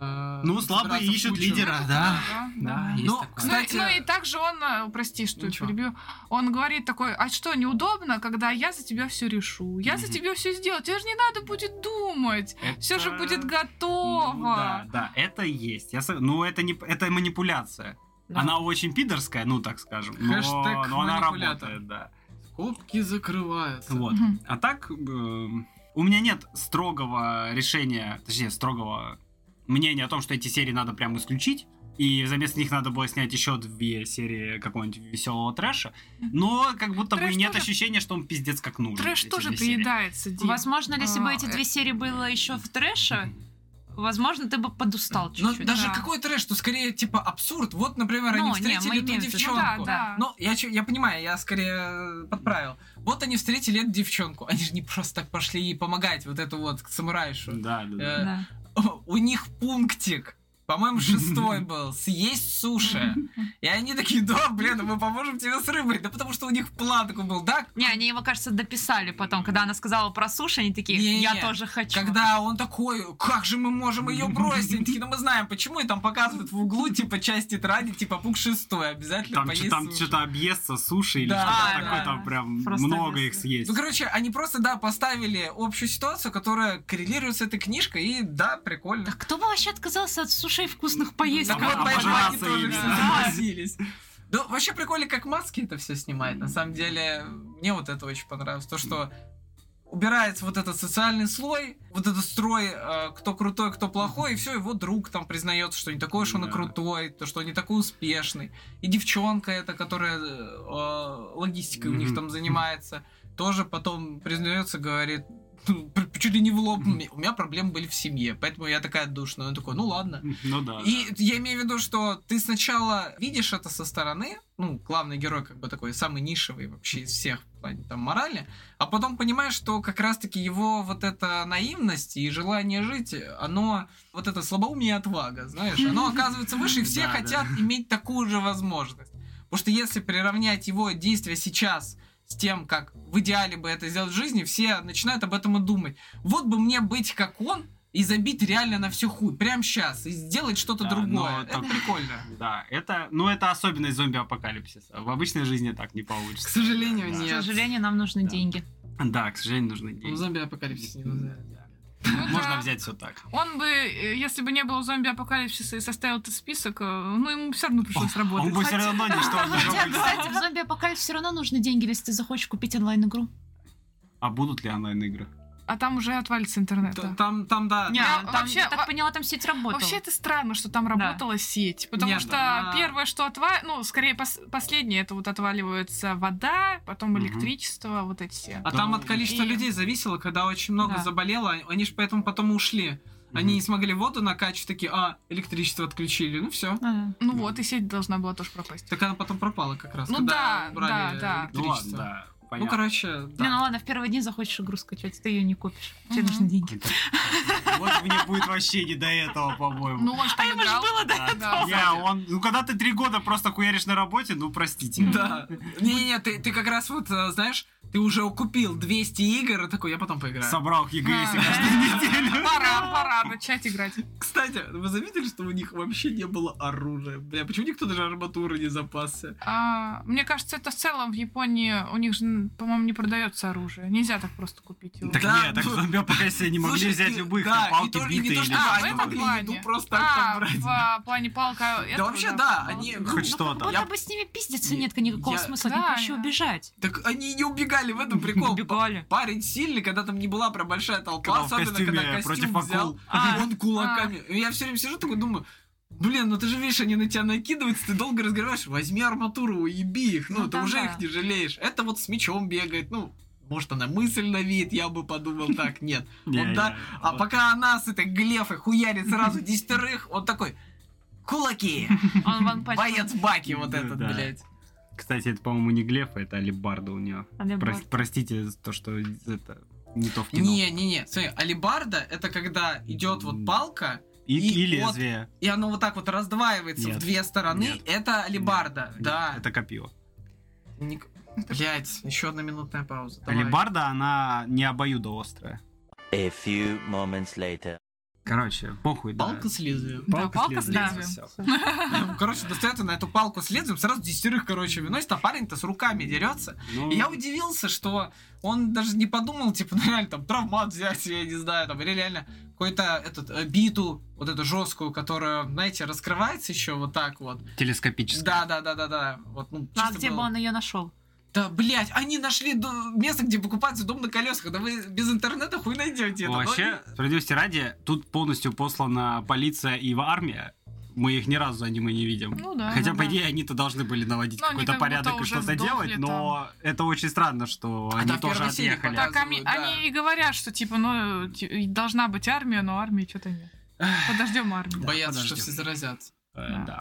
C: Э,
A: Ну, слабые
C: собираться в
A: ищут
C: кучу.
A: лидера, да. Да, есть
C: Ну,
A: такое.
B: Ну, и-
C: кстати,
B: ну и также он, э, прости, что
C: Ничего.
B: перебью, он говорит такой, а что, неудобно, когда я за тебя все решу, я за
A: Мгм.
B: тебя все сделаю, тебе же не надо будет думать, все же
A: Это-
B: будет
A: Ну
B: готово.
A: Да, да, это есть. Я сог- Ну, это не, это манипуляция.
D: Да.
A: Она очень пидорская, ну, так скажем. но-
C: Хэштег
A: но она
C: манипулятор.
A: работает, да.
C: Кубки закрываются.
A: Вот.
B: Мгм.
A: А так, эм, у меня нет строгого решения, точнее, строгого мнения о том, что эти серии надо прям исключить. И вместо них надо было снять еще две серии какого-нибудь веселого трэша. Но как будто бы
B: Трэш
A: и нет
B: тоже-
A: ощущения, что он пиздец как нужен.
B: Трэш
A: эти
B: тоже
A: две серии.
B: приедается, Дим.
D: Возможно, если бы
B: А,
D: эти
B: э.
D: две серии было еще в трэше, возможно, ты бы подустал
C: Но
D: чуть-чуть.
C: Ну, даже
B: да.
C: какой трэш, что скорее типа абсурд. Вот, например,
D: Ну,
C: они
D: не, мы
C: встретили
D: имеем
C: ту
D: в виду,
C: девчонку.
B: ну да, да.
C: Ну, я, чё- я понимаю, я скорее э, подправил. Вот они встретили эту девчонку. Они же не просто так пошли ей помогать, вот эту вот к самурайшу.
A: Да, да, да.
C: Э,
D: Да.
C: У них пунктик. По-моему, шестой был. Съесть суши. И они такие, да, блин, мы поможем тебе с рыбой. Да потому что у них план такой был, да?
D: Не, они его, кажется, дописали потом, когда она сказала про суши, они такие,
C: Не-не-не.
D: я тоже хочу.
C: Когда он такой, как же мы можем ее бросить? Они такие, ну мы знаем, почему. И там показывают в углу, типа, часть тетради, типа, пункт шестой. Обязательно
A: Там,
C: поесть
A: чё- там
C: суши.
A: что-то объестся, суши или
C: Да,
A: что-то
C: да.
A: такое, там прям
D: Просто
A: много их
D: объестся.
A: съесть.
C: Ну, короче, они просто, да, поставили общую ситуацию, которая коррелирует с этой книжкой, и да, прикольно.
D: Да кто бы вообще отказался от сушей вкусных поесть?
A: Да
C: Так
A: Там
D: как
C: Ну, вот,
D: бы?
C: поэтому они
A: обожраться
C: тоже
A: ими,
C: все
A: да.
C: согласились. Ну, вообще прикольно, как маски это все снимает. На самом деле, мне вот это очень понравилось. То, что убирается вот этот социальный слой, вот этот строй, э, кто крутой, кто плохой, и все, его друг там признается, что не такой уж он и
A: Да.
C: крутой, то, что он не такой успешный. И девчонка эта, которая э, логистикой у них
A: Мгм.
C: там занимается, тоже потом признается, говорит, ну, при- чуть ли не в лоб, у меня проблемы были в семье, поэтому я такая душная. Он такой, ну ладно.
A: Ну да.
C: И я имею в виду, что ты сначала видишь это со стороны, ну, главный герой как бы такой самый нишевый вообще из всех в плане там морали, а потом понимаешь, что как раз-таки его вот эта наивность и желание жить, оно, вот это слабоумие и отвага, знаешь, оно оказывается выше, и все
A: Да, да.
C: хотят иметь такую же возможность. Потому что если приравнять его действия сейчас с тем, как в идеале бы это сделать в жизни, все начинают об этом и думать. Вот бы мне быть как он и забить реально на всю хуй, прямо сейчас, и сделать что-то
A: Да, ну,
C: другое.
A: но
C: Это
A: там-
C: прикольно.
A: Да, это, ну это особенность зомби-апокалипсиса. В обычной жизни так не получится.
C: К сожалению,
A: Да.
D: К
C: нет.
D: сожалению, нам нужны
A: Да.
D: деньги.
A: Да, к сожалению, нужны
C: Ну,
A: деньги.
C: зомби-апокалипсис не нужно.
B: Ну
A: Можно
B: да.
A: взять все так.
B: Он бы, э, если бы не было зомби-апокалипсиса и составил этот список, э, ну ему все равно пришлось работать.
A: Он бы все
B: Хотя-
A: равно ни что не
D: Хотя,
A: делал.
D: кстати, в зомби-апокалипсис все равно нужны деньги, если ты захочешь купить онлайн-игру.
A: А будут ли онлайн-игры?
B: А там уже отвалится интернет. да.
C: Т- Там, там, да.
D: Не,
B: Я
D: там,
B: вообще-
D: я так поняла, там сеть работала.
B: Вообще это странно, что там
D: Да.
B: работала сеть, потому
C: Нет,
B: что
C: да.
B: первое, что отваливается, ну, скорее пос- последнее, это вот отваливается вода, потом
A: Мгм.
B: электричество, вот эти все.
C: А там
A: Да.
C: от количества
B: И-
C: людей зависело, когда очень много
B: Да.
C: заболело, а они- они же поэтому потом и ушли. Они не смогли воду накачать, такие, а, электричество отключили, ну все.
D: А.
B: Ну
A: Да.
B: вот, и сеть должна была тоже пропасть.
C: Так она потом пропала как раз,
B: Ну
C: когда
B: да,
C: убрали
B: да, да.
A: Ну ладно,
C: электричество.
A: да,
C: Ну,
A: понятно.
C: короче, да.
D: Не, ну ладно, в первые дни захочешь игру скачать, ты ее не купишь. Тебе
B: Мгм.
D: нужны деньги.
A: Вот мне будет вообще не до этого, по-моему.
B: Ну, он же
D: А
B: там
D: ему же
B: играл.
D: было, да?
A: Да.
B: да.
A: Я, он, ну когда ты три года просто хуяришь на работе, ну простите.
C: Да. Не-не-не, ты, ты как раз вот, э, знаешь, ты уже купил 200 игр, и такой, я потом поиграю.
A: Собрал ЕГС
B: Да.
A: каждую неделю.
B: Пора, пора начать играть.
C: Кстати, вы заметили, что у них вообще не было оружия? Бля, почему никто даже арматуры не запасся?
B: А, мне кажется, это в целом в Японии у них же, м, по-моему, не продается оружие. Нельзя так просто купить его.
A: Так
C: Да,
A: нет, так
C: ну,
A: зомби апокалипсисе не могли
C: слушай,
A: взять
C: и-
A: любых,
C: да,
A: там
C: и
A: палки
C: то- и не
A: битые
C: то, что
A: или
B: А, в
A: что-то.
B: этом
C: Еду
B: плане.
C: просто
B: а,
C: так брать.
B: в а, плане палка...
C: Да
B: этого,
C: вообще, да,
B: палка.
C: они...
A: Хоть
C: ну,
A: что-то.
D: Будто
C: Я-
D: бы с ними пиздиться нет никакого
C: Я-
D: смысла,
B: Да,
D: не проще
B: да.
D: убежать.
C: Так они и не убегали, в этом прикол.
D: Убегали.
C: Парень сильный, когда там не была прям большая толпа,
A: Когда в
C: особенно когда
A: костюме
C: костюм
A: против
C: взял,
A: акул.
B: А,
C: он кулаками. И Я все время сижу такой думаю, блин, ну ты же видишь, они на тебя накидываются, ты долго разговариваешь, возьми арматуру, уеби их, ну,
D: Ну,
C: ты
D: да,
C: уже
D: да.
C: их не жалеешь. Это вот с мечом бегает, ну, может она мысль на вид, я бы подумал так, нет.
A: Не,
C: Он
A: не,
C: да-
A: не.
C: А пока она с этой глефой хуярит сразу десятерых, он такой, кулаки,
D: Он ван панч.
C: боец баки вот
A: Да,
C: этот,
A: да.
C: блядь.
A: Кстати, это, по-моему, не Глеф, это Алибарда у нее.
D: Алибарда.
A: Простите за то, что это не то в кино.
C: Не-не-не, смотри, алибарда это когда идет вот
A: М.
C: палка,
A: И,
C: и
A: и
C: от-
A: лезвие.
C: и оно вот так вот раздваивается
A: Нет.
C: в две стороны,
A: Нет.
C: это алибарда.
A: Нет,
C: Да.
A: Это копье.
C: Ник- Блядь, еще одна минутная пауза. давай.
A: Алибарда, она не обоюдоострая.
F: A few moments later.
A: Короче, похуй, да.
C: Палка с лезвием.
B: Да, палка с
A: лезвием,
B: лезвием.
A: всё.
C: Короче, достает она эту палку с лезвием, сразу десятерых, короче, выносит, а парень-то с руками дерется.
A: Ну,
C: И я удивился, что он даже не подумал, типа, ну реально там травмат взять, я не знаю, там, или реально какую-то этот, э, биту, вот эту жесткую, которая, знаете, раскрывается еще вот так вот.
A: Телескопически.
C: Да, да, да, да, да. Вот, ну,
D: А
C: чисто
D: где бы
C: было.
D: он ее нашел?
C: Да, блядь, они нашли до- место, где покупается дом на колесах. Да вы без интернета хуй найдете это.
A: Вообще, справедливости ради, тут полностью послана полиция и армия. мы их ни разу за аниме не видим.
B: Ну да,
A: Хотя,
B: ну
A: по
B: да.
A: идее, они-то должны были наводить
B: Ну, они
A: какой-то
B: как будто
A: порядок и
B: уже
A: что-то
B: сдохли
A: делать, но это очень странно, что
C: А
A: они
C: да, в
A: тоже
C: первой серии
A: отъехали.
C: показывают.
B: Так они,
C: да.
B: они и говорят, что типа, ну, ти- и должна быть армия, но армии что-то нет. Подождем армию.
C: Боятся, что
A: подождем.
C: все заразятся.
A: Э, Да.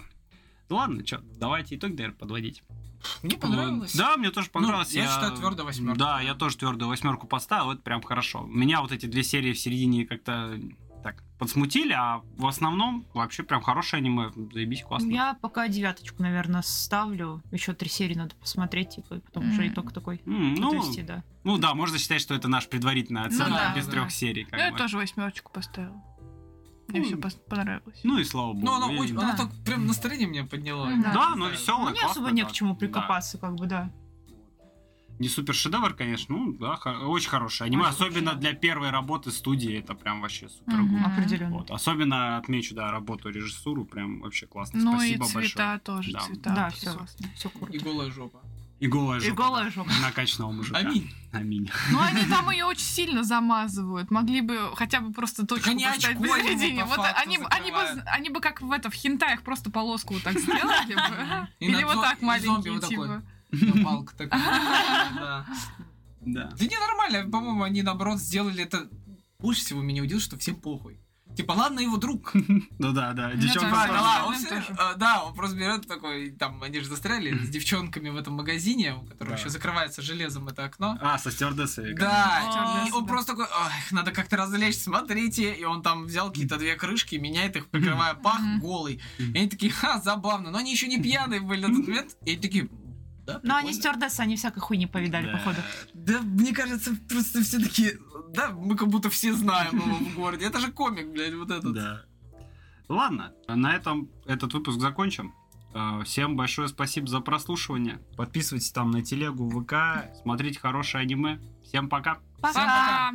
A: Ну ладно, что, давайте итог, наверное, подводить.
C: Мне понравилось.
A: Ну, Да, мне тоже понравилось.
C: Ну, я считаю, твердо восьмерку.
A: Да, я тоже твердую восьмерку поставил, это прям хорошо. Меня вот эти две серии в середине как-то так подсмутили, а в основном вообще прям хорошее аниме, заебись, классно.
D: Я пока девяточку, наверное, ставлю. Еще три серии надо посмотреть, типа, и потом уже
B: Мгм.
D: итог такой.
A: М,
D: Ну,
A: ну,
D: то есть, да.
A: ну да, можно считать, что это наш предварительная
B: Ну
A: оценка
B: да,
A: без
C: да.
A: трех серий. как
B: Ну, Я
A: бы.
B: тоже восьмерочку поставила. Мне
A: Ну,
B: все понравилось.
A: Ну и слава богу.
C: Ну, оно,
A: и-
C: очень-
A: да,
C: оно так прям настроение меня подняло.
B: Мгм.
A: да,
C: Я
A: ну
C: не
A: но
C: знаю.
A: веселое.
D: Мне особо Ну, не к чему прикопаться, как бы, да.
A: Не супер шедевр, конечно, ну да, хо- очень хорошее аниме,
D: Очень
A: особенно
D: хорошее.
A: для первой работы студии, это прям вообще
C: Ну,
A: супер.
B: Мгм.
A: гуд.
D: Определенно.
A: Вот. Особенно отмечу, да, работу, режиссуру, прям вообще классно.
B: Ну и
A: Спасибо
B: цвета
A: большое.
B: тоже,
A: Да.
B: цвета.
D: Да,
B: всё.
D: всё. Все круто.
C: И голая жопа.
A: И голая жопа.
D: И голая
A: да.
D: жопа.
A: Накачанного мужика.
C: Аминь.
A: Аминь.
B: Ну они там ее очень сильно замазывают. Могли бы хотя бы просто точку
C: они
B: поставить
C: очко ему
B: посередине.
C: по
B: Вот
C: факту
B: они, б- они, бы,
C: закрывают.
B: они бы как в это в хентаях просто полоску вот так сделали бы.
C: И
B: Или
C: на
B: вот
C: зо-
B: так
C: и зомби
B: маленькие
C: вот такой.
B: типа.
C: Ну, Палка такая. Да.
A: Да.
C: Да не нормально, по-моему, они наоборот сделали это. Больше всего меня удивило, что всем похуй. Типа, ладно, его друг.
A: Ну да, да.
B: Ну,
A: Девчонка. тоже.
B: тоже
C: Правильно,
B: да.
C: ладно, он
B: Остальным
C: всё-
B: тоже.
C: а, Да, он просто берет такой, там, они же застряли с девчонками в этом магазине, у которого
A: Да.
C: еще закрывается железом это окно.
A: А, со стюардессой.
C: А, Да, и
B: Стюардесса,
C: он
B: да.
C: просто такой, «Ах, надо как-то развлечь, смотрите. И он там взял какие-то две крышки, меняет их, прикрывая пах,
B: Мгм.
C: голый. И они такие, ха, забавно. Но они еще не пьяные были на тот момент. И они такие, да,
D: Но они
C: прикольно».
D: стюардессы, они всякой хуйни повидали,
A: Да.
D: походу.
C: Да, мне кажется, просто все таки да, мы как будто все знаем его в городе. Это же комик, блядь, вот этот.
A: Да. Ладно, на этом этот выпуск закончим. Э, Всем большое спасибо за прослушивание. Подписывайтесь там на телегу ВК, смотрите хорошее аниме. Всем пока.
B: Пока.